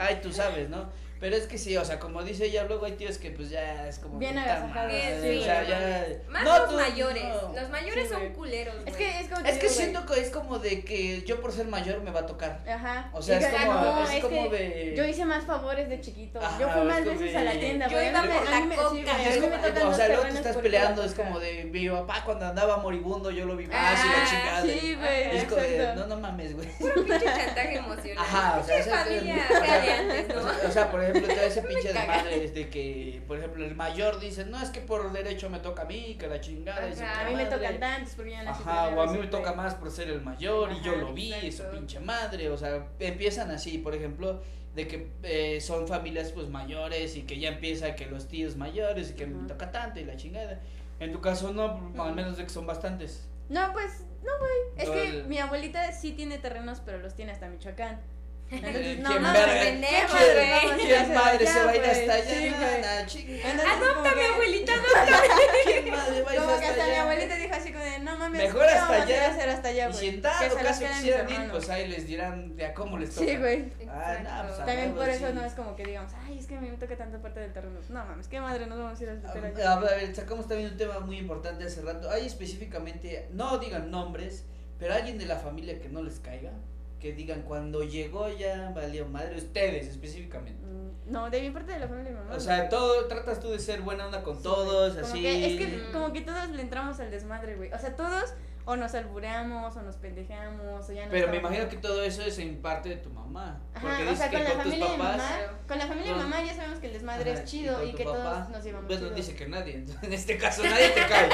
[SPEAKER 2] ay, tú sabes, ¿no? Pero es que sí, o sea, como dice ella, luego hay tíos que pues ya es como...
[SPEAKER 1] Bien
[SPEAKER 2] puta
[SPEAKER 1] agasajados,
[SPEAKER 2] madre,
[SPEAKER 1] sí,
[SPEAKER 2] o sea,
[SPEAKER 1] no
[SPEAKER 2] ya...
[SPEAKER 3] Más
[SPEAKER 2] No,
[SPEAKER 3] los
[SPEAKER 2] tú-
[SPEAKER 3] mayores.
[SPEAKER 2] no.
[SPEAKER 3] Los mayores
[SPEAKER 1] Sí,
[SPEAKER 3] son
[SPEAKER 1] güey.
[SPEAKER 3] culeros. güey.
[SPEAKER 1] Es que es como te
[SPEAKER 2] Es que
[SPEAKER 1] digo, güey.
[SPEAKER 2] siento que es como de que yo por ser mayor me va a tocar.
[SPEAKER 1] Ajá.
[SPEAKER 2] O sea,
[SPEAKER 1] Y
[SPEAKER 2] es
[SPEAKER 1] que-
[SPEAKER 2] como,
[SPEAKER 1] no,
[SPEAKER 2] es
[SPEAKER 1] es
[SPEAKER 2] como
[SPEAKER 1] que
[SPEAKER 2] de...
[SPEAKER 1] Yo hice más favores de chiquito.
[SPEAKER 2] Ajá,
[SPEAKER 1] yo fui más
[SPEAKER 2] es como
[SPEAKER 1] veces
[SPEAKER 2] de-
[SPEAKER 1] a la tienda,
[SPEAKER 3] Yo
[SPEAKER 1] güey.
[SPEAKER 3] iba
[SPEAKER 1] a mí me-
[SPEAKER 3] por
[SPEAKER 1] a mí
[SPEAKER 3] la
[SPEAKER 1] me- sí,
[SPEAKER 3] coca.
[SPEAKER 1] güey,
[SPEAKER 2] Y
[SPEAKER 1] a
[SPEAKER 2] es
[SPEAKER 1] mí me
[SPEAKER 2] como-
[SPEAKER 1] tocan
[SPEAKER 2] o
[SPEAKER 1] los
[SPEAKER 2] sea, luego te
[SPEAKER 1] terrenos
[SPEAKER 2] estás
[SPEAKER 1] por
[SPEAKER 2] peleando,
[SPEAKER 1] la
[SPEAKER 2] es como
[SPEAKER 1] coca.
[SPEAKER 2] de mi papá cuando andaba moribundo, yo lo vi más y la
[SPEAKER 3] Ah,
[SPEAKER 2] chingada.
[SPEAKER 1] Sí, güey,
[SPEAKER 2] Y es como de,
[SPEAKER 1] exacto.
[SPEAKER 2] no, no mames, güey.
[SPEAKER 3] Pinche chantaje emocional.
[SPEAKER 2] Ajá, o sea,
[SPEAKER 3] Pinche
[SPEAKER 2] esa-
[SPEAKER 3] familia
[SPEAKER 2] o sea,
[SPEAKER 3] fea de antes,
[SPEAKER 2] O
[SPEAKER 3] ¿no?
[SPEAKER 2] sea, o sea, por ejemplo, todo ese pinche
[SPEAKER 3] caga.
[SPEAKER 2] desmadre de que, por ejemplo, el mayor dice, no, es que por derecho me toca a mí, que la chingada. y su
[SPEAKER 3] Ajá,
[SPEAKER 1] A mí me
[SPEAKER 2] madre.
[SPEAKER 1] tocan tantos porque yo nací
[SPEAKER 2] Ajá,
[SPEAKER 1] primero,
[SPEAKER 2] o a mí me
[SPEAKER 1] siempre.
[SPEAKER 2] toca más por ser el mayor y yo
[SPEAKER 3] Ajá,
[SPEAKER 2] lo vi, y su
[SPEAKER 3] exacto.
[SPEAKER 2] pinche madre. O sea, empiezan así, por ejemplo, de que eh, son familias pues mayores y que ya empieza que los tíos mayores y que me
[SPEAKER 1] Ajá.
[SPEAKER 2] toca tanto y la chingada. En tu caso no, al
[SPEAKER 1] Ujú.
[SPEAKER 2] menos de que son bastantes.
[SPEAKER 1] No, pues, no, güey. Es
[SPEAKER 2] Órale.
[SPEAKER 1] que mi abuelita sí tiene terrenos, pero los tiene hasta Michoacán. Entonces,
[SPEAKER 2] ¿Quién
[SPEAKER 1] no, no,
[SPEAKER 2] verga?
[SPEAKER 1] güey.
[SPEAKER 3] pendejo,
[SPEAKER 1] ¿Quién-
[SPEAKER 3] güey.
[SPEAKER 1] no, no,
[SPEAKER 2] ¿Quién
[SPEAKER 1] no,
[SPEAKER 2] madre
[SPEAKER 1] ya,
[SPEAKER 2] se va a ir
[SPEAKER 1] güey.
[SPEAKER 2] hasta allá?
[SPEAKER 1] Sí,
[SPEAKER 2] No,
[SPEAKER 1] güey.
[SPEAKER 2] no, chinga.
[SPEAKER 1] Entonces, como
[SPEAKER 3] Adóptame,
[SPEAKER 1] que-
[SPEAKER 3] abuelita,
[SPEAKER 2] ¿Quién madre va a ir
[SPEAKER 1] Como que
[SPEAKER 2] hasta
[SPEAKER 1] hasta mi
[SPEAKER 2] allá?
[SPEAKER 1] abuelita dijo así como de, no mames,
[SPEAKER 2] Mejor
[SPEAKER 1] ¿qué
[SPEAKER 2] hasta
[SPEAKER 1] vamos a
[SPEAKER 2] allá.
[SPEAKER 1] hacer hasta allá,
[SPEAKER 2] Y
[SPEAKER 1] güey?
[SPEAKER 2] si en
[SPEAKER 1] Que se
[SPEAKER 2] dado
[SPEAKER 1] los
[SPEAKER 2] caso
[SPEAKER 1] queden mis
[SPEAKER 2] quisieran ir,
[SPEAKER 1] hermanos.
[SPEAKER 2] pues ahí les dirán de a cómo les toca.
[SPEAKER 1] Sí, güey.
[SPEAKER 2] Ah, no, pues,
[SPEAKER 3] Exacto.
[SPEAKER 1] También
[SPEAKER 2] huevo,
[SPEAKER 1] por eso
[SPEAKER 2] sí.
[SPEAKER 1] no es como que digamos, ay, es que a mí me toca tanta parte del terreno. No mames, qué madre, nos vamos a ir a
[SPEAKER 2] A
[SPEAKER 1] soltar
[SPEAKER 2] ver,
[SPEAKER 1] allá.
[SPEAKER 2] Ah, a ver, sacamos también un tema muy importante hace rato. Hay específicamente, no digan nombres, pero alguien de la familia que no les caiga, que digan cuando llegó ya valió madre, ustedes específicamente.
[SPEAKER 1] Mm, No, de mi parte de la familia de mi mamá.
[SPEAKER 2] O
[SPEAKER 1] no.
[SPEAKER 2] sea, todo, tratas tú de ser buena onda con
[SPEAKER 1] Sí,
[SPEAKER 2] todos,
[SPEAKER 1] güey. Como
[SPEAKER 2] así.
[SPEAKER 1] que- es que
[SPEAKER 3] Mm.
[SPEAKER 1] como que todos le entramos al desmadre, güey. O sea, todos, O nos albureamos, o nos pendejeamos, o ya no
[SPEAKER 2] Pero me
[SPEAKER 1] estamos-
[SPEAKER 2] imagino que todo eso es en parte de tu mamá.
[SPEAKER 1] Ajá,
[SPEAKER 2] Porque
[SPEAKER 1] o sea,
[SPEAKER 2] dice
[SPEAKER 1] con
[SPEAKER 2] que
[SPEAKER 1] la
[SPEAKER 2] con tus
[SPEAKER 1] familia de
[SPEAKER 2] papás.
[SPEAKER 1] mamá,
[SPEAKER 3] Claro.
[SPEAKER 1] con la familia de
[SPEAKER 2] No.
[SPEAKER 1] mamá ya sabemos que el desmadre
[SPEAKER 2] Ajá,
[SPEAKER 1] es chido
[SPEAKER 2] con
[SPEAKER 1] y
[SPEAKER 2] tu
[SPEAKER 1] que
[SPEAKER 2] papá, pues,
[SPEAKER 1] todos nos llevamos
[SPEAKER 2] Bueno,
[SPEAKER 1] chido.
[SPEAKER 2] dice que nadie. En este caso, nadie te cae.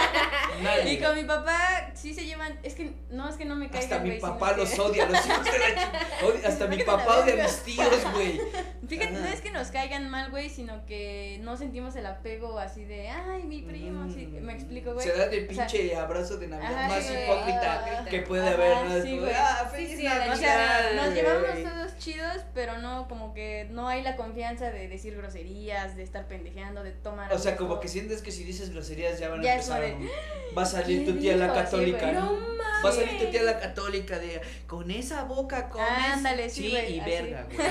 [SPEAKER 2] Nadie.
[SPEAKER 1] Y con mi papá sí se llevan, es que no, es que no me caigan,
[SPEAKER 2] Hasta mi
[SPEAKER 1] güey, sino
[SPEAKER 2] papá
[SPEAKER 1] que-
[SPEAKER 2] los odia, los hijos de la chi- odia- Hasta mi
[SPEAKER 1] Sáquense la
[SPEAKER 2] papá odia a
[SPEAKER 1] verga.
[SPEAKER 2] mis tíos, güey.
[SPEAKER 1] Fíjate, no
[SPEAKER 2] Ajá.
[SPEAKER 1] es que nos caigan mal, güey, sino que no sentimos el apego así de, ay, mi primo, así, me explico, güey.
[SPEAKER 2] Se da de
[SPEAKER 1] O sea,
[SPEAKER 2] pinche abrazo de Navidad
[SPEAKER 1] ajá,
[SPEAKER 2] más
[SPEAKER 1] sí, güey. ah,
[SPEAKER 2] hipócrita que puede
[SPEAKER 1] Ajá,
[SPEAKER 2] haber, ¿no? Es
[SPEAKER 1] sí,
[SPEAKER 2] como,
[SPEAKER 1] güey.
[SPEAKER 2] ah,
[SPEAKER 3] Sí,
[SPEAKER 2] feliz
[SPEAKER 3] sí, a la
[SPEAKER 1] O
[SPEAKER 2] Navidad,
[SPEAKER 1] sea,
[SPEAKER 3] chingada,
[SPEAKER 1] nos
[SPEAKER 2] güey.
[SPEAKER 1] llevamos todos chidos, pero no, como que no hay la confianza de decir groserías, de estar pendejeando, de tomar.
[SPEAKER 2] O sea,
[SPEAKER 1] alcohol.
[SPEAKER 2] como que sientes que si dices groserías ya van a
[SPEAKER 1] Ya es
[SPEAKER 2] empezar.
[SPEAKER 1] hora de-
[SPEAKER 2] ¿no? Va a salir
[SPEAKER 1] ¿Qué
[SPEAKER 2] tu tía la
[SPEAKER 1] dijo? Sí,
[SPEAKER 2] católica,
[SPEAKER 1] güey.
[SPEAKER 2] ¿no?
[SPEAKER 3] No mames.
[SPEAKER 2] Va a salir tu tía la católica de con esa boca comes.
[SPEAKER 1] Ándale, sí, güey,
[SPEAKER 2] y
[SPEAKER 1] así.
[SPEAKER 2] verga, güey.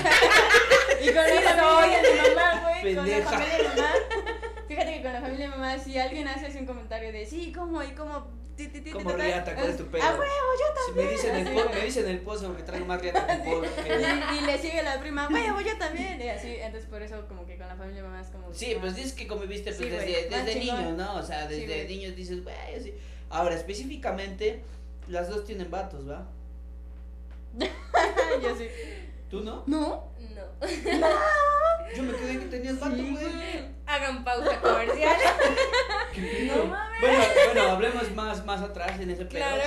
[SPEAKER 1] Y con la familia de mi mamá, güey. Con la
[SPEAKER 2] Pendeja.
[SPEAKER 1] familia de mi mamá. Fíjate que con la familia de mi mamá, si alguien hace así un comentario de sí, ¿cómo? ¿Y cómo? Ti, ti, ti,
[SPEAKER 2] Como
[SPEAKER 1] ti, ti,
[SPEAKER 2] riata, ¿cuál es tu pedo?
[SPEAKER 1] Ah, güey.
[SPEAKER 2] Si me dicen el po- me dicen el pozo porque traigo más riata que pozo.
[SPEAKER 1] Y, y le sigue la prima, güey, voy yo también. Y así, entonces por eso, como que con la familia de mi mamá es como.
[SPEAKER 2] Sí,
[SPEAKER 1] ah,
[SPEAKER 2] pues dices que conviviste pues,
[SPEAKER 1] Sí, güey,
[SPEAKER 2] desde,
[SPEAKER 1] más
[SPEAKER 2] desde
[SPEAKER 1] chingón.
[SPEAKER 2] niño, ¿no? O sea,
[SPEAKER 1] Sí,
[SPEAKER 2] desde
[SPEAKER 1] güey.
[SPEAKER 2] niños dices, güey, así. Ahora, específicamente, las dos tienen vatos, ¿va?
[SPEAKER 1] yo sí.
[SPEAKER 2] ¿Tú no?
[SPEAKER 1] ¿No?
[SPEAKER 3] No.
[SPEAKER 2] Yo me quedé que tenías vato,
[SPEAKER 1] Sí,
[SPEAKER 2] güey.
[SPEAKER 3] Hagan pausa comercial.
[SPEAKER 1] No mames.
[SPEAKER 2] Bueno, bueno, hablemos más, más atrás en ese pedo.
[SPEAKER 3] Claro.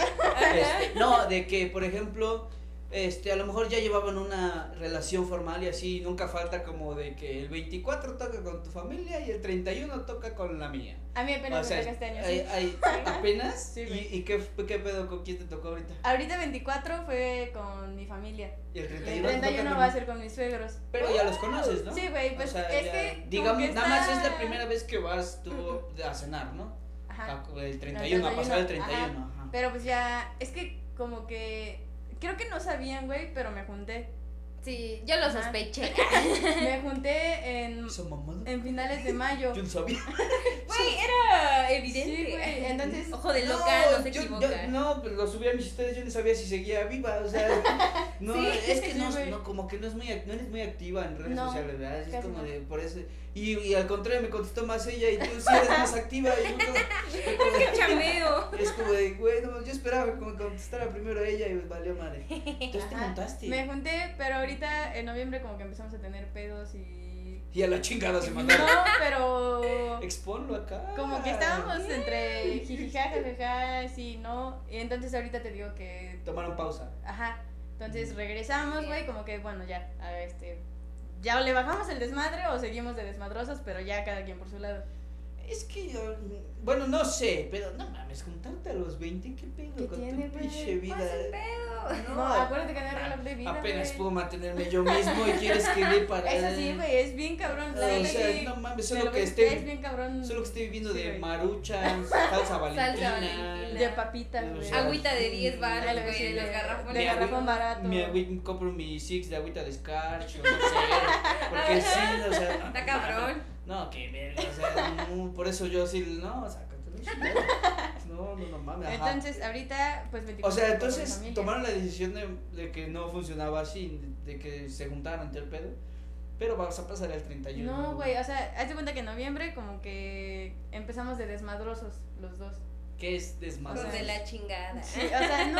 [SPEAKER 2] Este, no, de que, por ejemplo, este, a lo mejor ya llevaban una relación formal y así, nunca falta como de que el 24 toca con tu familia y el 31 toca con la mía.
[SPEAKER 1] A mí apenas
[SPEAKER 2] O sea,
[SPEAKER 1] me toca este año. sí.
[SPEAKER 2] hay- hay- ¿Apenas?
[SPEAKER 1] Sí, güey.
[SPEAKER 2] ¿Y, y qué, qué pedo con quién te tocó ahorita?
[SPEAKER 1] Ahorita 24 fue con mi familia.
[SPEAKER 2] Y el 31,
[SPEAKER 1] El
[SPEAKER 2] te toca
[SPEAKER 1] 31
[SPEAKER 2] con-
[SPEAKER 1] va a ser con mis suegros.
[SPEAKER 2] Pero ya los conoces, ¿no?
[SPEAKER 1] Sí, güey, pues
[SPEAKER 2] O sea,
[SPEAKER 1] es
[SPEAKER 2] ya-
[SPEAKER 1] que. como
[SPEAKER 2] Digamos,
[SPEAKER 1] que
[SPEAKER 2] nada más
[SPEAKER 1] está-
[SPEAKER 2] es la primera vez que vas tú a cenar, ¿no?
[SPEAKER 1] Ajá.
[SPEAKER 2] A- El 31, a pasar el 31. Ajá.
[SPEAKER 1] Pero pues ya. Es que como que. Creo que no sabían, güey, pero me junté.
[SPEAKER 3] Sí, yo lo
[SPEAKER 1] Ajá.
[SPEAKER 3] sospeché.
[SPEAKER 1] Me junté en,
[SPEAKER 2] ¿Esa mamada?
[SPEAKER 1] en finales de mayo.
[SPEAKER 2] Yo no sabía.
[SPEAKER 3] Güey, era evidente.
[SPEAKER 1] Sí, güey. Entonces.
[SPEAKER 2] Oh,
[SPEAKER 3] Ojo de loca, no, se
[SPEAKER 2] yo- yo-
[SPEAKER 3] equivoca.
[SPEAKER 2] no, pero lo subí a mis historias, yo no sabía si seguía viva, o sea, no,
[SPEAKER 1] Sí,
[SPEAKER 2] es que
[SPEAKER 1] sí,
[SPEAKER 2] no,
[SPEAKER 1] güey.
[SPEAKER 2] no, como que no es muy, ac- no eres muy activa en redes
[SPEAKER 1] No,
[SPEAKER 2] sociales, ¿verdad? Es
[SPEAKER 1] casi
[SPEAKER 2] como
[SPEAKER 1] no.
[SPEAKER 2] de, por eso, y, y al contrario, me contestó más ella, y tú sí eres más activa, y yo como-
[SPEAKER 3] Es que chameo.
[SPEAKER 2] Es como de, güey, no, yo esperaba que me contestara primero ella y pues, valió madre. Entonces te
[SPEAKER 1] Ajá.
[SPEAKER 2] montaste.
[SPEAKER 1] Me junté, pero ahorita en noviembre como que empezamos a tener pedos y.
[SPEAKER 2] Y a la chingada se
[SPEAKER 1] No,
[SPEAKER 2] mandaron.
[SPEAKER 1] pero.
[SPEAKER 2] Exponlo acá.
[SPEAKER 1] Como que estábamos entre jijijá, jajaja, sí, no. Y entonces ahorita te digo que
[SPEAKER 2] Tomaron pausa.
[SPEAKER 1] Ajá. Entonces regresamos,
[SPEAKER 3] Bien.
[SPEAKER 1] güey, como que bueno, ya, a ver, este ya o le bajamos el desmadre o seguimos de desmadrosos, pero ya cada quien por su lado.
[SPEAKER 2] Es que yo, bueno, no sé, pero no mames, juntarte a los 20, qué pedo
[SPEAKER 1] ¿Qué
[SPEAKER 2] con
[SPEAKER 1] tiene,
[SPEAKER 2] tu
[SPEAKER 1] güey?
[SPEAKER 2] pinche vida.
[SPEAKER 3] Pues el pedo.
[SPEAKER 1] No, Ah, acuérdate que no hay
[SPEAKER 2] ma-
[SPEAKER 1] reloj de vida.
[SPEAKER 2] Apenas
[SPEAKER 1] güey.
[SPEAKER 2] puedo mantenerme yo mismo y quieres que dé para.
[SPEAKER 1] Eso sí, güey, es bien cabrón. La
[SPEAKER 2] O
[SPEAKER 1] neta
[SPEAKER 2] sea,
[SPEAKER 1] sí,
[SPEAKER 2] no mames,
[SPEAKER 1] me
[SPEAKER 2] solo
[SPEAKER 1] lo
[SPEAKER 2] que
[SPEAKER 1] viste, es
[SPEAKER 2] esté,
[SPEAKER 1] bien cabrón.
[SPEAKER 2] solo que esté viviendo
[SPEAKER 1] Sí,
[SPEAKER 2] de
[SPEAKER 1] güey.
[SPEAKER 2] maruchan, salsa
[SPEAKER 3] Valentina.
[SPEAKER 2] valentina.
[SPEAKER 1] de papita,
[SPEAKER 2] O
[SPEAKER 1] güey.
[SPEAKER 2] sea,
[SPEAKER 3] Agüita de 10
[SPEAKER 1] Ah,
[SPEAKER 3] baros,
[SPEAKER 1] lo que sí,
[SPEAKER 3] güey,
[SPEAKER 1] de-
[SPEAKER 3] los
[SPEAKER 1] de
[SPEAKER 2] Mi
[SPEAKER 3] garrafones.
[SPEAKER 2] agüita.
[SPEAKER 1] garrafón barato.
[SPEAKER 2] Mi agüita, compro mi six de agüita de escarcho, no sé. Porque
[SPEAKER 3] Ajá.
[SPEAKER 2] sí, o sea. no
[SPEAKER 3] Está
[SPEAKER 2] mames.
[SPEAKER 3] cabrón.
[SPEAKER 2] No, que verga, o sea, no, por eso yo sí, no, o sea, que te lo chingas. No, no, no mames. ajá.
[SPEAKER 1] Entonces, ahorita pues 24
[SPEAKER 2] O sea,
[SPEAKER 1] con mi
[SPEAKER 2] entonces
[SPEAKER 1] familia.
[SPEAKER 2] tomaron la decisión de, de que no funcionaba así, de que se juntaron ante el pedo. Pero vas a pasar el 31.
[SPEAKER 1] No, güey, o sea, hazte cuenta que en noviembre como que empezamos de desmadrosos los dos.
[SPEAKER 2] ¿Qué es desmadre?
[SPEAKER 3] Hijos de la chingada.
[SPEAKER 1] Sí, o sea, no,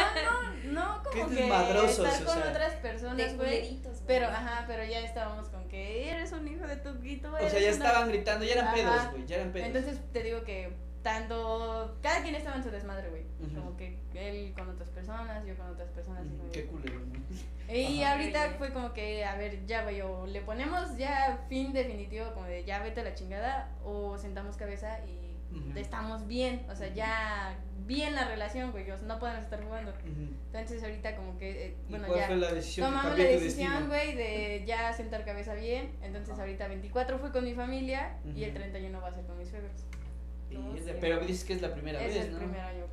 [SPEAKER 1] no, no como
[SPEAKER 2] Qué
[SPEAKER 1] que
[SPEAKER 2] desmadrosos,
[SPEAKER 1] estar
[SPEAKER 2] o
[SPEAKER 1] con
[SPEAKER 2] sea.
[SPEAKER 1] otras personas,
[SPEAKER 3] De
[SPEAKER 1] güey.
[SPEAKER 3] culeritos.
[SPEAKER 1] Pero, ajá, pero ya estábamos con que eres un hijo de tu grito,
[SPEAKER 2] O sea, ya estaban gritando, ya eran
[SPEAKER 1] Ajá.
[SPEAKER 2] pedos, güey, ya eran pedos.
[SPEAKER 1] Entonces te digo que tanto, cada quien estaba en su desmadre, güey.
[SPEAKER 2] Ujú.
[SPEAKER 1] Como que él con otras personas, yo con otras personas. y
[SPEAKER 2] Mm,
[SPEAKER 1] como-
[SPEAKER 2] Qué culero, ¿no?
[SPEAKER 1] Y
[SPEAKER 2] Ajá.
[SPEAKER 1] ahorita fue como que, a ver, ya, güey, o le ponemos ya fin definitivo, como de ya vete a la chingada, o sentamos cabeza y
[SPEAKER 2] Ujú.
[SPEAKER 1] estamos bien, o sea, ya bien la relación, güey, o sea, no podemos estar jugando.
[SPEAKER 2] Ujú.
[SPEAKER 1] Entonces ahorita como que, eh,
[SPEAKER 2] ¿Y
[SPEAKER 1] bueno,
[SPEAKER 2] cuál
[SPEAKER 1] ya
[SPEAKER 2] fue la decisión que
[SPEAKER 1] tomamos la
[SPEAKER 2] cambió tu destino?
[SPEAKER 1] decisión, güey, de ya sentar cabeza bien. Entonces
[SPEAKER 2] Ajá.
[SPEAKER 1] ahorita 24 fue con mi familia y el
[SPEAKER 2] Ujú.
[SPEAKER 1] 31 va a ser con mis suegros.
[SPEAKER 2] Y es de-
[SPEAKER 3] Sí.
[SPEAKER 2] Pero dices que es la primera
[SPEAKER 1] es
[SPEAKER 2] vez,
[SPEAKER 1] el
[SPEAKER 2] ¿no?
[SPEAKER 1] primer año.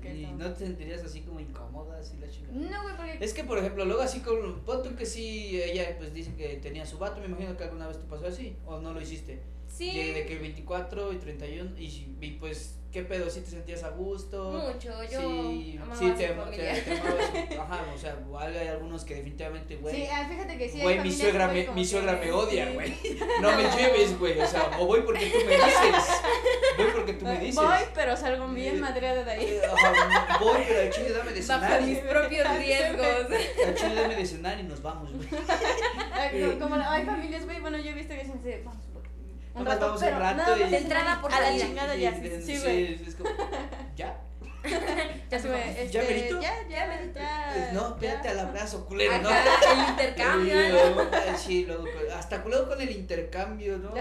[SPEAKER 1] que
[SPEAKER 2] ¿Y
[SPEAKER 1] estamos.
[SPEAKER 2] no te sentirías así como incómoda, así la chica?
[SPEAKER 1] No, güey, porque...
[SPEAKER 2] Es que, por ejemplo, luego así con Pon tú que sí, ella pues dice que tenía su vato, me imagino que alguna vez te pasó así, o no lo hiciste.
[SPEAKER 3] Sí.
[SPEAKER 2] Llegué de que el 24 y 31 y, si- y pues, ¿qué pedo? ¿Si te sentías a gusto?
[SPEAKER 3] Mucho, yo
[SPEAKER 2] sí,
[SPEAKER 3] amaba
[SPEAKER 2] sí
[SPEAKER 3] a
[SPEAKER 2] te,
[SPEAKER 3] mi
[SPEAKER 2] am- te,
[SPEAKER 3] familia.
[SPEAKER 2] te amabas. Ajá, o sea, hay algunos que definitivamente, güey.
[SPEAKER 1] Sí, ah, fíjate que sí. hay
[SPEAKER 2] Güey, mi
[SPEAKER 1] familias que
[SPEAKER 2] suegra,
[SPEAKER 1] fue
[SPEAKER 2] me,
[SPEAKER 1] como
[SPEAKER 2] mi
[SPEAKER 1] que-
[SPEAKER 2] suegra me odia,
[SPEAKER 1] sí.
[SPEAKER 2] güey. No me lleves, güey. O sea, o voy porque tú me dices. Voy porque tú me dices.
[SPEAKER 1] Voy, pero salgo
[SPEAKER 2] Eh,
[SPEAKER 1] bien madreada de ahí.
[SPEAKER 2] Eh, ajá, Voy, pero al chile dame de cenar.
[SPEAKER 3] Bajo mis propios riesgos.
[SPEAKER 2] Al chile dame de cenar y nos vamos, güey.
[SPEAKER 1] Ay,
[SPEAKER 2] Eh,
[SPEAKER 1] como- Como la- hay familias, güey, bueno, yo he visto que dicen, sí, vamos un rato,
[SPEAKER 2] Nomás vamos un
[SPEAKER 1] pero
[SPEAKER 2] rato
[SPEAKER 1] nada
[SPEAKER 2] y-
[SPEAKER 1] más
[SPEAKER 2] De
[SPEAKER 3] entrada por
[SPEAKER 1] a la
[SPEAKER 3] salida.
[SPEAKER 1] chingada
[SPEAKER 2] Sí,
[SPEAKER 1] ya,
[SPEAKER 2] de-
[SPEAKER 1] sí, güey.
[SPEAKER 2] es como, ¿Ya?
[SPEAKER 1] Ya se
[SPEAKER 3] me-
[SPEAKER 1] me-
[SPEAKER 2] ¿Ya
[SPEAKER 1] este,
[SPEAKER 2] merito?
[SPEAKER 1] Ya, ya, merito, ya.
[SPEAKER 2] Pues No, espérate
[SPEAKER 1] ya.
[SPEAKER 2] al abrazo, culero, ¿no?
[SPEAKER 3] Acá el intercambio.
[SPEAKER 2] Sí,
[SPEAKER 3] ¿no?
[SPEAKER 2] luego, sí, luego, pues, hasta culero con el intercambio, ¿no?
[SPEAKER 1] Ajá.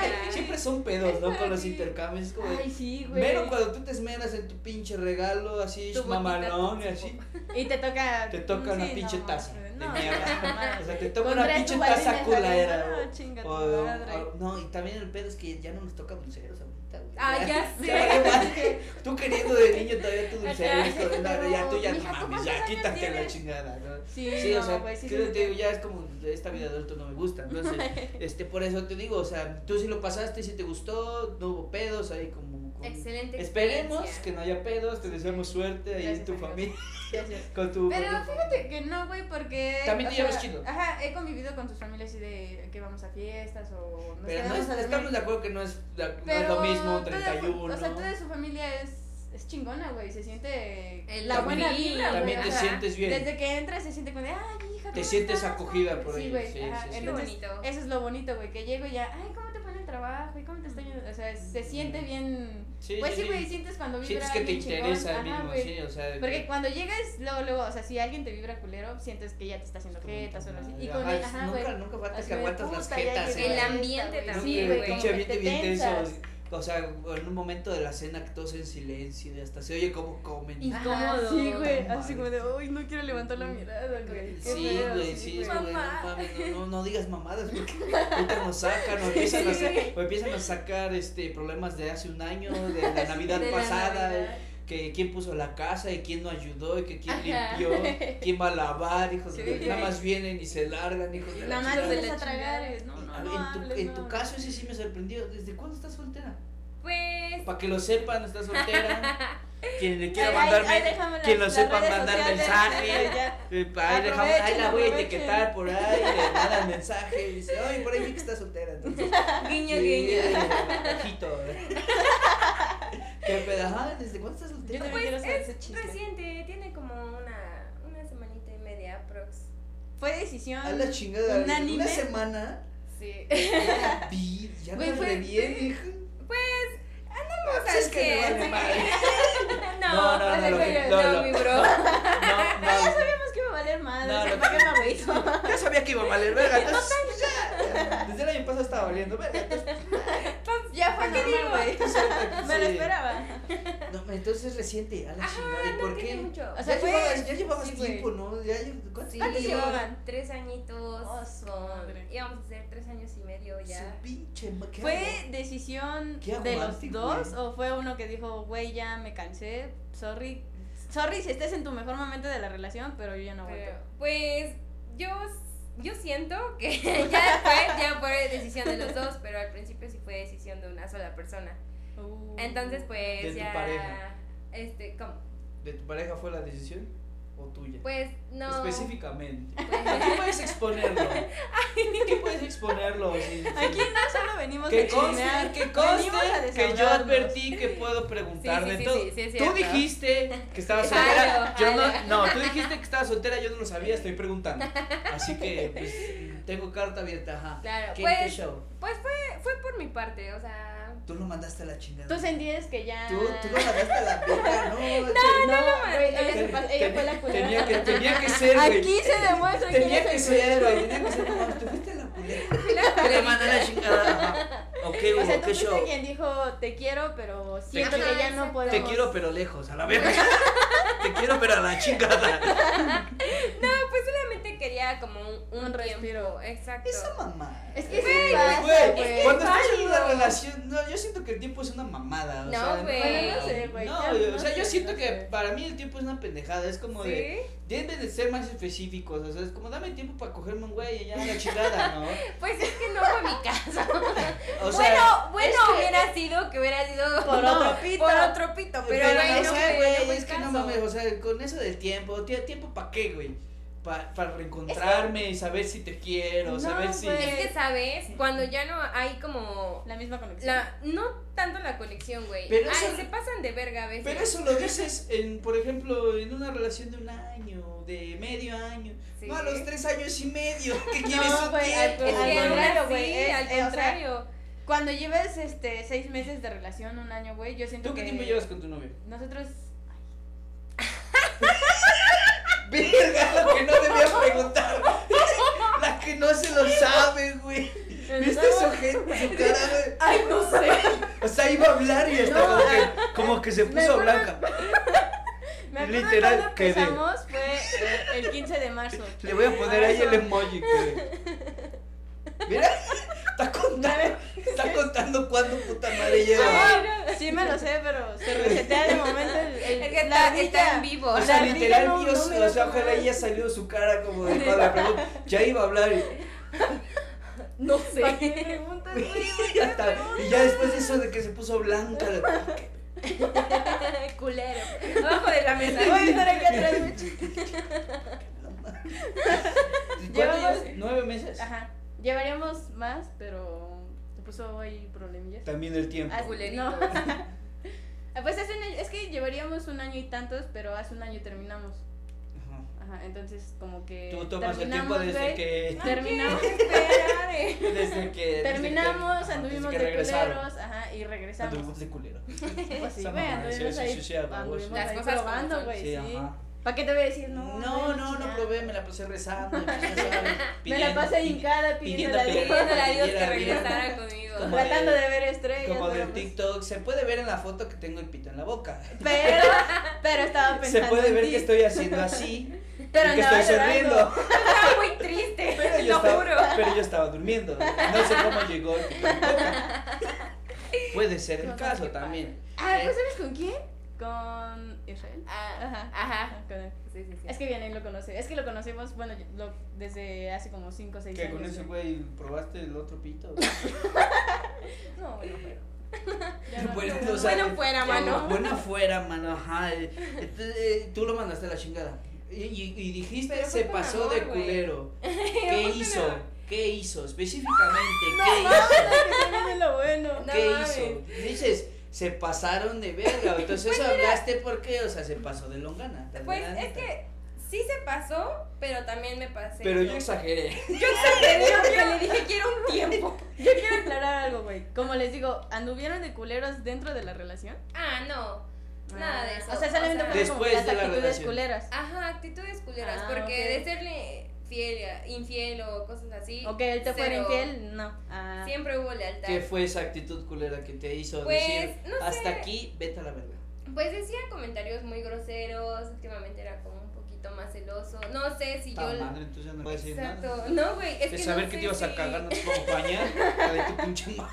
[SPEAKER 2] Siempre, siempre son pedos, ¿no?
[SPEAKER 1] Es
[SPEAKER 2] Con los
[SPEAKER 1] así.
[SPEAKER 2] intercambios. Es como, de-
[SPEAKER 1] Ay, sí, güey.
[SPEAKER 2] pero cuando tú te esmeras en tu pinche regalo, así,
[SPEAKER 3] Tu botita
[SPEAKER 2] mamalón y
[SPEAKER 3] tóxico.
[SPEAKER 2] así.
[SPEAKER 1] Y te toca.
[SPEAKER 2] Te toca una pinche
[SPEAKER 1] no,
[SPEAKER 2] taza
[SPEAKER 1] madre,
[SPEAKER 2] de
[SPEAKER 1] no,
[SPEAKER 2] mierda.
[SPEAKER 1] no, madre.
[SPEAKER 2] O sea, te toca
[SPEAKER 1] Con
[SPEAKER 2] una
[SPEAKER 1] tres
[SPEAKER 2] pinche
[SPEAKER 1] tubalines
[SPEAKER 2] taza
[SPEAKER 1] ahí,
[SPEAKER 2] culera.
[SPEAKER 1] no,
[SPEAKER 2] o-
[SPEAKER 1] chinga tu
[SPEAKER 2] o de un-
[SPEAKER 1] madre.
[SPEAKER 2] o- no, y también el pedo es que ya no nos toca dulceros ahorita, güey.
[SPEAKER 3] Ah, ya sé.
[SPEAKER 2] vale, Tú queriendo de niño todavía tu dulcero,
[SPEAKER 3] Ajá.
[SPEAKER 2] esto, no, no, ya tú ya no
[SPEAKER 1] Mija, ¿tú
[SPEAKER 2] mames, ya
[SPEAKER 1] cuántos años
[SPEAKER 2] quítate la
[SPEAKER 1] tienes?
[SPEAKER 2] chingada, ¿no?
[SPEAKER 1] Sí,
[SPEAKER 2] Sí,
[SPEAKER 1] no,
[SPEAKER 2] o sea,
[SPEAKER 1] güey, sí, sí,
[SPEAKER 2] creo que
[SPEAKER 1] sí.
[SPEAKER 2] te digo, ya es como esta vida de adulto no me gusta. Entonces, este, por eso te digo, o sea, tú sí lo pasaste, sí te gustó, no hubo pedos ahí como. con-
[SPEAKER 3] Excelente.
[SPEAKER 2] Esperemos
[SPEAKER 3] experiencia.
[SPEAKER 2] que no haya pedos, te deseamos suerte ahí en
[SPEAKER 1] Gracias,
[SPEAKER 2] tu
[SPEAKER 1] amigo.
[SPEAKER 2] familia,
[SPEAKER 1] Gracias.
[SPEAKER 2] con tu.
[SPEAKER 1] Pero
[SPEAKER 2] con tu-
[SPEAKER 1] fíjate que no, güey, porque.
[SPEAKER 2] También
[SPEAKER 1] o
[SPEAKER 2] te llevas
[SPEAKER 1] sea,
[SPEAKER 2] chido.
[SPEAKER 1] Ajá, he convivido con tus familias así de que vamos a fiestas o
[SPEAKER 2] Pero
[SPEAKER 1] nos
[SPEAKER 2] no
[SPEAKER 1] quedamos
[SPEAKER 2] es-
[SPEAKER 1] a dormir.
[SPEAKER 2] estamos de acuerdo que no es, la- no es
[SPEAKER 1] Pero
[SPEAKER 2] lo mismo,
[SPEAKER 1] toda-
[SPEAKER 2] 31.
[SPEAKER 1] O sea, toda su familia es, es chingona, güey. Se siente
[SPEAKER 3] El
[SPEAKER 1] la buena
[SPEAKER 3] también-
[SPEAKER 1] vibra, güey.
[SPEAKER 2] También te
[SPEAKER 1] ajá.
[SPEAKER 2] sientes bien.
[SPEAKER 1] Desde que entras se siente como de, ay, hija,
[SPEAKER 2] te
[SPEAKER 1] ¿cómo
[SPEAKER 2] sientes
[SPEAKER 1] estás?"
[SPEAKER 2] acogida por
[SPEAKER 1] Sí,
[SPEAKER 2] ellos.
[SPEAKER 1] güey, ajá,
[SPEAKER 3] Qué
[SPEAKER 1] entonces,
[SPEAKER 3] bonito.
[SPEAKER 1] Eso es lo bonito, güey, que llego y ya, ay, ¿cómo te fue en el trabajo? ¿Y cómo te está yendo? O sea, se siente bien.
[SPEAKER 2] Mm. Sí,
[SPEAKER 1] pues
[SPEAKER 2] sí,
[SPEAKER 1] sí, güey,
[SPEAKER 2] sí.
[SPEAKER 1] sientes cuando vibra
[SPEAKER 2] Sientes que te
[SPEAKER 1] bien chingón,
[SPEAKER 2] interesa
[SPEAKER 1] ajá,
[SPEAKER 2] el mismo,
[SPEAKER 1] güey.
[SPEAKER 2] sí, o sea. de
[SPEAKER 1] Porque
[SPEAKER 2] que-
[SPEAKER 1] cuando llegas, luego, luego, o sea, si alguien te vibra culero, sientes que ya te está haciendo jetas o algo así. Y con
[SPEAKER 2] Ajá,
[SPEAKER 1] el, ajá, güey.
[SPEAKER 2] Nunca, nunca falta que
[SPEAKER 1] así de,
[SPEAKER 2] aguantas las
[SPEAKER 1] "Puta, ya
[SPEAKER 2] jetas.
[SPEAKER 1] llegué
[SPEAKER 3] El
[SPEAKER 2] güey.
[SPEAKER 1] a
[SPEAKER 3] ambiente
[SPEAKER 1] esta,
[SPEAKER 3] también,
[SPEAKER 1] Sí,
[SPEAKER 2] Sí,
[SPEAKER 3] güey,
[SPEAKER 1] güey, como
[SPEAKER 2] pinche
[SPEAKER 1] que
[SPEAKER 2] ambiente
[SPEAKER 1] te
[SPEAKER 2] bien tenso.
[SPEAKER 1] tensas.
[SPEAKER 2] O sea, en un momento de la cena que todos en silencio y hasta se oye como comen.
[SPEAKER 3] Y-
[SPEAKER 1] Ajá,
[SPEAKER 3] Incómodo.
[SPEAKER 1] Sí, güey,
[SPEAKER 2] No
[SPEAKER 1] así como de, uy, no quiero levantar la mirada, güey. Qué
[SPEAKER 2] Sí,
[SPEAKER 1] feo,
[SPEAKER 2] güey, sí, es
[SPEAKER 1] güey.
[SPEAKER 2] como de, no
[SPEAKER 3] Mamá.
[SPEAKER 2] mames, no, no, no digas mamadas porque ahorita nos sacan o empiezan, a,
[SPEAKER 1] Sí, güey.
[SPEAKER 2] o empiezan a sacar este problemas de hace un año, de la Navidad
[SPEAKER 3] De la
[SPEAKER 2] pasada,
[SPEAKER 3] Navidad.
[SPEAKER 2] que quién puso la casa y quién no ayudó y que quién
[SPEAKER 3] Ajá.
[SPEAKER 2] limpió, quién va a lavar, hijos
[SPEAKER 3] Sí,
[SPEAKER 2] de-
[SPEAKER 3] güey.
[SPEAKER 2] nada más vienen y se largan, hijos de la
[SPEAKER 1] Nada más
[SPEAKER 2] chingada.
[SPEAKER 1] vienes
[SPEAKER 3] la
[SPEAKER 1] a tragar,
[SPEAKER 3] chingada.
[SPEAKER 1] no, no,
[SPEAKER 2] A ver,
[SPEAKER 1] no
[SPEAKER 2] en, tu,
[SPEAKER 1] hables,
[SPEAKER 2] en
[SPEAKER 1] no
[SPEAKER 2] tu
[SPEAKER 1] hables.
[SPEAKER 2] caso ese sí me sorprendió. ¿Desde cuándo estás soltera?
[SPEAKER 3] Pues.
[SPEAKER 2] Para que lo sepan, estás soltera. Quien le quiera
[SPEAKER 1] Ay, ay,
[SPEAKER 2] mandarme,
[SPEAKER 1] ay, déjame las-
[SPEAKER 2] quien lo
[SPEAKER 1] las
[SPEAKER 2] sepa
[SPEAKER 1] redes
[SPEAKER 2] mandar
[SPEAKER 1] sociales,
[SPEAKER 2] mensaje.
[SPEAKER 1] ya.
[SPEAKER 2] eh, pa- ahí, dejamos- ahí la voy a
[SPEAKER 1] Aprovechen,
[SPEAKER 2] etiquetar por ahí, le manda mensaje y dice, oye, por ahí vi que estás soltera. Entonces,
[SPEAKER 3] Guiño,
[SPEAKER 2] sí, eh,
[SPEAKER 3] guiño.
[SPEAKER 2] ojito. Qué pedo, ajá, ¿desde cuándo estás
[SPEAKER 1] Yo
[SPEAKER 2] soltera?
[SPEAKER 1] también
[SPEAKER 3] Pues
[SPEAKER 1] quiero saber
[SPEAKER 3] es
[SPEAKER 1] ese chisme.
[SPEAKER 3] Reciente, tiene como una, una semanita y media aprox.
[SPEAKER 1] Fue decisión.
[SPEAKER 2] A la chingada,
[SPEAKER 1] Un anime.
[SPEAKER 2] una semana,
[SPEAKER 3] Sí.
[SPEAKER 2] ya vi, ya me
[SPEAKER 1] Güey, fue-
[SPEAKER 2] fue bien, hija.
[SPEAKER 3] Andamos
[SPEAKER 2] Pues es que me
[SPEAKER 3] al
[SPEAKER 2] vale
[SPEAKER 3] 100.
[SPEAKER 2] madre.
[SPEAKER 3] No,
[SPEAKER 2] No, no,
[SPEAKER 3] pues,
[SPEAKER 2] no, lo que-
[SPEAKER 3] no,
[SPEAKER 2] no, lo-
[SPEAKER 3] mi bro.
[SPEAKER 2] No, no,
[SPEAKER 1] Sabemos que me va a valer madre.
[SPEAKER 2] No,
[SPEAKER 1] No,
[SPEAKER 2] no,
[SPEAKER 1] ¿Para qué me agüito?
[SPEAKER 2] Ya sabía que iba a valer verga, entonces pues ya, desde el año pasado estaba valiendo verga. entonces,
[SPEAKER 1] Ya fue
[SPEAKER 3] ¿Para qué
[SPEAKER 1] normal,
[SPEAKER 3] digo?
[SPEAKER 1] güey.
[SPEAKER 2] sí.
[SPEAKER 1] Me lo esperaba.
[SPEAKER 2] No, entonces reciente, a la chingada, ¿y
[SPEAKER 3] No
[SPEAKER 2] por
[SPEAKER 3] tiene
[SPEAKER 2] qué?
[SPEAKER 3] mucho.
[SPEAKER 1] O sea,
[SPEAKER 2] ya,
[SPEAKER 1] fue-
[SPEAKER 2] llevabas, ya llevabas
[SPEAKER 1] sí, güey.
[SPEAKER 2] tiempo, ¿no? Ya, lle- ¿Cuánto
[SPEAKER 3] Sí,
[SPEAKER 1] ¿Cuántos
[SPEAKER 3] llevamos
[SPEAKER 1] llevaban?
[SPEAKER 3] Tres añitos.
[SPEAKER 1] Oh, su
[SPEAKER 3] con-
[SPEAKER 1] madre.
[SPEAKER 3] Íbamos a hacer tres años y medio ya.
[SPEAKER 2] Su pinche ma- ¿qué
[SPEAKER 1] ¿Fue
[SPEAKER 2] hago?
[SPEAKER 1] decisión
[SPEAKER 2] Qué
[SPEAKER 1] de
[SPEAKER 2] aguante,
[SPEAKER 1] los dos
[SPEAKER 2] güey.
[SPEAKER 1] o fue uno que dijo, güey, ya me cansé, sorry, sorry si estés en tu mejor momento de la relación, pero yo ya no
[SPEAKER 3] Pero,
[SPEAKER 1] aguanto?
[SPEAKER 3] pues yo, yo siento que ya fue, ya fue decisión de los dos, pero al principio sí fue decisión de una sola persona.
[SPEAKER 2] Oh.
[SPEAKER 1] Uh.
[SPEAKER 3] Entonces, pues
[SPEAKER 2] De tu
[SPEAKER 3] ya.
[SPEAKER 2] pareja.
[SPEAKER 3] Este, ¿cómo?
[SPEAKER 2] ¿De tu pareja fue la decisión o tuya?
[SPEAKER 3] Pues no.
[SPEAKER 2] Específicamente.
[SPEAKER 3] pues,
[SPEAKER 2] ¿Qué puedes exponerlo? ¿Qué puedes exponerlo? Sí, sí.
[SPEAKER 3] pues,
[SPEAKER 1] Aquí no solo venimos
[SPEAKER 2] Que
[SPEAKER 1] a chismear,
[SPEAKER 2] conste, que conste
[SPEAKER 1] venimos a
[SPEAKER 2] que yo
[SPEAKER 1] desahogarnos.
[SPEAKER 2] advertí que puedo preguntar
[SPEAKER 3] Sí, sí,
[SPEAKER 2] de
[SPEAKER 3] sí,
[SPEAKER 2] todo.
[SPEAKER 3] sí, sí, es
[SPEAKER 2] tú
[SPEAKER 3] cierto.
[SPEAKER 2] dijiste que estabas
[SPEAKER 3] Jalo,
[SPEAKER 2] soltera. Yo
[SPEAKER 3] jalo.
[SPEAKER 2] no, no, tú dijiste que estabas soltera, yo no lo sabía, estoy preguntando. Así que pues tengo carta abierta, ajá.
[SPEAKER 3] Claro,
[SPEAKER 2] ¿Qué, qué
[SPEAKER 3] pues-
[SPEAKER 2] show?
[SPEAKER 3] pues fue, fue por mi parte, o sea.
[SPEAKER 2] Tú lo mandaste a la chingada.
[SPEAKER 1] Tú sentías que ya...
[SPEAKER 2] tú, tú lo mandaste a la verga, no. te-
[SPEAKER 1] No, güey, ella,
[SPEAKER 2] te-
[SPEAKER 1] se pasó- ella
[SPEAKER 2] te-
[SPEAKER 1] fue la culera.
[SPEAKER 2] Tenía que, tenía que ser, güey.
[SPEAKER 1] Aquí se demuestra quién
[SPEAKER 2] Tenía
[SPEAKER 1] es
[SPEAKER 2] que
[SPEAKER 1] el
[SPEAKER 2] ser, güey. Tenía que ser como tú fuiste la culera. Te la mandé a la chingada. Ajá. Ok,
[SPEAKER 1] O
[SPEAKER 2] hubo,
[SPEAKER 1] sea, tú
[SPEAKER 2] qué
[SPEAKER 1] fuiste
[SPEAKER 2] show.
[SPEAKER 1] quien dijo, te quiero, pero siento
[SPEAKER 2] Ajá,
[SPEAKER 1] que ya no
[SPEAKER 3] exacto.
[SPEAKER 1] podemos.
[SPEAKER 2] Te quiero pero lejos, a la verga. Te quiero pero a la chingada.
[SPEAKER 3] Pues solamente quería como un, un,
[SPEAKER 1] Un respiro.
[SPEAKER 3] tiempo, exacto.
[SPEAKER 2] Esa mamá.
[SPEAKER 1] Es que sí
[SPEAKER 3] Güey,
[SPEAKER 1] pasa,
[SPEAKER 2] Güey,
[SPEAKER 1] güey.
[SPEAKER 2] cuando estás en
[SPEAKER 1] Válido.
[SPEAKER 2] una relación, no, yo siento que el tiempo es una mamada. o
[SPEAKER 3] No,
[SPEAKER 2] sea,
[SPEAKER 3] güey.
[SPEAKER 1] Bueno, no sé, güey,
[SPEAKER 2] No,
[SPEAKER 1] ya
[SPEAKER 2] yo-
[SPEAKER 1] no
[SPEAKER 2] o sea, yo
[SPEAKER 1] sé,
[SPEAKER 2] siento
[SPEAKER 1] no
[SPEAKER 2] que
[SPEAKER 1] sé.
[SPEAKER 2] para mí el tiempo es una pendejada. Es como de.
[SPEAKER 3] ¿Sí?
[SPEAKER 2] Deben de ser más específicos. O sea, es como dame tiempo para cogerme un güey y ya la chingada, ¿no?
[SPEAKER 3] Pues es que no fue mi caso.
[SPEAKER 2] O sea,
[SPEAKER 3] bueno, bueno
[SPEAKER 1] es que-
[SPEAKER 3] hubiera sido que hubiera sido
[SPEAKER 1] Por
[SPEAKER 3] no,
[SPEAKER 1] otro pito.
[SPEAKER 3] Por otro pito, pero, güey,
[SPEAKER 2] no
[SPEAKER 3] no
[SPEAKER 2] sé,
[SPEAKER 3] fue-
[SPEAKER 2] güey,
[SPEAKER 3] no fue
[SPEAKER 2] es que no
[SPEAKER 3] caso.
[SPEAKER 2] mames. O sea, con eso del tiempo, ¿tie- ¿tiempo para qué, güey? Pa- para reencontrarme, saber si te quiero,
[SPEAKER 1] No,
[SPEAKER 2] saber si.
[SPEAKER 1] güey.
[SPEAKER 3] Es que sabes, cuando ya no hay como
[SPEAKER 1] La misma conexión.
[SPEAKER 3] la no tanto la conexión, güey.
[SPEAKER 2] Pero
[SPEAKER 3] Ay,
[SPEAKER 2] eso-
[SPEAKER 3] se pasan de verga a veces.
[SPEAKER 2] Pero eso lo dices, en, por ejemplo, en una relación de un año, de medio año.
[SPEAKER 3] Sí.
[SPEAKER 2] No, a los tres años y medio. ¿Qué quieres?
[SPEAKER 1] No,
[SPEAKER 2] un
[SPEAKER 1] güey,
[SPEAKER 2] tiempo?
[SPEAKER 3] Es
[SPEAKER 1] Al
[SPEAKER 3] que aún
[SPEAKER 1] contrario,
[SPEAKER 3] así,
[SPEAKER 1] güey, es-
[SPEAKER 3] al
[SPEAKER 1] eh, o sea,
[SPEAKER 3] contrario.
[SPEAKER 1] Cuando lleves este seis meses de relación, un año, güey, yo siento
[SPEAKER 2] ¿Tú qué
[SPEAKER 1] que
[SPEAKER 2] tiempo llevas con tu novio?
[SPEAKER 1] Nosotros
[SPEAKER 2] Verga, lo que no debía preguntar. La que no se lo sabe, güey. ¿Viste su gente? Su cara, güey.
[SPEAKER 1] Ay, no sé.
[SPEAKER 2] O sea, iba a hablar y hasta
[SPEAKER 1] No, ah,
[SPEAKER 2] como, que, como que se
[SPEAKER 1] me
[SPEAKER 2] puso
[SPEAKER 1] acuerdo-
[SPEAKER 2] blanca.
[SPEAKER 1] Me acuerdo
[SPEAKER 2] Literal,
[SPEAKER 1] cuando
[SPEAKER 2] quedé.
[SPEAKER 1] empezamos fue eh, el 15 de marzo.
[SPEAKER 2] Le voy a poner ahí el emoji, güey. Mira, está contando, está contando cuándo puta madre lleva.
[SPEAKER 1] Ay, no, Sí me lo sé, pero se resetea de momento el, el-
[SPEAKER 3] Es que
[SPEAKER 1] la
[SPEAKER 3] está,
[SPEAKER 1] ardilla.
[SPEAKER 3] está en vivo.
[SPEAKER 2] O sea,
[SPEAKER 1] La ardilla
[SPEAKER 2] literal,
[SPEAKER 1] no-
[SPEAKER 2] Dios,
[SPEAKER 1] no me da
[SPEAKER 2] o sea,
[SPEAKER 1] como-
[SPEAKER 2] ojalá ella salió su cara como de cuando la pregunta. Ya iba a hablar y,
[SPEAKER 3] no
[SPEAKER 1] ¿Para qué me preguntas, güey? güey?
[SPEAKER 2] ya está. Y ya después de eso de que se puso blanca. la-
[SPEAKER 3] Culero. Abajo de la mesa.
[SPEAKER 1] Voy a estar aquí atrás, güey.
[SPEAKER 2] ¿Cuánto
[SPEAKER 1] Llevamos-
[SPEAKER 2] llevas? ¿Nueve meses?
[SPEAKER 1] Ajá. Llevaríamos más, pero se puso hoy problemillas.
[SPEAKER 2] También el tiempo.
[SPEAKER 1] Ah,
[SPEAKER 3] Culeritos.
[SPEAKER 1] No. Ah, Pues hace un año- es que llevaríamos un año y tantos, pero hace un año terminamos.
[SPEAKER 2] Ajá.
[SPEAKER 1] Ajá, entonces como que
[SPEAKER 2] Tú tomas el tiempo
[SPEAKER 1] Eh,
[SPEAKER 2] desde
[SPEAKER 1] terminamos, güey.
[SPEAKER 2] que.
[SPEAKER 1] No, Terminamos.
[SPEAKER 3] ¿qué esperar, eh?
[SPEAKER 2] Desde que. Ah,
[SPEAKER 1] Terminamos,
[SPEAKER 2] desde que-
[SPEAKER 1] anduvimos
[SPEAKER 2] desde que
[SPEAKER 1] de
[SPEAKER 2] regresaron. Ah,
[SPEAKER 1] culeros, ajá, y regresamos.
[SPEAKER 2] Anduvimos de culero.
[SPEAKER 1] Pues sí,
[SPEAKER 2] Esa
[SPEAKER 1] güey,
[SPEAKER 2] mamada, sí,
[SPEAKER 1] anduvimos
[SPEAKER 2] sí,
[SPEAKER 1] ahí,
[SPEAKER 2] sí, sí, a huevos.
[SPEAKER 1] anduvimos
[SPEAKER 3] Las
[SPEAKER 1] ahí
[SPEAKER 3] cosas como
[SPEAKER 1] probando,
[SPEAKER 3] son.
[SPEAKER 1] güey,
[SPEAKER 2] Sí,
[SPEAKER 1] Pues sí.
[SPEAKER 2] ajá.
[SPEAKER 1] ¿Para qué te voy a decir? No,
[SPEAKER 2] No, no,
[SPEAKER 1] güey,
[SPEAKER 2] no
[SPEAKER 1] chingada.
[SPEAKER 2] probé, me la pasé rezando. y ya sabes,
[SPEAKER 1] Me la
[SPEAKER 2] pidiendo-
[SPEAKER 1] pasé hincada
[SPEAKER 2] pidiendo
[SPEAKER 1] pidiendo la
[SPEAKER 2] perdón.
[SPEAKER 3] Pidiéndole a Dios que
[SPEAKER 2] Mira, mira.
[SPEAKER 3] regresara conmigo.
[SPEAKER 2] Como de-
[SPEAKER 1] tratando de ver estrellas.
[SPEAKER 2] Como
[SPEAKER 1] pero
[SPEAKER 2] del
[SPEAKER 1] pues-
[SPEAKER 2] TikTok, se puede ver en la foto que tengo el pito en la boca.
[SPEAKER 1] Pero, pero estaba
[SPEAKER 2] Se
[SPEAKER 1] pensando
[SPEAKER 2] puede
[SPEAKER 1] en
[SPEAKER 2] ver
[SPEAKER 1] ti.
[SPEAKER 2] que estoy haciendo así,
[SPEAKER 1] pero
[SPEAKER 2] y que
[SPEAKER 1] andaba
[SPEAKER 2] estoy sonriendo,
[SPEAKER 1] llorando.
[SPEAKER 3] Está muy triste,
[SPEAKER 2] pero yo,
[SPEAKER 3] lo
[SPEAKER 2] estaba,
[SPEAKER 3] juro.
[SPEAKER 2] pero yo estaba durmiendo. No sé cómo llegó el pito en la boca. Puede ser el
[SPEAKER 1] Cosas
[SPEAKER 2] caso
[SPEAKER 1] que pasan.
[SPEAKER 2] también.
[SPEAKER 1] Ah,
[SPEAKER 2] Eh.
[SPEAKER 1] pues ¿sabes con quién? Con Israel.
[SPEAKER 3] Ah,
[SPEAKER 1] Ajá.
[SPEAKER 3] Ajá.
[SPEAKER 1] Ah, con él.
[SPEAKER 3] Sí, sí, sí.
[SPEAKER 1] Es que Vianey lo conoce. Es que lo conocemos, bueno, yo- lo- desde hace como 5 o 6
[SPEAKER 2] Que
[SPEAKER 1] años.
[SPEAKER 2] con ese güey probaste el otro pito.
[SPEAKER 1] No, bueno, pero. Ya no-
[SPEAKER 2] Bueno,
[SPEAKER 1] no-
[SPEAKER 2] o sea, eh,
[SPEAKER 3] Bueno fuera, mano.
[SPEAKER 2] Bueno fuera, mano. Ajá. Eh, Entonces, eh, tú lo mandaste a la chingada. Y, y- y dijiste,
[SPEAKER 3] Pero fue
[SPEAKER 2] se
[SPEAKER 3] con
[SPEAKER 2] pasó
[SPEAKER 3] amor,
[SPEAKER 2] de
[SPEAKER 3] güey.
[SPEAKER 2] culero.
[SPEAKER 3] Fue
[SPEAKER 2] ¿Qué
[SPEAKER 3] con
[SPEAKER 2] hizo?
[SPEAKER 3] amor.
[SPEAKER 2] ¿Qué hizo? Específicamente, ¿qué
[SPEAKER 1] no,
[SPEAKER 2] hizo?
[SPEAKER 1] que viene lo bueno.
[SPEAKER 3] No
[SPEAKER 2] ¿Qué
[SPEAKER 3] mames.
[SPEAKER 2] hizo? Dices, se pasaron de verga. Entonces hablaste porque, o sea, se pasó de longana. la
[SPEAKER 3] Pues
[SPEAKER 2] verdad, neta.
[SPEAKER 3] es que sí se pasó, pero también me pasé.
[SPEAKER 2] Pero yo exageré.
[SPEAKER 3] Yo exageré porque le dije quiero un tiempo.
[SPEAKER 1] Yo quiero aclarar algo, güey. Como les digo, anduvieron de culeros dentro de la relación. Ah.
[SPEAKER 3] Ah, no. Nada de eso.
[SPEAKER 1] O sea, solamente fueron
[SPEAKER 3] O sea,
[SPEAKER 1] como que
[SPEAKER 2] Después
[SPEAKER 1] las
[SPEAKER 2] de la
[SPEAKER 1] actitudes
[SPEAKER 2] relación.
[SPEAKER 1] culeras.
[SPEAKER 3] Ajá, actitudes culeras.
[SPEAKER 1] Ah,
[SPEAKER 3] porque
[SPEAKER 1] ok.
[SPEAKER 3] de serle fiel, a- infiel o cosas así.
[SPEAKER 1] O que él te fuera
[SPEAKER 3] cero.
[SPEAKER 1] infiel, no. Ah.
[SPEAKER 3] Siempre hubo lealtad.
[SPEAKER 2] ¿Qué fue esa actitud culera que te hizo
[SPEAKER 3] Pues,
[SPEAKER 2] decir,
[SPEAKER 3] no sé.
[SPEAKER 2] hasta aquí, vete a la verga?
[SPEAKER 3] Pues decía comentarios muy groseros. Últimamente era como un poquito más celoso. No sé si
[SPEAKER 2] Ta
[SPEAKER 3] yo.
[SPEAKER 2] madre, entonces ya no voy a decir nada.
[SPEAKER 3] Exacto. No, güey. Es
[SPEAKER 2] de
[SPEAKER 3] que
[SPEAKER 2] saber
[SPEAKER 3] no
[SPEAKER 2] que
[SPEAKER 3] sé
[SPEAKER 2] te ibas a
[SPEAKER 3] si-
[SPEAKER 2] cagar, no te puedo bañar. la de tu pinche madre.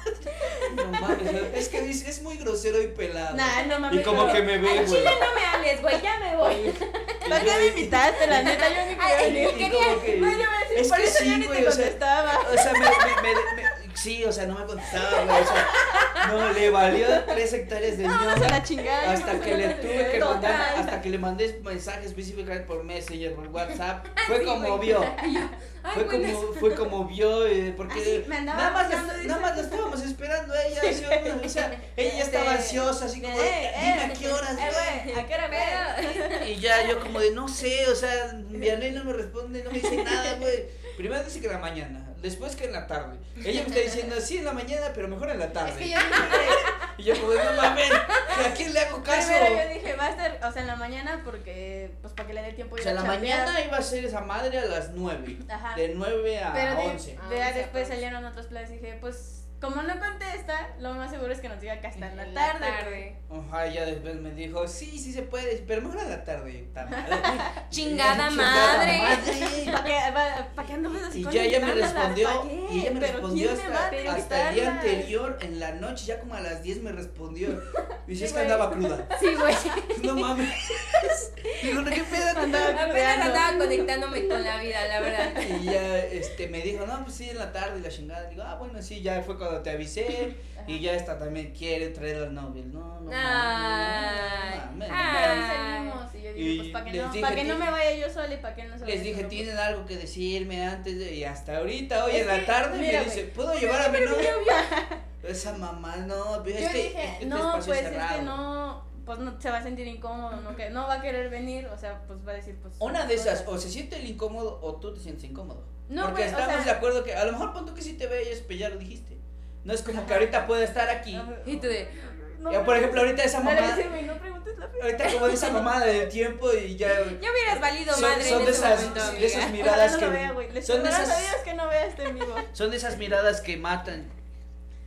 [SPEAKER 2] No mames, es que dice, es muy grosero y pelado.
[SPEAKER 1] Nah, no mames.
[SPEAKER 2] y como
[SPEAKER 1] no.
[SPEAKER 2] que me ve,
[SPEAKER 3] Al
[SPEAKER 2] güey.
[SPEAKER 3] chile no me hables, güey. Ya me voy.
[SPEAKER 1] ¿Para qué me invitaste, la neta? Yo ni quería
[SPEAKER 3] Ay,
[SPEAKER 1] venir.
[SPEAKER 2] Y como que-
[SPEAKER 1] No, yo iba a decir,
[SPEAKER 2] Es
[SPEAKER 1] por
[SPEAKER 2] que
[SPEAKER 1] eso
[SPEAKER 2] sí,
[SPEAKER 1] yo ni
[SPEAKER 2] güey,
[SPEAKER 1] te
[SPEAKER 2] o sea-
[SPEAKER 1] contestaba.
[SPEAKER 2] O sea, me, me- me- me- sí, o sea, no me contestaba, güey. O sea, no, le valió tres hectáreas de
[SPEAKER 1] Vamos a
[SPEAKER 2] ñoña.
[SPEAKER 1] la chingada.
[SPEAKER 2] Hasta que le tuve que
[SPEAKER 1] Total.
[SPEAKER 2] mandar, hasta que le mandé mensaje específicamente por Messenger, por WhatsApp.
[SPEAKER 1] Ah,
[SPEAKER 2] Fue
[SPEAKER 3] Sí,
[SPEAKER 2] como
[SPEAKER 3] güey.
[SPEAKER 2] vio.
[SPEAKER 3] Ay, yo- ay,
[SPEAKER 2] Fue
[SPEAKER 3] buenas.
[SPEAKER 2] como, fue como vio, eh, porque
[SPEAKER 1] Así, me andaba
[SPEAKER 2] nada, más la,
[SPEAKER 1] buscando, dice.
[SPEAKER 2] nada más la estábamos esperando a ella, así, o sea, ella ya estaba
[SPEAKER 1] Sí.
[SPEAKER 2] ansiosa, así como,
[SPEAKER 1] Eh,
[SPEAKER 2] dime a
[SPEAKER 1] eh,
[SPEAKER 2] qué horas,
[SPEAKER 1] eh,
[SPEAKER 2] güey.
[SPEAKER 1] güey, ¿a qué hora ves?
[SPEAKER 3] Pero-
[SPEAKER 2] Y ya yo como de, no sé, o sea, Vianey no me responde, no me dice nada, güey. Primero dice que en la mañana, después que en la tarde. Ella me está diciendo, sí, en la mañana, pero mejor en la tarde.
[SPEAKER 1] Es que yo dije,
[SPEAKER 2] Y yo como de, no mames, ¿a quién le hago caso?
[SPEAKER 1] primero yo dije, va a ser, o sea, en la mañana, porque, pues, para que le dé tiempo
[SPEAKER 2] O
[SPEAKER 1] de ir
[SPEAKER 2] sea,
[SPEAKER 1] a
[SPEAKER 2] la
[SPEAKER 1] chambear.
[SPEAKER 2] mañana iba a ser esa madre a las 9.
[SPEAKER 1] Ajá.
[SPEAKER 2] De 9 a
[SPEAKER 1] Pero de-
[SPEAKER 2] 11.
[SPEAKER 1] de-
[SPEAKER 3] Ah,
[SPEAKER 1] después
[SPEAKER 3] sí.
[SPEAKER 1] salieron otros planes y dije, pues, Como no contesta, lo más seguro es que nos diga que hasta en la
[SPEAKER 3] En
[SPEAKER 1] tarde.
[SPEAKER 2] Ajá, y ya después me dijo, sí, sí se puede, pero mejor a la tarde. ta madre". Chingada
[SPEAKER 3] Chingada madre.
[SPEAKER 2] madre.
[SPEAKER 1] ¿Para qué, pa- pa' qué andamos
[SPEAKER 2] Y
[SPEAKER 1] así con
[SPEAKER 2] ya ella me
[SPEAKER 1] invitándolas?
[SPEAKER 2] respondió,
[SPEAKER 1] ¿Pa' qué?
[SPEAKER 2] y ella me
[SPEAKER 1] ¿Pero
[SPEAKER 2] respondió
[SPEAKER 1] quién me va
[SPEAKER 2] hasta,
[SPEAKER 1] a pedir
[SPEAKER 2] hasta el día
[SPEAKER 1] invitarlas?
[SPEAKER 2] anterior, en la noche, ya como a las 10 me respondió. Y
[SPEAKER 1] Sí,
[SPEAKER 2] dice, es que
[SPEAKER 1] güey.
[SPEAKER 2] andaba cruda.
[SPEAKER 1] Sí, güey.
[SPEAKER 2] No mames. Digo, "No, ¿qué pedo?
[SPEAKER 1] Andaba
[SPEAKER 3] Apenas
[SPEAKER 1] creando.
[SPEAKER 3] andaba conectándome con la vida, la verdad.
[SPEAKER 2] Y ya este, me dijo, no, pues sí, en la tarde, y la chingada. Digo, ah, bueno, sí, ya fue cuando te avisé. Y ya esta también quiere traer al novio. No, no, mames, no mames.
[SPEAKER 1] Pero
[SPEAKER 3] Ah.
[SPEAKER 1] salimos, y yo
[SPEAKER 2] Y
[SPEAKER 1] digo, pues para que,
[SPEAKER 2] les
[SPEAKER 1] no,
[SPEAKER 2] dije,
[SPEAKER 1] pa' que no
[SPEAKER 2] ti-
[SPEAKER 1] me vaya yo sola y para que no se vaya
[SPEAKER 2] Les dije,
[SPEAKER 1] solo".
[SPEAKER 2] ¿tienen algo que decirme antes de.? Y hasta ahorita, hoy
[SPEAKER 1] Es
[SPEAKER 2] en la
[SPEAKER 1] que,
[SPEAKER 2] tarde,
[SPEAKER 1] mira,
[SPEAKER 2] me dice,
[SPEAKER 1] güey,
[SPEAKER 2] ¿puedo llevar a mi novia? Esa mamá, no, pero
[SPEAKER 1] Yo
[SPEAKER 2] es que.
[SPEAKER 1] dije,
[SPEAKER 2] este
[SPEAKER 1] no,
[SPEAKER 2] espacio
[SPEAKER 1] pues
[SPEAKER 2] es
[SPEAKER 1] es
[SPEAKER 2] cerrado".
[SPEAKER 1] que no, pues no, se va a sentir incómodo, no, que no va a querer venir, o sea, pues va a decir, pues.
[SPEAKER 2] Una de esas,
[SPEAKER 1] cosas.
[SPEAKER 2] o se siente el incómodo o tú te sientes incómodo.
[SPEAKER 1] No,
[SPEAKER 2] Porque
[SPEAKER 1] güey, o
[SPEAKER 2] estamos
[SPEAKER 1] sea-
[SPEAKER 2] de acuerdo que a lo mejor punto que sí te veas, pero ya lo dijiste. No es como que ahorita pueda estar aquí.
[SPEAKER 3] Y tú de,
[SPEAKER 1] Ah, No,
[SPEAKER 2] Ya, por ejemplo, ahorita esa
[SPEAKER 1] no le
[SPEAKER 2] mamá,
[SPEAKER 1] dices, güey, no preguntes la
[SPEAKER 2] ahorita como de esa mamada del tiempo y ya
[SPEAKER 3] ya hubieras valido
[SPEAKER 2] Son-
[SPEAKER 3] madre
[SPEAKER 2] son
[SPEAKER 3] en
[SPEAKER 2] de
[SPEAKER 3] ese
[SPEAKER 2] esas-
[SPEAKER 3] momento,
[SPEAKER 2] de esas
[SPEAKER 3] amiga.
[SPEAKER 2] miradas
[SPEAKER 1] Ojalá no
[SPEAKER 2] que-
[SPEAKER 1] lo vea, güey. Les
[SPEAKER 2] son de
[SPEAKER 1] juro,
[SPEAKER 2] esas-
[SPEAKER 1] a Dios que no vea este amigo.
[SPEAKER 2] son de esas miradas que matan.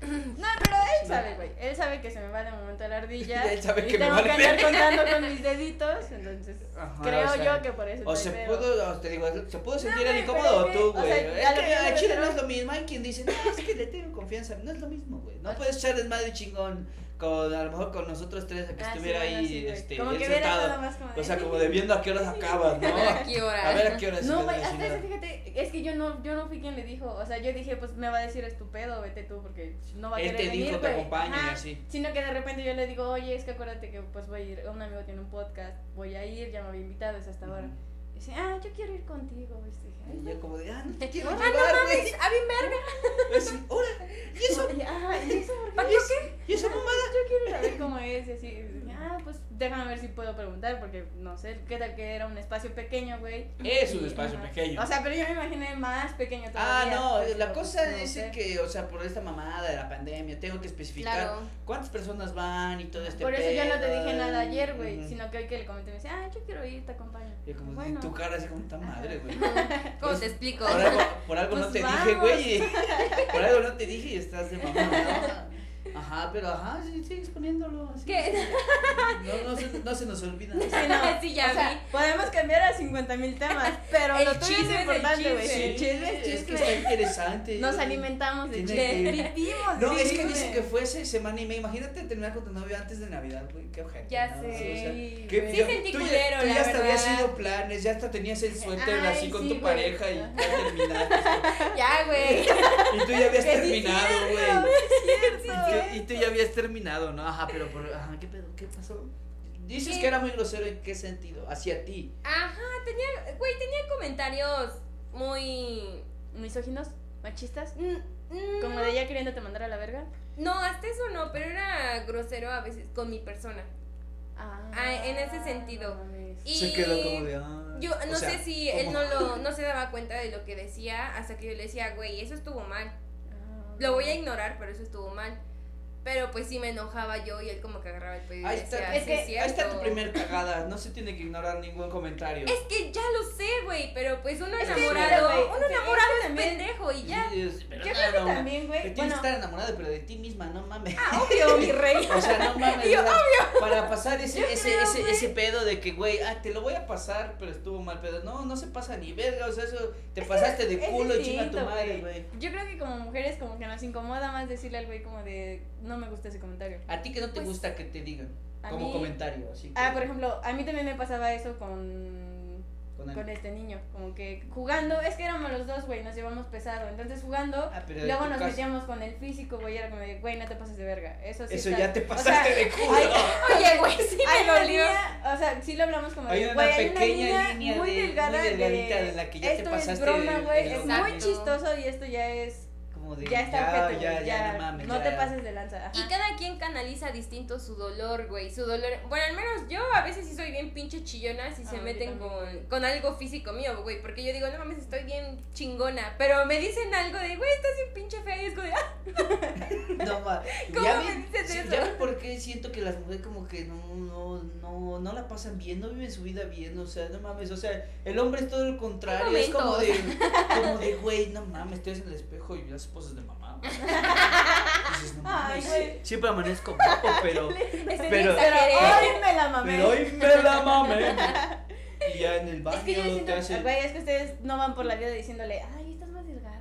[SPEAKER 1] No, pero él sabe, güey. Él sabe que se me va de momento la ardilla.
[SPEAKER 2] Él sabe
[SPEAKER 1] y
[SPEAKER 2] que me
[SPEAKER 1] tengo
[SPEAKER 2] vale
[SPEAKER 1] que andar
[SPEAKER 2] ver.
[SPEAKER 1] contando con mis deditos. Entonces,
[SPEAKER 2] Ajá,
[SPEAKER 1] creo
[SPEAKER 2] o sea,
[SPEAKER 1] yo que por eso.
[SPEAKER 2] O
[SPEAKER 1] está
[SPEAKER 2] se
[SPEAKER 1] el pedo.
[SPEAKER 2] pudo, o te digo, se pudo sentir el
[SPEAKER 1] güey,
[SPEAKER 2] incómodo
[SPEAKER 1] pero es
[SPEAKER 2] tú,
[SPEAKER 1] que, o
[SPEAKER 2] güey.
[SPEAKER 1] sea,
[SPEAKER 2] es
[SPEAKER 1] a lo
[SPEAKER 2] que
[SPEAKER 1] que yo me
[SPEAKER 2] a Chile no
[SPEAKER 1] refiero-
[SPEAKER 2] es lo mismo. Hay quien dice, no, es que le tengo confianza. No es lo mismo, güey. No puedes echar desmadre chingón con, a lo mejor con nosotros tres a que
[SPEAKER 1] Ah, sí,
[SPEAKER 2] estuviera
[SPEAKER 1] bueno,
[SPEAKER 2] ahí,
[SPEAKER 1] sí, güey.
[SPEAKER 2] este,
[SPEAKER 1] Como
[SPEAKER 2] él
[SPEAKER 1] que viera nada
[SPEAKER 2] sentado.
[SPEAKER 1] más como de-
[SPEAKER 2] O sea, como de viendo a qué horas acabas, ¿no?
[SPEAKER 3] ¿A qué hora?
[SPEAKER 2] A ver a qué horas.
[SPEAKER 1] No,
[SPEAKER 2] hijo de
[SPEAKER 1] güey,
[SPEAKER 2] la
[SPEAKER 1] hasta
[SPEAKER 2] chingada.
[SPEAKER 1] eso, fíjate, es que yo no, yo no fui quien le dijo, o sea, yo dije, pues me va a decir estupendo, vete tú, porque no va a
[SPEAKER 2] Él
[SPEAKER 1] querer
[SPEAKER 2] te dijo, te
[SPEAKER 1] venir, güey.
[SPEAKER 2] acompaño y
[SPEAKER 1] Ajá.
[SPEAKER 2] así.
[SPEAKER 1] Sino que de repente yo le digo, oye, es que acuérdate que pues voy a ir, un amigo tiene un podcast, voy a ir, ya me había invitado, es hasta ahora. Y dice, ah, yo quiero ir contigo, y dije, ay,
[SPEAKER 2] Y yo como de, ah, no te quiero
[SPEAKER 1] Ah, no
[SPEAKER 2] llevar, güey.
[SPEAKER 1] mames, a mí verga.
[SPEAKER 2] Así, hola, ¿y eso?
[SPEAKER 1] Y, Ajá, ¿y eso por
[SPEAKER 2] ¿Y
[SPEAKER 1] qué?
[SPEAKER 2] eso? ¿Y eso, mamá?
[SPEAKER 1] Yo quiero ir a ver cómo es y así. y dije, Ah, pues déjame ver si puedo preguntar, porque no sé, qué tal que era un espacio pequeño, güey.
[SPEAKER 2] Es un
[SPEAKER 1] Y,
[SPEAKER 2] espacio
[SPEAKER 1] ajá.
[SPEAKER 2] pequeño.
[SPEAKER 1] O sea, pero yo me imaginé más pequeño
[SPEAKER 2] Ah,
[SPEAKER 1] todavía.
[SPEAKER 2] no,
[SPEAKER 1] pues,
[SPEAKER 2] la
[SPEAKER 1] no,
[SPEAKER 2] cosa
[SPEAKER 1] no
[SPEAKER 2] es
[SPEAKER 1] sé.
[SPEAKER 2] que, o sea, por esta mamada de la pandemia, tengo que especificar
[SPEAKER 3] Claro.
[SPEAKER 2] cuántas personas van y todo este
[SPEAKER 1] Por eso yo no te
[SPEAKER 2] pedo,
[SPEAKER 1] dije nada ayer, güey,
[SPEAKER 2] ujú.
[SPEAKER 1] sino que hoy que le comenté me dice, ah, yo quiero ir, te acompaño.
[SPEAKER 2] Y como,
[SPEAKER 1] Bueno.
[SPEAKER 2] tu cara así como, tan madre, güey.
[SPEAKER 3] ¿Cómo te explico?
[SPEAKER 2] Por algo, por algo no
[SPEAKER 1] Pues
[SPEAKER 2] te
[SPEAKER 1] vamos.
[SPEAKER 2] dije, güey. Por algo no te dije y estás de mamada, ¿no? Ajá, pero ajá, sí, sigues poniéndolo así.
[SPEAKER 3] ¿Qué?
[SPEAKER 2] No, no, se, no se nos olvida.
[SPEAKER 1] Sí, no,
[SPEAKER 3] Sí, ya
[SPEAKER 1] o sea,
[SPEAKER 3] vi.
[SPEAKER 1] podemos cambiar a 50 mil temas, pero
[SPEAKER 3] El
[SPEAKER 1] lo tuyo
[SPEAKER 3] chisme es el
[SPEAKER 1] es importante, güey.
[SPEAKER 3] chisme.
[SPEAKER 1] El chisme es
[SPEAKER 2] Es que
[SPEAKER 1] chisme.
[SPEAKER 2] está interesante.
[SPEAKER 1] Nos alimentamos de
[SPEAKER 2] Tiene que-
[SPEAKER 1] chisme. Vivimos
[SPEAKER 2] No,
[SPEAKER 1] de
[SPEAKER 2] es que
[SPEAKER 1] chisme.
[SPEAKER 2] dice que fuese semana y media. Imagínate terminar con tu novio antes de Navidad, güey. Qué ojete.
[SPEAKER 3] Ya
[SPEAKER 2] ¿no?
[SPEAKER 3] sé.
[SPEAKER 2] qué-
[SPEAKER 1] güey.
[SPEAKER 3] Sí
[SPEAKER 2] yo-
[SPEAKER 3] sentí
[SPEAKER 2] tú ya-
[SPEAKER 3] culero,
[SPEAKER 2] Tú
[SPEAKER 3] la
[SPEAKER 2] ya hasta habías
[SPEAKER 3] verdad.
[SPEAKER 2] ido planes, ya hasta tenías el suéter
[SPEAKER 1] Ay,
[SPEAKER 2] así con
[SPEAKER 1] sí,
[SPEAKER 2] tu
[SPEAKER 1] güey.
[SPEAKER 2] pareja y ya terminaste.
[SPEAKER 3] Ya, güey.
[SPEAKER 2] Y tú ya habías
[SPEAKER 1] Que sí,
[SPEAKER 2] terminado,
[SPEAKER 1] cierto,
[SPEAKER 2] güey.
[SPEAKER 1] es
[SPEAKER 2] Y
[SPEAKER 1] cierto.
[SPEAKER 2] tú- Y tú ya habías terminado, ¿no? Ajá, pero por. Ajá, ¿qué pedo? ¿Qué pasó? Dices
[SPEAKER 3] Sí.
[SPEAKER 2] que era muy grosero, ¿en qué sentido? Hacia ti.
[SPEAKER 3] Ajá, tenía, güey, tenía comentarios muy...
[SPEAKER 1] Misóginos, machistas,
[SPEAKER 3] mm, mm,
[SPEAKER 1] como de ella queriéndote mandar a la verga.
[SPEAKER 3] No, hasta eso no, pero era grosero a veces con mi persona. Ah, en ese sentido.
[SPEAKER 1] no mames.
[SPEAKER 3] Y
[SPEAKER 2] Se quedó como de. ah.
[SPEAKER 3] Yo
[SPEAKER 2] O
[SPEAKER 3] no
[SPEAKER 2] sea,
[SPEAKER 3] sé si él
[SPEAKER 2] como-
[SPEAKER 3] no lo no se daba cuenta de lo que decía hasta que yo le decía, güey, eso estuvo mal.
[SPEAKER 1] Ah.
[SPEAKER 3] Lo voy a ignorar, pero eso estuvo mal. Pero pues sí me enojaba yo y él como que agarraba el pedido y
[SPEAKER 2] Ahí
[SPEAKER 3] decía,
[SPEAKER 2] está,
[SPEAKER 3] "Sí,
[SPEAKER 2] es
[SPEAKER 1] que
[SPEAKER 3] es
[SPEAKER 2] Ahí está
[SPEAKER 3] cierto".
[SPEAKER 2] tu primer cagada. No se tiene que ignorar ningún comentario.
[SPEAKER 3] Es que ya lo sé, güey, pero pues uno
[SPEAKER 2] que mira,
[SPEAKER 3] enamorado,
[SPEAKER 1] güey,
[SPEAKER 3] uno
[SPEAKER 1] es que
[SPEAKER 3] enamorado es
[SPEAKER 1] también-
[SPEAKER 3] pendejo y ya.
[SPEAKER 2] Sí, es- pero
[SPEAKER 1] Yo
[SPEAKER 2] no,
[SPEAKER 1] creo que
[SPEAKER 2] Ah, no,
[SPEAKER 1] también,
[SPEAKER 2] Te
[SPEAKER 1] güey.
[SPEAKER 2] tienes
[SPEAKER 1] Bueno,
[SPEAKER 2] que estar enamorado, pero de ti misma, no mames.
[SPEAKER 1] obvio, mi rey.
[SPEAKER 2] O sea, no mames. o sea, Para pasar ese, ese, ese, ese pedo de que, güey, ah, te lo voy a pasar, pero estuvo mal pedo. No, no se pasa ni verga, o sea, eso te pasaste de
[SPEAKER 1] es
[SPEAKER 2] culo y chinga tu
[SPEAKER 1] distinto,
[SPEAKER 2] madre,
[SPEAKER 1] güey.
[SPEAKER 2] güey.
[SPEAKER 1] Yo creo que como mujeres como que nos incomoda más decirle al güey como de no me gusta ese comentario.
[SPEAKER 2] A ti que no te
[SPEAKER 3] Pues,
[SPEAKER 2] gusta que te digan
[SPEAKER 1] a
[SPEAKER 2] como
[SPEAKER 1] mí-
[SPEAKER 2] comentario, así.
[SPEAKER 1] Ah,
[SPEAKER 2] como-
[SPEAKER 1] por ejemplo, a mí también me pasaba eso con
[SPEAKER 2] con el-
[SPEAKER 1] con este niño, como que jugando, es que éramos los dos, güey, nos llevamos pesado, entonces jugando
[SPEAKER 2] Ah, pero de
[SPEAKER 1] Luego
[SPEAKER 2] tu
[SPEAKER 1] nos
[SPEAKER 2] casa.
[SPEAKER 1] metíamos con el físico, güey, era como de, güey, no te pases de verga. Eso sí.
[SPEAKER 2] Eso
[SPEAKER 1] está-
[SPEAKER 2] ya te
[SPEAKER 1] o sea,
[SPEAKER 2] pasaste de culo.
[SPEAKER 1] hay-
[SPEAKER 3] Oye, güey, sí
[SPEAKER 1] Hay
[SPEAKER 3] me
[SPEAKER 1] una
[SPEAKER 3] dolió.
[SPEAKER 1] línea, o sea, sí lo hablamos como
[SPEAKER 2] Hay
[SPEAKER 1] de,
[SPEAKER 2] una
[SPEAKER 1] güey, hay
[SPEAKER 2] pequeña
[SPEAKER 1] una
[SPEAKER 2] línea
[SPEAKER 1] línea muy
[SPEAKER 2] de-
[SPEAKER 1] delgada
[SPEAKER 2] muy delgadita
[SPEAKER 1] de,
[SPEAKER 2] de la que ya te
[SPEAKER 1] esto
[SPEAKER 2] pasaste
[SPEAKER 1] es broma,
[SPEAKER 2] de-
[SPEAKER 1] güey,
[SPEAKER 2] de
[SPEAKER 1] es
[SPEAKER 3] loco".
[SPEAKER 1] muy chistoso y esto ya es,
[SPEAKER 2] como de,
[SPEAKER 1] ya está objeto,
[SPEAKER 2] ya,
[SPEAKER 1] güey,
[SPEAKER 2] ya, no mames.
[SPEAKER 1] no te
[SPEAKER 2] ya.
[SPEAKER 1] pases de lanza, ajá.
[SPEAKER 3] Y cada quien canaliza distinto su dolor, güey. Su dolor. Bueno, al menos yo a veces sí soy bien pinche chillona si se
[SPEAKER 1] Ah, yo
[SPEAKER 3] meten
[SPEAKER 1] también.
[SPEAKER 3] con, con algo físico mío, güey. Porque yo digo, no mames, estoy bien chingona. Pero me dicen algo de, güey, estás bien pinche fea. Y es como de, "Ah".
[SPEAKER 2] No ma-
[SPEAKER 3] ¿Cómo
[SPEAKER 2] ya
[SPEAKER 3] me
[SPEAKER 2] ven-
[SPEAKER 3] dices
[SPEAKER 2] sí,
[SPEAKER 3] eso?
[SPEAKER 2] ya ven por qué siento que las mujeres como que no, no, no, no la pasan bien, no viven su vida bien, o sea, no mames, o sea, el hombre es todo lo contrario,
[SPEAKER 3] Un
[SPEAKER 2] es como de,
[SPEAKER 3] momento,
[SPEAKER 2] como de, güey, no mames, estoy en el espejo y las poses de mamá. güey". Dices, no
[SPEAKER 1] Ay,
[SPEAKER 2] mames,
[SPEAKER 1] güey.
[SPEAKER 2] Siempre amanezco guapo, pero,
[SPEAKER 3] Pero-
[SPEAKER 2] pero, oh,
[SPEAKER 1] Pero hoy me la mamé.
[SPEAKER 2] pero hoy me la mamé. Y ya en el baño
[SPEAKER 1] es que yo
[SPEAKER 2] te
[SPEAKER 1] siento,
[SPEAKER 2] hace.
[SPEAKER 1] güey, es que ustedes no van por la vida diciéndole, ay, estás más delgada.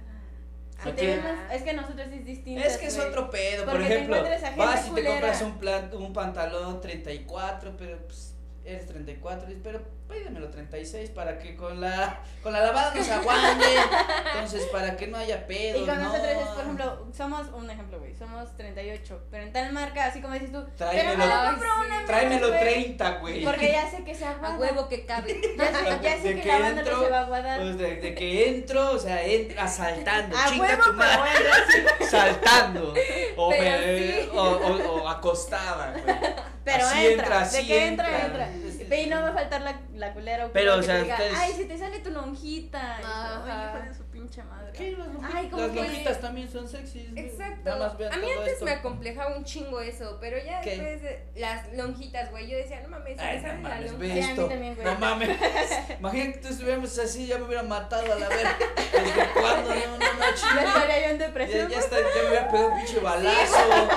[SPEAKER 2] ¿A
[SPEAKER 1] Ay, te ves
[SPEAKER 3] quién?
[SPEAKER 1] más- Es que nosotros es distinto.
[SPEAKER 2] Es que es otro pedo, por
[SPEAKER 1] Porque te
[SPEAKER 2] ejemplo,
[SPEAKER 1] encuentras a gente
[SPEAKER 2] vas y te
[SPEAKER 1] culera.
[SPEAKER 2] compras un, plan, un pantalón 34, pero pues, eres 34, y dices, pero pídemelo 36 para que con la, con la lavada nos aguante, entonces para que no haya pedo.
[SPEAKER 1] Y con
[SPEAKER 2] no.
[SPEAKER 1] nosotros es, por ejemplo, somos un ejemplo, güey, somos 38, pero en tal marca, así como dices tú, pero me
[SPEAKER 2] tráemelo,
[SPEAKER 1] la
[SPEAKER 3] Ay,
[SPEAKER 1] compro
[SPEAKER 3] sí.
[SPEAKER 1] una
[SPEAKER 2] tráemelo
[SPEAKER 1] menos, güey,
[SPEAKER 2] 30, güey.
[SPEAKER 1] Porque ya sé que se aguada.
[SPEAKER 3] A huevo que cabe.
[SPEAKER 1] Ya sé, ya sé
[SPEAKER 2] De
[SPEAKER 1] que,
[SPEAKER 2] que
[SPEAKER 1] la banda no
[SPEAKER 2] entro,
[SPEAKER 1] se va a aguadar.
[SPEAKER 2] Pues de, de que entro, o sea, entro asaltando,
[SPEAKER 1] A
[SPEAKER 2] chinga
[SPEAKER 1] huevo,
[SPEAKER 2] tu madre, saltando, o,
[SPEAKER 3] Pero
[SPEAKER 2] me-
[SPEAKER 3] sí.
[SPEAKER 2] o, o- o acostada, güey.
[SPEAKER 1] pero
[SPEAKER 2] así
[SPEAKER 1] entra,
[SPEAKER 2] entra,
[SPEAKER 1] de
[SPEAKER 2] así
[SPEAKER 1] que entra,
[SPEAKER 2] entra.
[SPEAKER 1] entra. Ve, Y no va a faltar la, la culera o
[SPEAKER 2] Pero,
[SPEAKER 1] culero
[SPEAKER 2] o
[SPEAKER 1] que
[SPEAKER 2] sea,
[SPEAKER 1] te diga,
[SPEAKER 2] ustedes-
[SPEAKER 1] ay, si te sale tu lonjita. Y yo,
[SPEAKER 3] Ajá.
[SPEAKER 1] Oye, hijo de su pinche madre.
[SPEAKER 2] ¿Qué? Las lonjitas,
[SPEAKER 1] Ay, ¿cómo
[SPEAKER 2] las
[SPEAKER 1] que-
[SPEAKER 2] lonjitas también son sexys. güey.
[SPEAKER 3] Exacto.
[SPEAKER 2] Nada más vean
[SPEAKER 3] A mí
[SPEAKER 2] todo
[SPEAKER 3] antes
[SPEAKER 2] esto.
[SPEAKER 3] me acomplejaba un chingo eso, pero ya
[SPEAKER 2] ¿Qué?
[SPEAKER 3] después de- las lonjitas, güey, yo decía, no mames, si
[SPEAKER 2] Ay,
[SPEAKER 3] me
[SPEAKER 2] no
[SPEAKER 3] sale la
[SPEAKER 2] mames,
[SPEAKER 3] lonjita.
[SPEAKER 2] ve
[SPEAKER 1] Sí, a mí
[SPEAKER 2] esto.
[SPEAKER 1] también, güey.
[SPEAKER 2] No mames. Imagínate que tú estuviéramos así, ya me hubiera matado a la verga. ¿Desde cuándo? No, no, no,
[SPEAKER 1] Ya
[SPEAKER 2] chinga.
[SPEAKER 1] estaría yo en
[SPEAKER 2] Ya,
[SPEAKER 1] depresión.
[SPEAKER 2] ya está, ya me hubiera pegado un pinche balazo.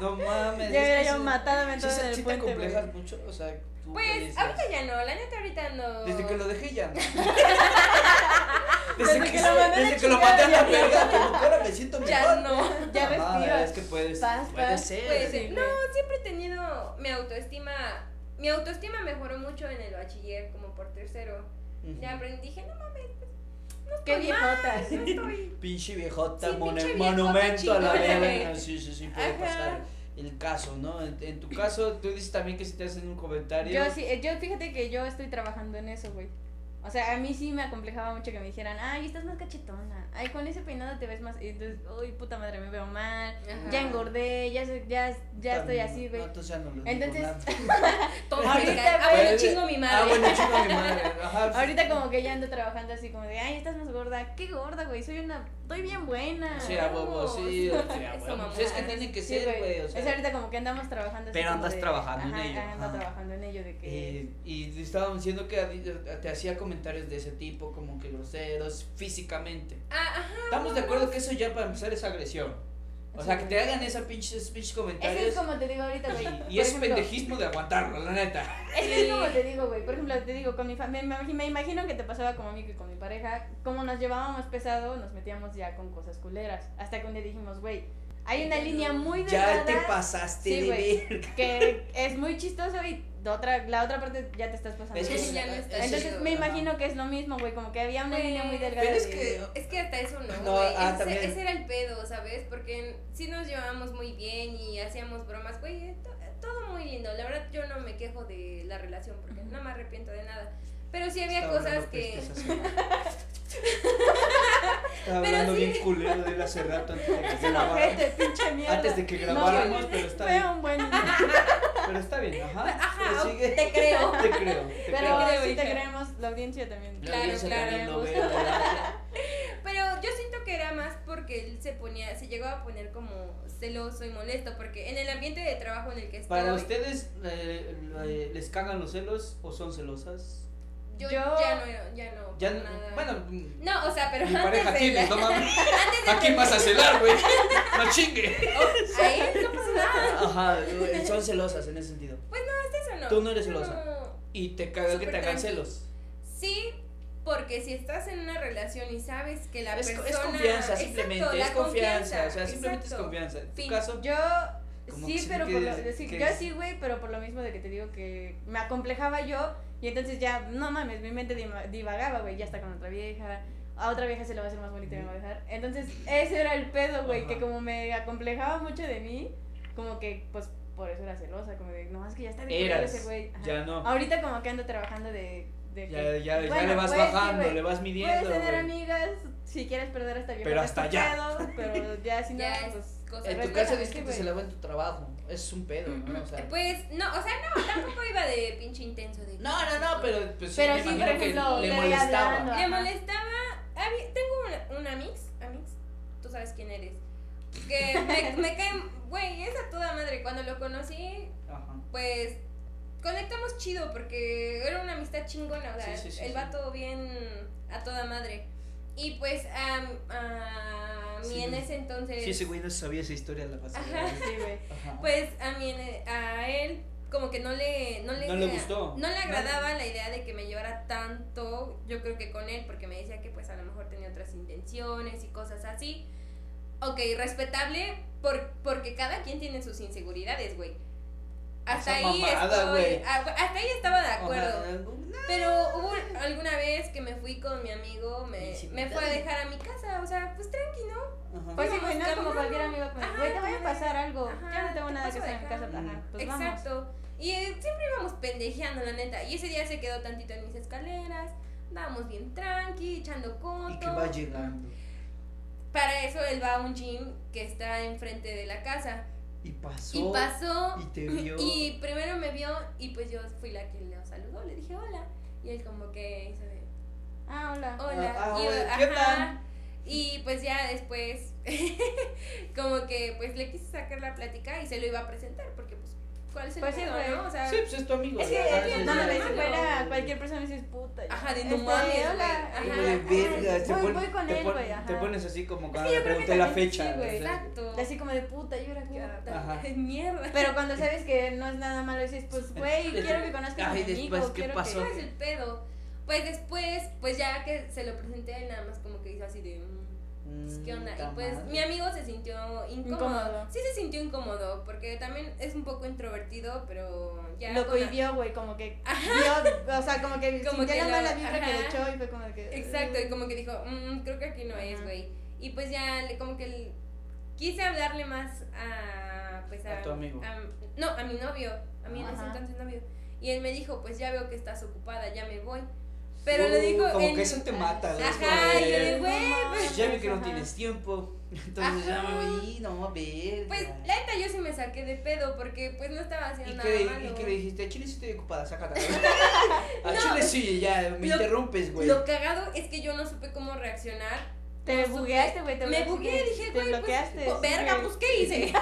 [SPEAKER 2] No mames.
[SPEAKER 1] Ya
[SPEAKER 2] es
[SPEAKER 1] hubiera
[SPEAKER 2] que
[SPEAKER 1] yo
[SPEAKER 2] sí-
[SPEAKER 1] matado
[SPEAKER 2] sí
[SPEAKER 1] aventado
[SPEAKER 2] se-
[SPEAKER 1] en el
[SPEAKER 2] sí te
[SPEAKER 1] puente, güey.
[SPEAKER 2] complejas mucho, o sea, tú qué
[SPEAKER 3] Pues
[SPEAKER 2] dices?
[SPEAKER 3] ahorita ya no, la neta ahorita no.
[SPEAKER 2] Desde que lo dejé ya. no.
[SPEAKER 1] Desde que lo mandé a la
[SPEAKER 2] desde que lo
[SPEAKER 1] chingada,
[SPEAKER 2] mandé a la
[SPEAKER 1] ya no.
[SPEAKER 2] verga, como ahora me siento mejor.
[SPEAKER 3] Ya no.
[SPEAKER 2] No, la
[SPEAKER 1] Ya
[SPEAKER 2] verdad es
[SPEAKER 1] vestidas.
[SPEAKER 2] que puedes.
[SPEAKER 1] Paz,
[SPEAKER 2] puede
[SPEAKER 1] paz,
[SPEAKER 2] ser.
[SPEAKER 3] puede
[SPEAKER 2] güey.
[SPEAKER 3] ser.
[SPEAKER 1] No,
[SPEAKER 3] Siempre he tenido mi autoestima. Mi autoestima mejoró mucho en el bachiller, como por tercero.
[SPEAKER 2] Ujú.
[SPEAKER 3] Ya aprendí, dije, no mames,
[SPEAKER 1] qué viejotas.
[SPEAKER 3] no estoy.
[SPEAKER 2] Pinche viejota,
[SPEAKER 3] Sí,
[SPEAKER 2] mon-
[SPEAKER 3] pinche viejota
[SPEAKER 2] monumento a la
[SPEAKER 3] chingona,
[SPEAKER 2] verga.
[SPEAKER 3] güey.
[SPEAKER 2] Sí, sí, sí, puede
[SPEAKER 3] Ajá.
[SPEAKER 2] pasar. El caso, ¿no? En, en tu caso, tú dices también que si te hacen un comentario.
[SPEAKER 1] Yo sí, eh, yo fíjate que yo estoy trabajando en eso, güey. O sea, a mí sí me acomplejaba mucho que me dijeran, ay, estás más cachetona, ay, con ese peinado te ves más, y entonces, uy, puta madre, me veo mal,
[SPEAKER 3] Ajá.
[SPEAKER 2] Ah.
[SPEAKER 1] ya engordé, ya, soy- ya, ya estoy
[SPEAKER 2] También,
[SPEAKER 1] así, güey.
[SPEAKER 2] No, entonces ya no lo digo
[SPEAKER 1] Entonces- ah,
[SPEAKER 2] nada.
[SPEAKER 3] Tonta,
[SPEAKER 2] Ahorita,
[SPEAKER 3] verga. Ah,
[SPEAKER 1] güey.
[SPEAKER 3] bueno, chingo a mi madre.
[SPEAKER 2] Ah, bueno, chingo a mi madre. Ajá, sí.
[SPEAKER 1] Ahorita como que ya ando trabajando así como de, ay, estás más gorda, qué gorda, güey, soy una, estoy bien buena.
[SPEAKER 2] Sí, a huevo, sí. o sea, a
[SPEAKER 3] Eso,
[SPEAKER 2] huevo.
[SPEAKER 3] mamá.
[SPEAKER 2] Pues es que tiene que
[SPEAKER 1] Sí,
[SPEAKER 2] ser, güey. o sea.
[SPEAKER 1] es ahorita como que andamos trabajando. así
[SPEAKER 2] Pero
[SPEAKER 1] como
[SPEAKER 2] andas trabajando en
[SPEAKER 1] ajá,
[SPEAKER 2] ello,
[SPEAKER 1] ando
[SPEAKER 2] ajá.
[SPEAKER 1] trabajando en ello de que...
[SPEAKER 2] Eh, y te estaban diciendo que a- te hacía comentarios de ese tipo, como que groseros, físicamente.
[SPEAKER 3] Ah, ajá.
[SPEAKER 2] Estamos de acuerdo que eso ya para empezar es agresión. O sea, que te hagan esa pinche, esos pinches
[SPEAKER 1] Eso es
[SPEAKER 2] comentarios.
[SPEAKER 1] como te digo ahorita, güey.
[SPEAKER 2] y- Y
[SPEAKER 1] Por
[SPEAKER 2] es
[SPEAKER 1] ejemplo,
[SPEAKER 2] pendejismo de aguantarlo, la neta.
[SPEAKER 1] Es que es
[SPEAKER 3] Sí.
[SPEAKER 1] como te digo, güey. Por ejemplo, te digo, con mi familia, me, imagi- me imagino que te pasaba como a mí que con mi pareja, como nos llevábamos pesado, nos metíamos ya con cosas culeras. Hasta que un día dijimos, güey, hay una línea muy delgada
[SPEAKER 2] Ya te pasaste
[SPEAKER 1] Sí,
[SPEAKER 2] de
[SPEAKER 1] güey.
[SPEAKER 2] verga.
[SPEAKER 1] que es muy chistoso y de otra, la otra parte ya te estás pasando.
[SPEAKER 2] Es que
[SPEAKER 1] de
[SPEAKER 2] sí,
[SPEAKER 3] Ya no
[SPEAKER 1] verga.
[SPEAKER 3] está
[SPEAKER 2] es-
[SPEAKER 1] Entonces
[SPEAKER 3] chido,
[SPEAKER 1] me
[SPEAKER 2] ajá.
[SPEAKER 1] imagino que es lo mismo, güey, como que había una
[SPEAKER 3] Güey,
[SPEAKER 1] línea muy delgada.
[SPEAKER 2] Pero es
[SPEAKER 1] de-
[SPEAKER 2] que.
[SPEAKER 3] Es que hasta eso no, güey.
[SPEAKER 2] No, ah,
[SPEAKER 3] ese,
[SPEAKER 2] también.
[SPEAKER 3] ese era el pedo, ¿sabes? Porque sí nos llevábamos muy bien y hacíamos bromas, güey. eh, to- Todo muy lindo. La verdad, yo no me quejo de la relación porque no me arrepiento de nada. Pero sí había
[SPEAKER 2] Estaba
[SPEAKER 3] cosas
[SPEAKER 2] hablando
[SPEAKER 3] que.
[SPEAKER 2] pestes hace rato. Estaba
[SPEAKER 3] Pero
[SPEAKER 2] hablando
[SPEAKER 3] sí.
[SPEAKER 2] bien culero de él hace rato antes de que
[SPEAKER 1] Es un
[SPEAKER 2] grabáramos.
[SPEAKER 1] ojete, pinche mierda.
[SPEAKER 2] Antes de que
[SPEAKER 1] No,
[SPEAKER 2] grabáramos,
[SPEAKER 1] güey,
[SPEAKER 2] pero está
[SPEAKER 1] fue
[SPEAKER 2] bien.
[SPEAKER 1] un buen.
[SPEAKER 2] Pero está bien, ajá.
[SPEAKER 3] Ajá,
[SPEAKER 2] Pero sigue.
[SPEAKER 3] te creo.
[SPEAKER 2] Te creo. te
[SPEAKER 1] Pero
[SPEAKER 2] creo.
[SPEAKER 1] sí
[SPEAKER 3] creo,
[SPEAKER 1] te
[SPEAKER 3] hija.
[SPEAKER 1] creemos, la audiencia también.
[SPEAKER 2] La audiencia
[SPEAKER 3] claro,
[SPEAKER 2] también lo
[SPEAKER 1] me
[SPEAKER 2] ve,
[SPEAKER 1] gusta.
[SPEAKER 2] ¿verdad?
[SPEAKER 3] Pero yo siento que era más porque él se ponía, se llegó a poner como celoso y molesto. Porque en el ambiente de trabajo en el que estoy.
[SPEAKER 2] Para ustedes, eh, eh, ¿les cagan los celos o son celosas?
[SPEAKER 3] Yo,
[SPEAKER 1] Yo-
[SPEAKER 3] ya no, ya no.
[SPEAKER 2] Ya
[SPEAKER 3] por
[SPEAKER 2] no-
[SPEAKER 3] nada.
[SPEAKER 2] Bueno,
[SPEAKER 3] No, o sea, pero
[SPEAKER 2] Mi
[SPEAKER 3] antes
[SPEAKER 2] pareja
[SPEAKER 3] de
[SPEAKER 2] tiene,
[SPEAKER 3] la-
[SPEAKER 2] no mames. ¿A quién vas a celar, güey? No chingue.
[SPEAKER 3] A él no pasa nada.
[SPEAKER 2] Ajá, güey, son celosas en ese sentido.
[SPEAKER 3] ¿Eso no?
[SPEAKER 2] Tú no eres
[SPEAKER 3] Yo
[SPEAKER 2] celosa.
[SPEAKER 3] no-
[SPEAKER 2] Y te caga que
[SPEAKER 3] Súper
[SPEAKER 2] te hagan
[SPEAKER 3] tranqui.
[SPEAKER 2] celos.
[SPEAKER 3] Sí, porque si estás en una relación y sabes que la
[SPEAKER 2] Es,
[SPEAKER 3] persona.
[SPEAKER 2] es confianza,
[SPEAKER 3] Exacto,
[SPEAKER 2] simplemente.
[SPEAKER 3] la
[SPEAKER 2] es confianza. O sea,
[SPEAKER 3] confianza,
[SPEAKER 2] simplemente es
[SPEAKER 3] exacto.
[SPEAKER 2] confianza. En tu
[SPEAKER 3] Fin.
[SPEAKER 2] caso,
[SPEAKER 1] Yo
[SPEAKER 2] Como que
[SPEAKER 1] sí,
[SPEAKER 2] sí
[SPEAKER 1] pero
[SPEAKER 2] que-
[SPEAKER 1] por lo, sí,
[SPEAKER 2] que
[SPEAKER 1] yo
[SPEAKER 2] es-
[SPEAKER 1] sí, güey, pero por lo mismo de que te digo que me acomplejaba yo y entonces ya, no mames, mi mente diva- divagaba, güey, ya está con otra vieja, a otra vieja se le va a hacer más bonita y me va a dejar. Entonces, ese era el pedo, güey,
[SPEAKER 2] Ajá.
[SPEAKER 1] que como me acomplejaba mucho de mí, como que, pues, por eso era celosa, como de, no, es que ya está bien culero
[SPEAKER 2] Eras,
[SPEAKER 1] ese güey. Ajá.
[SPEAKER 2] ya no.
[SPEAKER 1] Ahorita como que ando trabajando de... de
[SPEAKER 2] Ya,
[SPEAKER 1] que,
[SPEAKER 2] ya, ya
[SPEAKER 1] bueno,
[SPEAKER 2] le vas
[SPEAKER 1] puedes ir,
[SPEAKER 2] bajando,
[SPEAKER 1] güey.
[SPEAKER 2] le vas
[SPEAKER 1] Puedes
[SPEAKER 2] midiendo.
[SPEAKER 1] tener
[SPEAKER 2] güey.
[SPEAKER 1] amigas si quieres perder hasta vieja.
[SPEAKER 2] Pero hasta allá.
[SPEAKER 1] pero ya si no,
[SPEAKER 3] Ya es
[SPEAKER 1] pues...
[SPEAKER 3] cosa
[SPEAKER 2] En tu
[SPEAKER 3] rara.
[SPEAKER 1] Respeta,
[SPEAKER 2] caso
[SPEAKER 1] sí,
[SPEAKER 2] dices que te
[SPEAKER 1] güey.
[SPEAKER 2] celaba en tu trabajo. Es un pedo, ¿no? O sea,
[SPEAKER 3] Pues, no, o sea, no, tampoco iba de pinche intenso. De
[SPEAKER 2] no, no, no, pero pues
[SPEAKER 1] Pero
[SPEAKER 2] me
[SPEAKER 1] sí,
[SPEAKER 2] imagino
[SPEAKER 1] por
[SPEAKER 2] que
[SPEAKER 1] ejemplo,
[SPEAKER 2] le
[SPEAKER 1] le voy hablando.
[SPEAKER 2] molestaba.
[SPEAKER 3] Le
[SPEAKER 1] Ajá.
[SPEAKER 3] molestaba. habí- Tengo una, una mix, amix, tú sabes quién eres. Que me, me cae. Güey, es a toda madre. Cuando lo conocí,
[SPEAKER 2] Ajá.
[SPEAKER 3] pues conectamos chido porque era una amistad chingona, o sea,
[SPEAKER 2] Sí, sí, sí,
[SPEAKER 3] el
[SPEAKER 2] sí.
[SPEAKER 3] vato bien a toda madre. Y pues am- a, mi y en ese entonces.
[SPEAKER 2] Si ese güey no sabía esa historia, la pasó.
[SPEAKER 3] Ajá.
[SPEAKER 1] Sí, güey.
[SPEAKER 2] Ajá.
[SPEAKER 3] Pues a mí, en- a él, como que no le. No le,
[SPEAKER 2] No le gustó.
[SPEAKER 3] No le agradaba la idea de que me llevara tanto, yo creo que con él, porque me decía que pues a lo mejor tenía otras intenciones y cosas así. Ok, respetable, por, porque cada quien tiene sus inseguridades, güey. Hasta
[SPEAKER 2] Esa
[SPEAKER 3] ahí,
[SPEAKER 2] mamada,
[SPEAKER 3] estoy,
[SPEAKER 2] güey.
[SPEAKER 3] ah, hasta ahí estaba de acuerdo.
[SPEAKER 2] Ajá. No,
[SPEAKER 3] Pero hubo alguna vez que me fui con mi amigo, me,
[SPEAKER 2] Sí, sí,
[SPEAKER 3] me fue a dejar a mi casa, o sea, pues tranqui, ¿no?
[SPEAKER 2] ajá.
[SPEAKER 1] Pues sí,
[SPEAKER 3] Vamos
[SPEAKER 1] güey, no como
[SPEAKER 3] caminando.
[SPEAKER 1] cualquier amigo. pues,
[SPEAKER 3] Ajá,
[SPEAKER 1] Güey, te voy a
[SPEAKER 3] güey.
[SPEAKER 1] pasar algo.
[SPEAKER 3] Ajá,
[SPEAKER 1] Ya no tengo
[SPEAKER 3] te
[SPEAKER 1] nada que
[SPEAKER 3] paso a
[SPEAKER 1] hacer en
[SPEAKER 3] dejar.
[SPEAKER 1] casa. Ajá, pues vamos.
[SPEAKER 3] Exacto. Y eh, siempre íbamos pendejeando, la neta. Y ese día se quedó tantito en mis escaleras, andábamos bien tranqui, echando coto.
[SPEAKER 2] Y que va llegando.
[SPEAKER 3] Para eso él va a un gym que está enfrente de la casa.
[SPEAKER 2] Y pasó.
[SPEAKER 3] Y pasó.
[SPEAKER 2] y te vio.
[SPEAKER 3] Y primero me vio y pues yo fui la que le saludó, le dije hola. Y él como que hizo de,
[SPEAKER 1] Ah, hola.
[SPEAKER 3] Hola.
[SPEAKER 2] Ah, ah,
[SPEAKER 3] y,
[SPEAKER 2] hola, ¿qué
[SPEAKER 3] ajá.
[SPEAKER 2] tal?
[SPEAKER 3] Y pues ya después, como que pues le quise sacar la plática y se lo iba a presentar, porque pues, ¿cuál es el
[SPEAKER 1] Pues sí,
[SPEAKER 3] pedo,
[SPEAKER 1] güey.
[SPEAKER 3] no? O sea,
[SPEAKER 2] Sí, pues es tu amigo.
[SPEAKER 3] Es que-
[SPEAKER 2] ¿verdad?
[SPEAKER 3] es que-
[SPEAKER 1] No mames,
[SPEAKER 3] Ajá.
[SPEAKER 1] si fuera cualquier persona dices puta. ya.
[SPEAKER 3] Ajá, de no
[SPEAKER 1] Este,
[SPEAKER 3] mames, güey.
[SPEAKER 1] hola.
[SPEAKER 3] Ajá.
[SPEAKER 2] Y,
[SPEAKER 1] Ajá,
[SPEAKER 2] güey, verga, te
[SPEAKER 1] voy,
[SPEAKER 2] pon-
[SPEAKER 1] voy con
[SPEAKER 2] te
[SPEAKER 1] él,
[SPEAKER 2] pon-
[SPEAKER 1] güey. ajá.
[SPEAKER 2] Te pones así como cuando
[SPEAKER 1] yo
[SPEAKER 2] le
[SPEAKER 1] creo que
[SPEAKER 2] pregunté la
[SPEAKER 1] también
[SPEAKER 2] fecha.
[SPEAKER 1] sí, güey.
[SPEAKER 2] o sea,
[SPEAKER 3] Exacto.
[SPEAKER 1] Así como de puta, yo era
[SPEAKER 3] ¿Qué
[SPEAKER 1] que.
[SPEAKER 3] onda?
[SPEAKER 2] Ajá.
[SPEAKER 3] Mierda.
[SPEAKER 1] Pero cuando sabes que no es nada malo, dices, pues, güey, quiero que conozcas a mi
[SPEAKER 2] Ay, después,
[SPEAKER 1] amigo,
[SPEAKER 2] ¿qué
[SPEAKER 1] quiero
[SPEAKER 2] pasó?
[SPEAKER 1] que...
[SPEAKER 3] ¿Cuál es el pedo? Pues después, pues ya que se lo presenté, él nada más como que hizo así de... "Mm, pues, ¿Qué onda? Y
[SPEAKER 2] puta
[SPEAKER 3] pues
[SPEAKER 2] madre.
[SPEAKER 3] mi amigo se sintió incómodo.
[SPEAKER 1] Incómodo.
[SPEAKER 3] Sí se sintió incómodo, porque también es un poco introvertido, pero ya...
[SPEAKER 1] Lo
[SPEAKER 3] con la-
[SPEAKER 1] cohibió, güey, como que vio, o sea, como que
[SPEAKER 3] Como
[SPEAKER 1] sintió
[SPEAKER 3] que
[SPEAKER 1] la
[SPEAKER 3] lo-
[SPEAKER 1] mala vibra que le
[SPEAKER 3] ajá.
[SPEAKER 1] echó y fue como que...
[SPEAKER 3] Exacto, y como que dijo, "Mm, creo que aquí no es,
[SPEAKER 1] Ajá.
[SPEAKER 3] güey. Y pues ya, le- como que le- quise hablarle más a. Pues a.
[SPEAKER 2] A tu amigo.
[SPEAKER 3] a- no, a mi novio, a mi en ese
[SPEAKER 1] Ajá.
[SPEAKER 3] entonces novio. Y él me dijo, pues ya veo que estás ocupada, ya me voy. Pero le dijo.
[SPEAKER 2] Uh, Como
[SPEAKER 3] en-
[SPEAKER 2] que eso te mata, güey. es como
[SPEAKER 3] Ajá, y yo
[SPEAKER 2] de-
[SPEAKER 3] le güey.
[SPEAKER 2] Pues ya vi que no
[SPEAKER 1] Ajá.
[SPEAKER 2] tienes tiempo. Entonces ya
[SPEAKER 3] Ajá.
[SPEAKER 2] me vi, no, ver.
[SPEAKER 3] Pues la neta yo sí me saqué de pedo porque pues no estaba
[SPEAKER 2] ¿Y
[SPEAKER 3] haciendo
[SPEAKER 2] qué,
[SPEAKER 3] nada
[SPEAKER 2] le-
[SPEAKER 3] malo.
[SPEAKER 2] ¿Y qué le dijiste? A Chile sí estoy ocupada, sácate. A Chile sí, ya, me
[SPEAKER 3] Lo-
[SPEAKER 2] interrumpes, güey.
[SPEAKER 3] Lo cagado es que yo no supe cómo reaccionar.
[SPEAKER 1] Te
[SPEAKER 3] No supe.
[SPEAKER 1] bugueaste, güey, te
[SPEAKER 3] Me
[SPEAKER 1] bloqueaste.
[SPEAKER 3] bugué, dije,
[SPEAKER 1] Te
[SPEAKER 3] güey, pues,
[SPEAKER 1] bloqueaste.
[SPEAKER 3] oh, verga,
[SPEAKER 1] güey.
[SPEAKER 3] pues qué hice.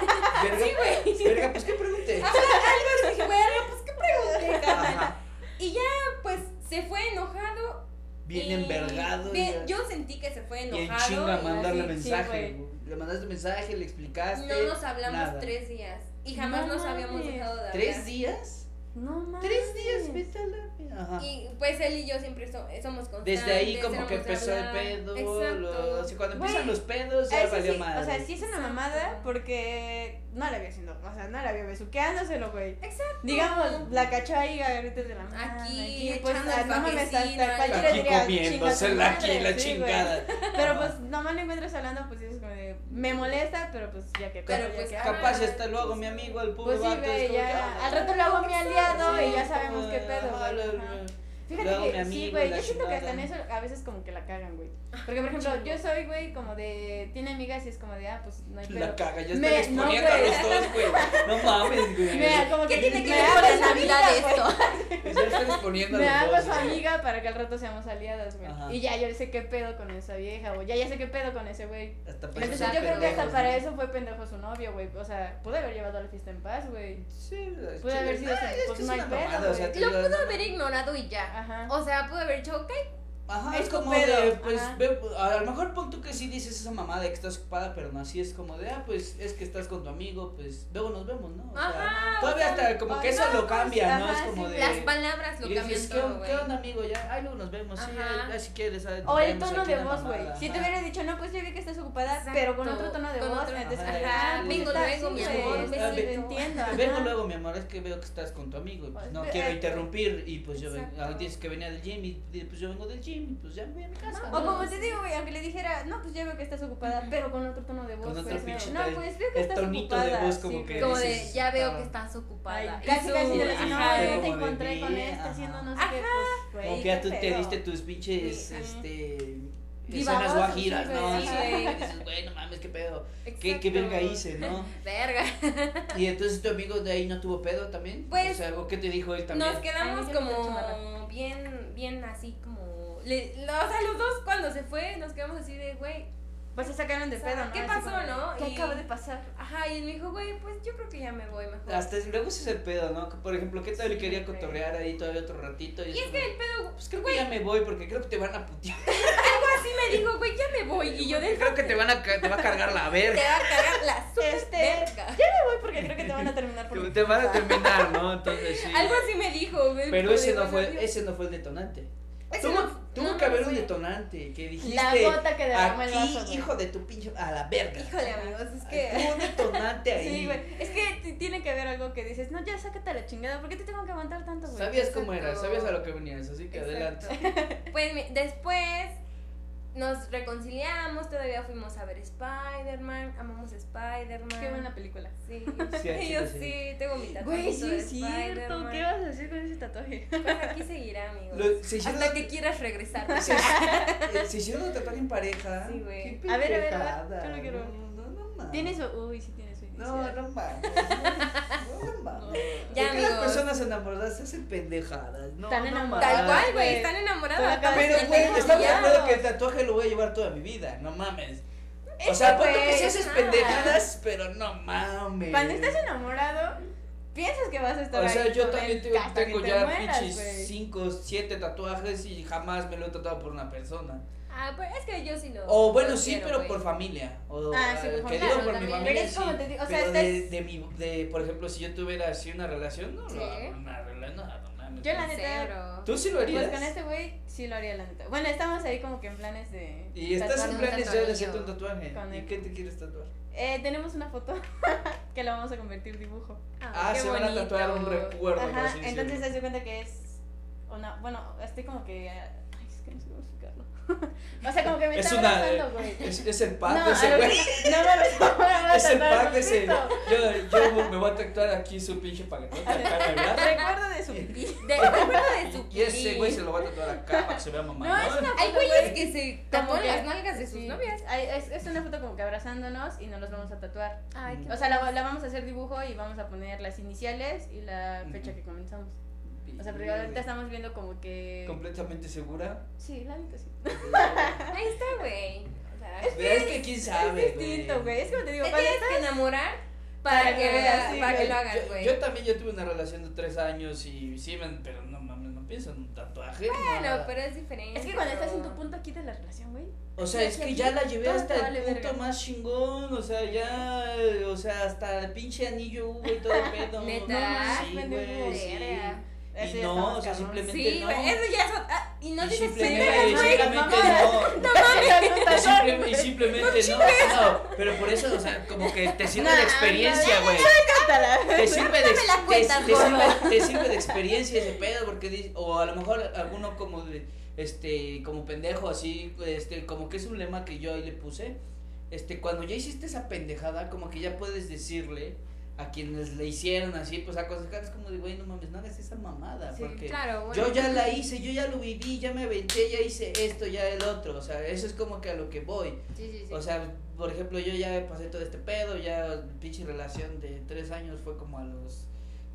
[SPEAKER 2] Verga,
[SPEAKER 3] güey.
[SPEAKER 2] verga, pues qué pregunté.
[SPEAKER 3] Ajá, algo así, verga, pues qué pregunté.
[SPEAKER 2] Ajá.
[SPEAKER 3] Y ya, pues, se fue enojado.
[SPEAKER 2] Bien
[SPEAKER 3] y-
[SPEAKER 2] envergado.
[SPEAKER 3] bien,
[SPEAKER 2] ya.
[SPEAKER 3] yo sentí que se fue
[SPEAKER 2] y en
[SPEAKER 3] enojado.
[SPEAKER 2] chinga
[SPEAKER 3] y
[SPEAKER 2] mandarle
[SPEAKER 1] así, sí,
[SPEAKER 2] mensaje.
[SPEAKER 1] güey.
[SPEAKER 2] güey. le mandaste mensaje, le explicaste.
[SPEAKER 3] no nos hablamos
[SPEAKER 2] nada.
[SPEAKER 3] tres días. Y jamás
[SPEAKER 1] No
[SPEAKER 3] nos habíamos
[SPEAKER 1] mames.
[SPEAKER 3] dejado de hablar.
[SPEAKER 2] ¿Tres días?
[SPEAKER 1] No mames.
[SPEAKER 2] Tres días, vete a la- Ajá.
[SPEAKER 3] Y pues él y yo siempre so- somos constantes.
[SPEAKER 2] Desde ahí como
[SPEAKER 3] éramos
[SPEAKER 2] que
[SPEAKER 3] de
[SPEAKER 2] empezó el
[SPEAKER 3] hablar.
[SPEAKER 2] pedo,
[SPEAKER 3] Exacto.
[SPEAKER 2] lo- o sea, cuando
[SPEAKER 1] Güey,
[SPEAKER 2] empiezan los pedos ya
[SPEAKER 1] Eso
[SPEAKER 2] valió
[SPEAKER 1] sí,
[SPEAKER 2] madre.
[SPEAKER 1] O sea, sí es una
[SPEAKER 3] Exacto.
[SPEAKER 1] mamada porque no la había haciendo, o sea, no la había besuqueándoselo, güey.
[SPEAKER 3] Exacto.
[SPEAKER 1] Digamos, la cachó ahí a gritos de la mano.
[SPEAKER 3] Aquí,
[SPEAKER 1] pues,
[SPEAKER 3] echando
[SPEAKER 1] ah,
[SPEAKER 3] el
[SPEAKER 1] no mames,
[SPEAKER 3] cafecito,
[SPEAKER 1] hasta cualquiera
[SPEAKER 2] aquí
[SPEAKER 1] diría,
[SPEAKER 2] comiéndosela
[SPEAKER 1] "Chinga tu
[SPEAKER 2] aquí
[SPEAKER 1] madre",
[SPEAKER 2] la
[SPEAKER 1] sí, güey.
[SPEAKER 2] chingada.
[SPEAKER 1] Pero pues, nomás lo encuentras hablando, pues dices como de, me molesta, pero pues ya que
[SPEAKER 3] Pero,
[SPEAKER 1] pedo, ya
[SPEAKER 3] pues,
[SPEAKER 1] que
[SPEAKER 3] ah,
[SPEAKER 1] hago.
[SPEAKER 2] Capaz hasta lo hago mi amigo, el pobre
[SPEAKER 1] Pues sí,
[SPEAKER 2] vato. es
[SPEAKER 1] güey,
[SPEAKER 2] como que,
[SPEAKER 1] ya,
[SPEAKER 2] ah,
[SPEAKER 1] al rato lo hago mi aliado
[SPEAKER 2] sí,
[SPEAKER 1] y ya sabemos
[SPEAKER 2] como,
[SPEAKER 1] qué pedo,
[SPEAKER 2] ajá,
[SPEAKER 1] güey,
[SPEAKER 2] lo-
[SPEAKER 1] ajá.
[SPEAKER 2] luego
[SPEAKER 1] Fíjate
[SPEAKER 2] mi
[SPEAKER 1] que sí,
[SPEAKER 2] amigo,
[SPEAKER 1] güey,
[SPEAKER 2] la
[SPEAKER 1] yo siento que hasta en
[SPEAKER 2] chingada.
[SPEAKER 1] eso a veces como que la cagan, güey. Porque, por ejemplo, yo soy, güey, como de, tiene amigas y es como de, ah, pues no hay
[SPEAKER 2] La
[SPEAKER 1] pedo.
[SPEAKER 2] caga, ya estoy
[SPEAKER 1] Me- no,
[SPEAKER 2] exponiendo a
[SPEAKER 1] güey.
[SPEAKER 2] los dos, güey. No mames, güey.
[SPEAKER 1] Me, como
[SPEAKER 3] ¿Qué tiene que
[SPEAKER 1] me
[SPEAKER 3] ver con
[SPEAKER 1] hago
[SPEAKER 3] la Navidad
[SPEAKER 1] amiga, güey.
[SPEAKER 2] Ya
[SPEAKER 3] esto?
[SPEAKER 2] estoy exponiendo
[SPEAKER 1] Me
[SPEAKER 2] a
[SPEAKER 1] hago
[SPEAKER 2] los
[SPEAKER 1] su
[SPEAKER 2] dos. güey.
[SPEAKER 1] amiga para que al rato seamos aliadas, güey.
[SPEAKER 2] Ajá.
[SPEAKER 1] Y ya yo sé qué pedo con esa vieja, güey. Ya ya sé qué pedo con ese güey.
[SPEAKER 2] Hasta para
[SPEAKER 1] Entonces
[SPEAKER 2] eso
[SPEAKER 1] yo
[SPEAKER 2] son
[SPEAKER 1] creo que hasta
[SPEAKER 2] pendejos,
[SPEAKER 1] para
[SPEAKER 2] ¿no?
[SPEAKER 1] eso fue pendejo su novio, güey. O sea, pude haber llevado a la fiesta en paz, güey.
[SPEAKER 2] Sí, la
[SPEAKER 1] Puede
[SPEAKER 2] chica-
[SPEAKER 1] haber sido
[SPEAKER 2] Ah,
[SPEAKER 1] ese-
[SPEAKER 2] es
[SPEAKER 1] pues,
[SPEAKER 2] que es
[SPEAKER 1] no hay
[SPEAKER 2] una
[SPEAKER 1] pedo,
[SPEAKER 2] mamada, o sea,
[SPEAKER 1] güey.
[SPEAKER 2] te
[SPEAKER 3] Lo
[SPEAKER 2] digo,
[SPEAKER 3] pudo
[SPEAKER 2] no-
[SPEAKER 3] haber ignorado y ya.
[SPEAKER 1] Ajá.
[SPEAKER 3] O sea, pudo haber dicho, ok,
[SPEAKER 2] Ajá,
[SPEAKER 1] Es
[SPEAKER 2] es como
[SPEAKER 1] tu pedo,
[SPEAKER 2] de, pues,
[SPEAKER 1] ajá.
[SPEAKER 2] ve- a lo mejor pon tú que sí dices esa mamada de que estás ocupada, pero no así es como de, ah, pues, es que estás con tu amigo, pues, luego nos vemos, ¿no? O sea,
[SPEAKER 3] Ajá,
[SPEAKER 2] todavía
[SPEAKER 3] o sea,
[SPEAKER 2] hasta como que
[SPEAKER 1] ay,
[SPEAKER 2] eso
[SPEAKER 1] no,
[SPEAKER 2] lo
[SPEAKER 1] pues,
[SPEAKER 2] cambia, ¿no? Es
[SPEAKER 1] ajá,
[SPEAKER 2] como
[SPEAKER 1] sí,
[SPEAKER 2] de...
[SPEAKER 3] las palabras lo
[SPEAKER 2] y dices,
[SPEAKER 3] cambian
[SPEAKER 2] ¿qué,
[SPEAKER 3] todo,
[SPEAKER 2] on-
[SPEAKER 3] güey.
[SPEAKER 2] ¿qué onda, amigo? Ya, ay, luego nos vemos, sí,
[SPEAKER 3] Ajá.
[SPEAKER 2] ay, si quieres, ay,
[SPEAKER 1] O
[SPEAKER 2] nos
[SPEAKER 1] el
[SPEAKER 2] vemos
[SPEAKER 1] tono
[SPEAKER 2] aquí
[SPEAKER 1] de
[SPEAKER 2] en la
[SPEAKER 1] voz, güey.
[SPEAKER 2] mamada,
[SPEAKER 1] Si te
[SPEAKER 2] ajá.
[SPEAKER 1] hubiera dicho, no, pues yo vi que estás ocupada,
[SPEAKER 3] Exacto,
[SPEAKER 1] pero con otro tono de
[SPEAKER 3] con
[SPEAKER 1] voz.
[SPEAKER 3] otro-
[SPEAKER 1] entonces,
[SPEAKER 2] ajá,
[SPEAKER 1] ah,
[SPEAKER 2] vengo
[SPEAKER 1] puta,
[SPEAKER 3] luego,
[SPEAKER 1] sí,
[SPEAKER 3] mi
[SPEAKER 1] güey,
[SPEAKER 2] amor,
[SPEAKER 1] sí,
[SPEAKER 3] besito.
[SPEAKER 1] te entiendo. ajá.
[SPEAKER 2] Vengo luego, mi amor, es que veo que estás con tu amigo, y, pues,
[SPEAKER 1] Pues,
[SPEAKER 2] no
[SPEAKER 1] ve-
[SPEAKER 2] quiero
[SPEAKER 1] eh,
[SPEAKER 2] interrumpir, y pues yo,
[SPEAKER 3] exacto.
[SPEAKER 2] ahora tienes que venir del gym, y de- pues yo vengo del gym, y pues ya me voy a mi casa.
[SPEAKER 1] O
[SPEAKER 2] ¿no?
[SPEAKER 1] como te digo, güey, aunque le dijera, no, pues ya veo que estás ocupada, pero con otro tono de voz.
[SPEAKER 2] otro
[SPEAKER 1] pues,
[SPEAKER 2] pinche
[SPEAKER 1] no,
[SPEAKER 2] tono,
[SPEAKER 1] pues veo que
[SPEAKER 2] el
[SPEAKER 1] estás
[SPEAKER 2] tonito de
[SPEAKER 1] ocupada.
[SPEAKER 2] voz como
[SPEAKER 1] sí,
[SPEAKER 2] que
[SPEAKER 1] güey.
[SPEAKER 3] Como de,
[SPEAKER 2] dices,
[SPEAKER 3] ya veo
[SPEAKER 2] ah.
[SPEAKER 3] que estás
[SPEAKER 1] Ay,
[SPEAKER 3] ocupada. Y
[SPEAKER 1] casi, casi
[SPEAKER 3] tú,
[SPEAKER 1] te lo
[SPEAKER 2] dicen,
[SPEAKER 1] dicen,
[SPEAKER 3] ajá.
[SPEAKER 1] no, yo te
[SPEAKER 2] como de
[SPEAKER 1] encontré con
[SPEAKER 2] mí,
[SPEAKER 1] este
[SPEAKER 2] ajá.
[SPEAKER 1] haciendo no sé qué, pues, güey.
[SPEAKER 2] Como que ya tú
[SPEAKER 1] qué
[SPEAKER 2] te
[SPEAKER 1] pedo.
[SPEAKER 2] diste tus pinches,
[SPEAKER 3] Sí, ajá.
[SPEAKER 2] este.
[SPEAKER 1] Divagadas,
[SPEAKER 2] Escenas guajiras,
[SPEAKER 1] sí,
[SPEAKER 2] ¿no?
[SPEAKER 1] güey.
[SPEAKER 2] Sí, güey. Dices, güey, no mames, qué pedo. ¿Qué, qué
[SPEAKER 3] Exacto.
[SPEAKER 2] verga hice, no?
[SPEAKER 3] Verga.
[SPEAKER 2] Y entonces tu amigo de ahí no tuvo pedo también.
[SPEAKER 3] Pues,
[SPEAKER 2] O sea, ¿o ¿qué te dijo él también?
[SPEAKER 3] Nos quedamos
[SPEAKER 1] Ay, yo no soy
[SPEAKER 3] como
[SPEAKER 1] chamarra.
[SPEAKER 3] bien, bien así como... le- lo- o sea, los dos cuando se fue nos quedamos así de, güey,
[SPEAKER 1] Pues se sacaron de
[SPEAKER 3] O sea,
[SPEAKER 1] pedo, ¿no?
[SPEAKER 3] ¿qué
[SPEAKER 1] Así
[SPEAKER 3] pasó,
[SPEAKER 1] como de,
[SPEAKER 3] no?
[SPEAKER 1] ¿Qué
[SPEAKER 3] Y-
[SPEAKER 1] acaba de pasar?
[SPEAKER 3] ajá, y él me dijo, güey, pues yo creo que ya me voy mejor.
[SPEAKER 2] Hasta luego es ese pedo, ¿no? Que, Por ejemplo, ¿qué tal
[SPEAKER 3] Sí,
[SPEAKER 2] quería
[SPEAKER 3] güey.
[SPEAKER 2] cotorrear ahí todavía otro ratito? Y,
[SPEAKER 3] Y es
[SPEAKER 2] como,
[SPEAKER 3] que el pedo,
[SPEAKER 2] Pues creo que ya me voy porque creo que te van a putear.
[SPEAKER 3] sí me digo, güey, ya me voy. Y yo de
[SPEAKER 2] Creo que te, van a, ca- te va a cargar la
[SPEAKER 3] te
[SPEAKER 2] verga.
[SPEAKER 3] va a cargar la super
[SPEAKER 1] Este,
[SPEAKER 3] verga.
[SPEAKER 1] Me voy porque creo que te van a terminar por
[SPEAKER 2] Te,
[SPEAKER 1] mi
[SPEAKER 2] te van a
[SPEAKER 1] culpa.
[SPEAKER 2] terminar, ¿no? Entonces sí.
[SPEAKER 3] Algo así me dijo, güey.
[SPEAKER 2] Pero ese no
[SPEAKER 3] Digo,
[SPEAKER 2] fue,
[SPEAKER 3] Dios.
[SPEAKER 2] ese no fue el detonante.
[SPEAKER 3] Ese
[SPEAKER 2] Tuvo,
[SPEAKER 3] no-
[SPEAKER 2] tuvo
[SPEAKER 3] no,
[SPEAKER 2] que
[SPEAKER 3] no
[SPEAKER 2] haber un
[SPEAKER 3] fue.
[SPEAKER 2] detonante que dijiste.
[SPEAKER 1] La gota que derrama el
[SPEAKER 2] Aquí,
[SPEAKER 1] vaso. güey.
[SPEAKER 2] hijo de tu pinche. A la verga.
[SPEAKER 3] Híjole, amigos, es
[SPEAKER 2] Ay,
[SPEAKER 3] que.
[SPEAKER 2] tuvo un detonante ahí.
[SPEAKER 1] Sí, güey. Es que t- tiene que haber algo que dices, no, ya sácate a la chingada, ¿por qué te tengo que aguantar tanto, güey?
[SPEAKER 2] Sabías cómo era,
[SPEAKER 3] Exacto.
[SPEAKER 2] sabías a lo que venías, así que adelante.
[SPEAKER 3] Exacto. Pues mi- después nos reconciliamos, todavía fuimos a ver Spider-Man, amamos Spider-Man.
[SPEAKER 1] Qué buena película.
[SPEAKER 3] Sí,
[SPEAKER 2] Sí, al
[SPEAKER 3] Y yo
[SPEAKER 2] chile sí.
[SPEAKER 3] sí, tengo mi tatuaje.
[SPEAKER 1] Güey, sí
[SPEAKER 3] de
[SPEAKER 1] es cierto.
[SPEAKER 3] Spider-Man.
[SPEAKER 1] ¿Qué vas a hacer con ese tatuaje?
[SPEAKER 3] Pues aquí seguirá, amigos.
[SPEAKER 2] Lo- se hicieron-
[SPEAKER 3] Hasta que quieras regresar.
[SPEAKER 2] Se, eh, se hicieron un tatuaje en pareja.
[SPEAKER 3] Sí, güey.
[SPEAKER 2] Qué
[SPEAKER 1] A ver, a ver, a ver,
[SPEAKER 2] pendejada.
[SPEAKER 1] yo lo quiero ver.
[SPEAKER 2] No, no, no, mames.
[SPEAKER 1] Tiene su. Uy, sí tiene su inicial.
[SPEAKER 2] No, no mames. No, no
[SPEAKER 1] No.
[SPEAKER 2] mames.
[SPEAKER 3] Ya,
[SPEAKER 2] ¿Por qué las
[SPEAKER 3] amigos.
[SPEAKER 2] personas enamoradas se hacen pendejadas? No,
[SPEAKER 1] Están
[SPEAKER 2] no
[SPEAKER 1] enamoradas.
[SPEAKER 3] Tal
[SPEAKER 2] mames.
[SPEAKER 3] cual, güey,
[SPEAKER 1] güey.
[SPEAKER 3] están
[SPEAKER 1] Pero
[SPEAKER 3] enamorados.
[SPEAKER 1] acá-
[SPEAKER 2] Pero,
[SPEAKER 1] Están
[SPEAKER 2] güey, estamos de
[SPEAKER 1] enamorados.
[SPEAKER 2] acuerdo que el tatuaje lo voy a llevar toda mi vida, no mames. O sea, cuando que
[SPEAKER 3] güey,
[SPEAKER 2] se haces
[SPEAKER 3] ajá.
[SPEAKER 2] pendejadas, pero no mames.
[SPEAKER 1] Cuando estás enamorado, piensas que vas a estar
[SPEAKER 2] eh. O sea,
[SPEAKER 1] ahí
[SPEAKER 2] yo
[SPEAKER 1] con
[SPEAKER 2] también
[SPEAKER 1] él
[SPEAKER 2] tengo,
[SPEAKER 1] hasta que
[SPEAKER 2] tengo
[SPEAKER 1] te
[SPEAKER 2] ya
[SPEAKER 1] mueras, güey.
[SPEAKER 2] pinches 5, 7 tatuajes y jamás me lo he tatuado por una persona.
[SPEAKER 3] Ah, pues es que yo sí lo.
[SPEAKER 2] O bueno,
[SPEAKER 3] lo
[SPEAKER 2] sí,
[SPEAKER 3] quiero,
[SPEAKER 2] pero
[SPEAKER 3] güey.
[SPEAKER 2] por familia. O,
[SPEAKER 1] Ah, sí,
[SPEAKER 2] ah,
[SPEAKER 1] por
[SPEAKER 2] que
[SPEAKER 1] familia,
[SPEAKER 2] digo
[SPEAKER 1] no,
[SPEAKER 2] por mi
[SPEAKER 1] también.
[SPEAKER 2] familia.
[SPEAKER 1] Pero es como
[SPEAKER 2] sí,
[SPEAKER 1] te digo, o sea,
[SPEAKER 2] pero
[SPEAKER 1] estás-
[SPEAKER 2] de, de mi, de, por ejemplo, si yo tuviera así una relación, no
[SPEAKER 3] Sí.
[SPEAKER 2] lo hago, una relación, no, no mames.
[SPEAKER 1] Yo la
[SPEAKER 2] no.
[SPEAKER 1] neta-
[SPEAKER 3] Cero.
[SPEAKER 2] ¿Tú sí lo
[SPEAKER 1] Pues
[SPEAKER 2] harías?
[SPEAKER 1] con este güey sí lo haría la neta. Bueno, estamos ahí como que en planes de.
[SPEAKER 2] Y estás en
[SPEAKER 1] tatuarnos.
[SPEAKER 3] plan-
[SPEAKER 2] planes ya de hacerte un tatuaje.
[SPEAKER 1] Con
[SPEAKER 2] ¿Y
[SPEAKER 1] el-
[SPEAKER 2] qué te quieres tatuar?
[SPEAKER 1] Eh, tenemos una foto que la vamos a convertir dibujo.
[SPEAKER 2] Ah,
[SPEAKER 3] qué
[SPEAKER 2] se van a tatuar un
[SPEAKER 3] bonito.
[SPEAKER 2] recuerdo. por
[SPEAKER 1] Ajá,
[SPEAKER 2] así decirlo.
[SPEAKER 1] entonces te das cuenta que es una. Bueno, estoy como que. Ay, es que no sé cómo explicarlo. o sea, como que me
[SPEAKER 2] Es
[SPEAKER 1] está
[SPEAKER 2] una-
[SPEAKER 1] abrazando, güey.
[SPEAKER 2] Es, es el
[SPEAKER 1] No,
[SPEAKER 2] pack
[SPEAKER 1] a
[SPEAKER 2] de
[SPEAKER 1] lo
[SPEAKER 2] ese
[SPEAKER 1] que-
[SPEAKER 2] güey.
[SPEAKER 1] No, no, no, no, no,
[SPEAKER 2] Es el
[SPEAKER 1] no, no,
[SPEAKER 2] pack de ese.
[SPEAKER 1] no.
[SPEAKER 2] Yo, yo me voy a tatuar aquí su pinche paquetón. acá, ¿verdad?
[SPEAKER 1] Recuerdo de su pipí.
[SPEAKER 3] De recuerdo de su
[SPEAKER 2] Y ese güey se
[SPEAKER 3] pipí.
[SPEAKER 2] lo va a tatuar acá para que se vea mamá.
[SPEAKER 1] No, es una
[SPEAKER 3] Hay güeyes que se
[SPEAKER 1] Como
[SPEAKER 3] tatúan
[SPEAKER 1] que-
[SPEAKER 3] las nalgas de sus
[SPEAKER 1] sí.
[SPEAKER 3] novias.
[SPEAKER 1] Ay, es, es una foto como que abrazándonos y nos los vamos a tatuar.
[SPEAKER 3] Ay,
[SPEAKER 1] O sea, la, la vamos a hacer dibujo y vamos a poner las iniciales y la fecha que comenzamos. O sea, pero ahorita estamos viendo como que.
[SPEAKER 2] Completamente segura.
[SPEAKER 1] Sí, la neta sí.
[SPEAKER 3] Ahí está, güey. O sea,
[SPEAKER 2] Pero es que quién sabe.
[SPEAKER 1] Es distinto, güey. Es como te digo,
[SPEAKER 3] te
[SPEAKER 1] para
[SPEAKER 3] tienes que enamorar para que veas,
[SPEAKER 1] sí,
[SPEAKER 3] para que
[SPEAKER 1] güey.
[SPEAKER 3] lo hagas,
[SPEAKER 2] Yo-
[SPEAKER 3] güey.
[SPEAKER 2] Yo, también yo tuve una relación de tres años y sí, man, pero no mames, no pienso en un tatuaje. no,
[SPEAKER 3] Bueno,
[SPEAKER 2] nada.
[SPEAKER 3] pero es diferente.
[SPEAKER 1] Es que cuando estás en tu
[SPEAKER 3] pero-
[SPEAKER 1] punto aquí de la relación, güey.
[SPEAKER 2] O sea, es que ya la llevé
[SPEAKER 1] Todo te
[SPEAKER 2] hasta
[SPEAKER 1] vale
[SPEAKER 2] el punto
[SPEAKER 1] verga.
[SPEAKER 2] más chingón, o sea, ya, o sea, hasta el pinche anillo hubo y todo el pedo.
[SPEAKER 3] Neta.
[SPEAKER 2] No, sí,
[SPEAKER 1] Pendejo.
[SPEAKER 2] güey, sí.
[SPEAKER 3] Verga.
[SPEAKER 1] Eso
[SPEAKER 2] Y
[SPEAKER 1] ya
[SPEAKER 2] no,
[SPEAKER 1] está más
[SPEAKER 2] o sea,
[SPEAKER 1] cabrón.
[SPEAKER 2] simplemente
[SPEAKER 3] Sí,
[SPEAKER 2] no.
[SPEAKER 3] güey, eso ya es. ah, y no
[SPEAKER 2] y
[SPEAKER 3] dices
[SPEAKER 2] simplemente,
[SPEAKER 3] pendejas,
[SPEAKER 2] y
[SPEAKER 1] pendejas,
[SPEAKER 3] güey.
[SPEAKER 2] simplemente
[SPEAKER 1] mamadas.
[SPEAKER 2] no. Y,
[SPEAKER 1] mames.
[SPEAKER 2] simple- y simplemente no, no, pero por eso, o sea, como que te sirve
[SPEAKER 1] Nah,
[SPEAKER 2] de experiencia,
[SPEAKER 1] no,
[SPEAKER 2] güey. Te sirve de,
[SPEAKER 3] me la
[SPEAKER 2] te-
[SPEAKER 3] cuentas,
[SPEAKER 2] te
[SPEAKER 3] gordo.
[SPEAKER 2] sirve, te sirve de experiencia ese pedo, porque dice- o a lo mejor alguno como de- este, como pendejo así, este, como que es un lema que yo ahí le puse. Este, cuando ya hiciste esa pendejada, como que ya puedes decirle a quienes le hicieron así, pues aconsejarles como de, güey, no mames, no hagas esa mamada,
[SPEAKER 1] Sí,
[SPEAKER 2] porque
[SPEAKER 3] Claro,
[SPEAKER 2] yo ya la hice, yo ya lo viví, ya me aventé, ya hice esto, ya el otro, o sea, eso es como que a lo que voy.
[SPEAKER 3] Sí, sí, sí.
[SPEAKER 2] O sea, por ejemplo, yo ya pasé todo este pedo, ya pinche relación de tres años fue como a los...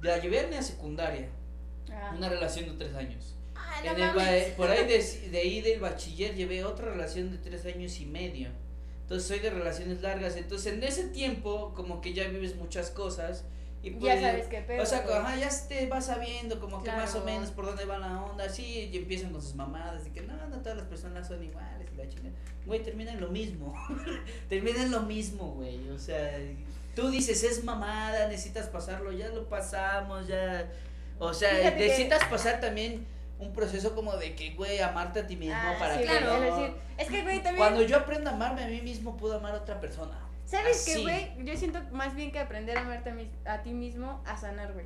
[SPEAKER 2] Ya llevé a la secundaria,
[SPEAKER 1] Ah.
[SPEAKER 2] una relación de tres años.
[SPEAKER 3] Ah, no
[SPEAKER 2] En el ba-
[SPEAKER 3] mames.
[SPEAKER 2] por ahí de, de ahí del bachiller llevé otra relación de tres años y medio. Entonces soy de relaciones largas, entonces en ese tiempo como que ya vives muchas cosas y
[SPEAKER 1] Ya
[SPEAKER 2] pues,
[SPEAKER 1] sabes qué pedo.
[SPEAKER 2] o sea,
[SPEAKER 1] güey.
[SPEAKER 2] ajá, ya te vas sabiendo como que más o
[SPEAKER 3] Claro.
[SPEAKER 2] menos por dónde va la onda, así, y empiezan con sus mamadas, de que no, no todas las personas son iguales, y la chingada. Güey, terminan lo mismo, terminan lo mismo, güey, o sea, tú dices, es mamada, necesitas pasarlo, ya lo pasamos, ya, o sea,
[SPEAKER 1] Fíjate que-
[SPEAKER 2] necesitas pasar también un proceso como de que, güey, amarte a ti mismo
[SPEAKER 1] Ah,
[SPEAKER 2] para
[SPEAKER 1] sí,
[SPEAKER 2] que
[SPEAKER 1] claro.
[SPEAKER 2] no-
[SPEAKER 1] Es, decir, es que, güey, también.
[SPEAKER 2] Cuando yo aprenda a amarme a mí mismo, puedo amar a otra persona.
[SPEAKER 1] ¿Sabes qué,
[SPEAKER 2] Así.
[SPEAKER 1] güey? Yo siento más bien que aprender a amarte a, mis- a ti mismo, a sanar, güey.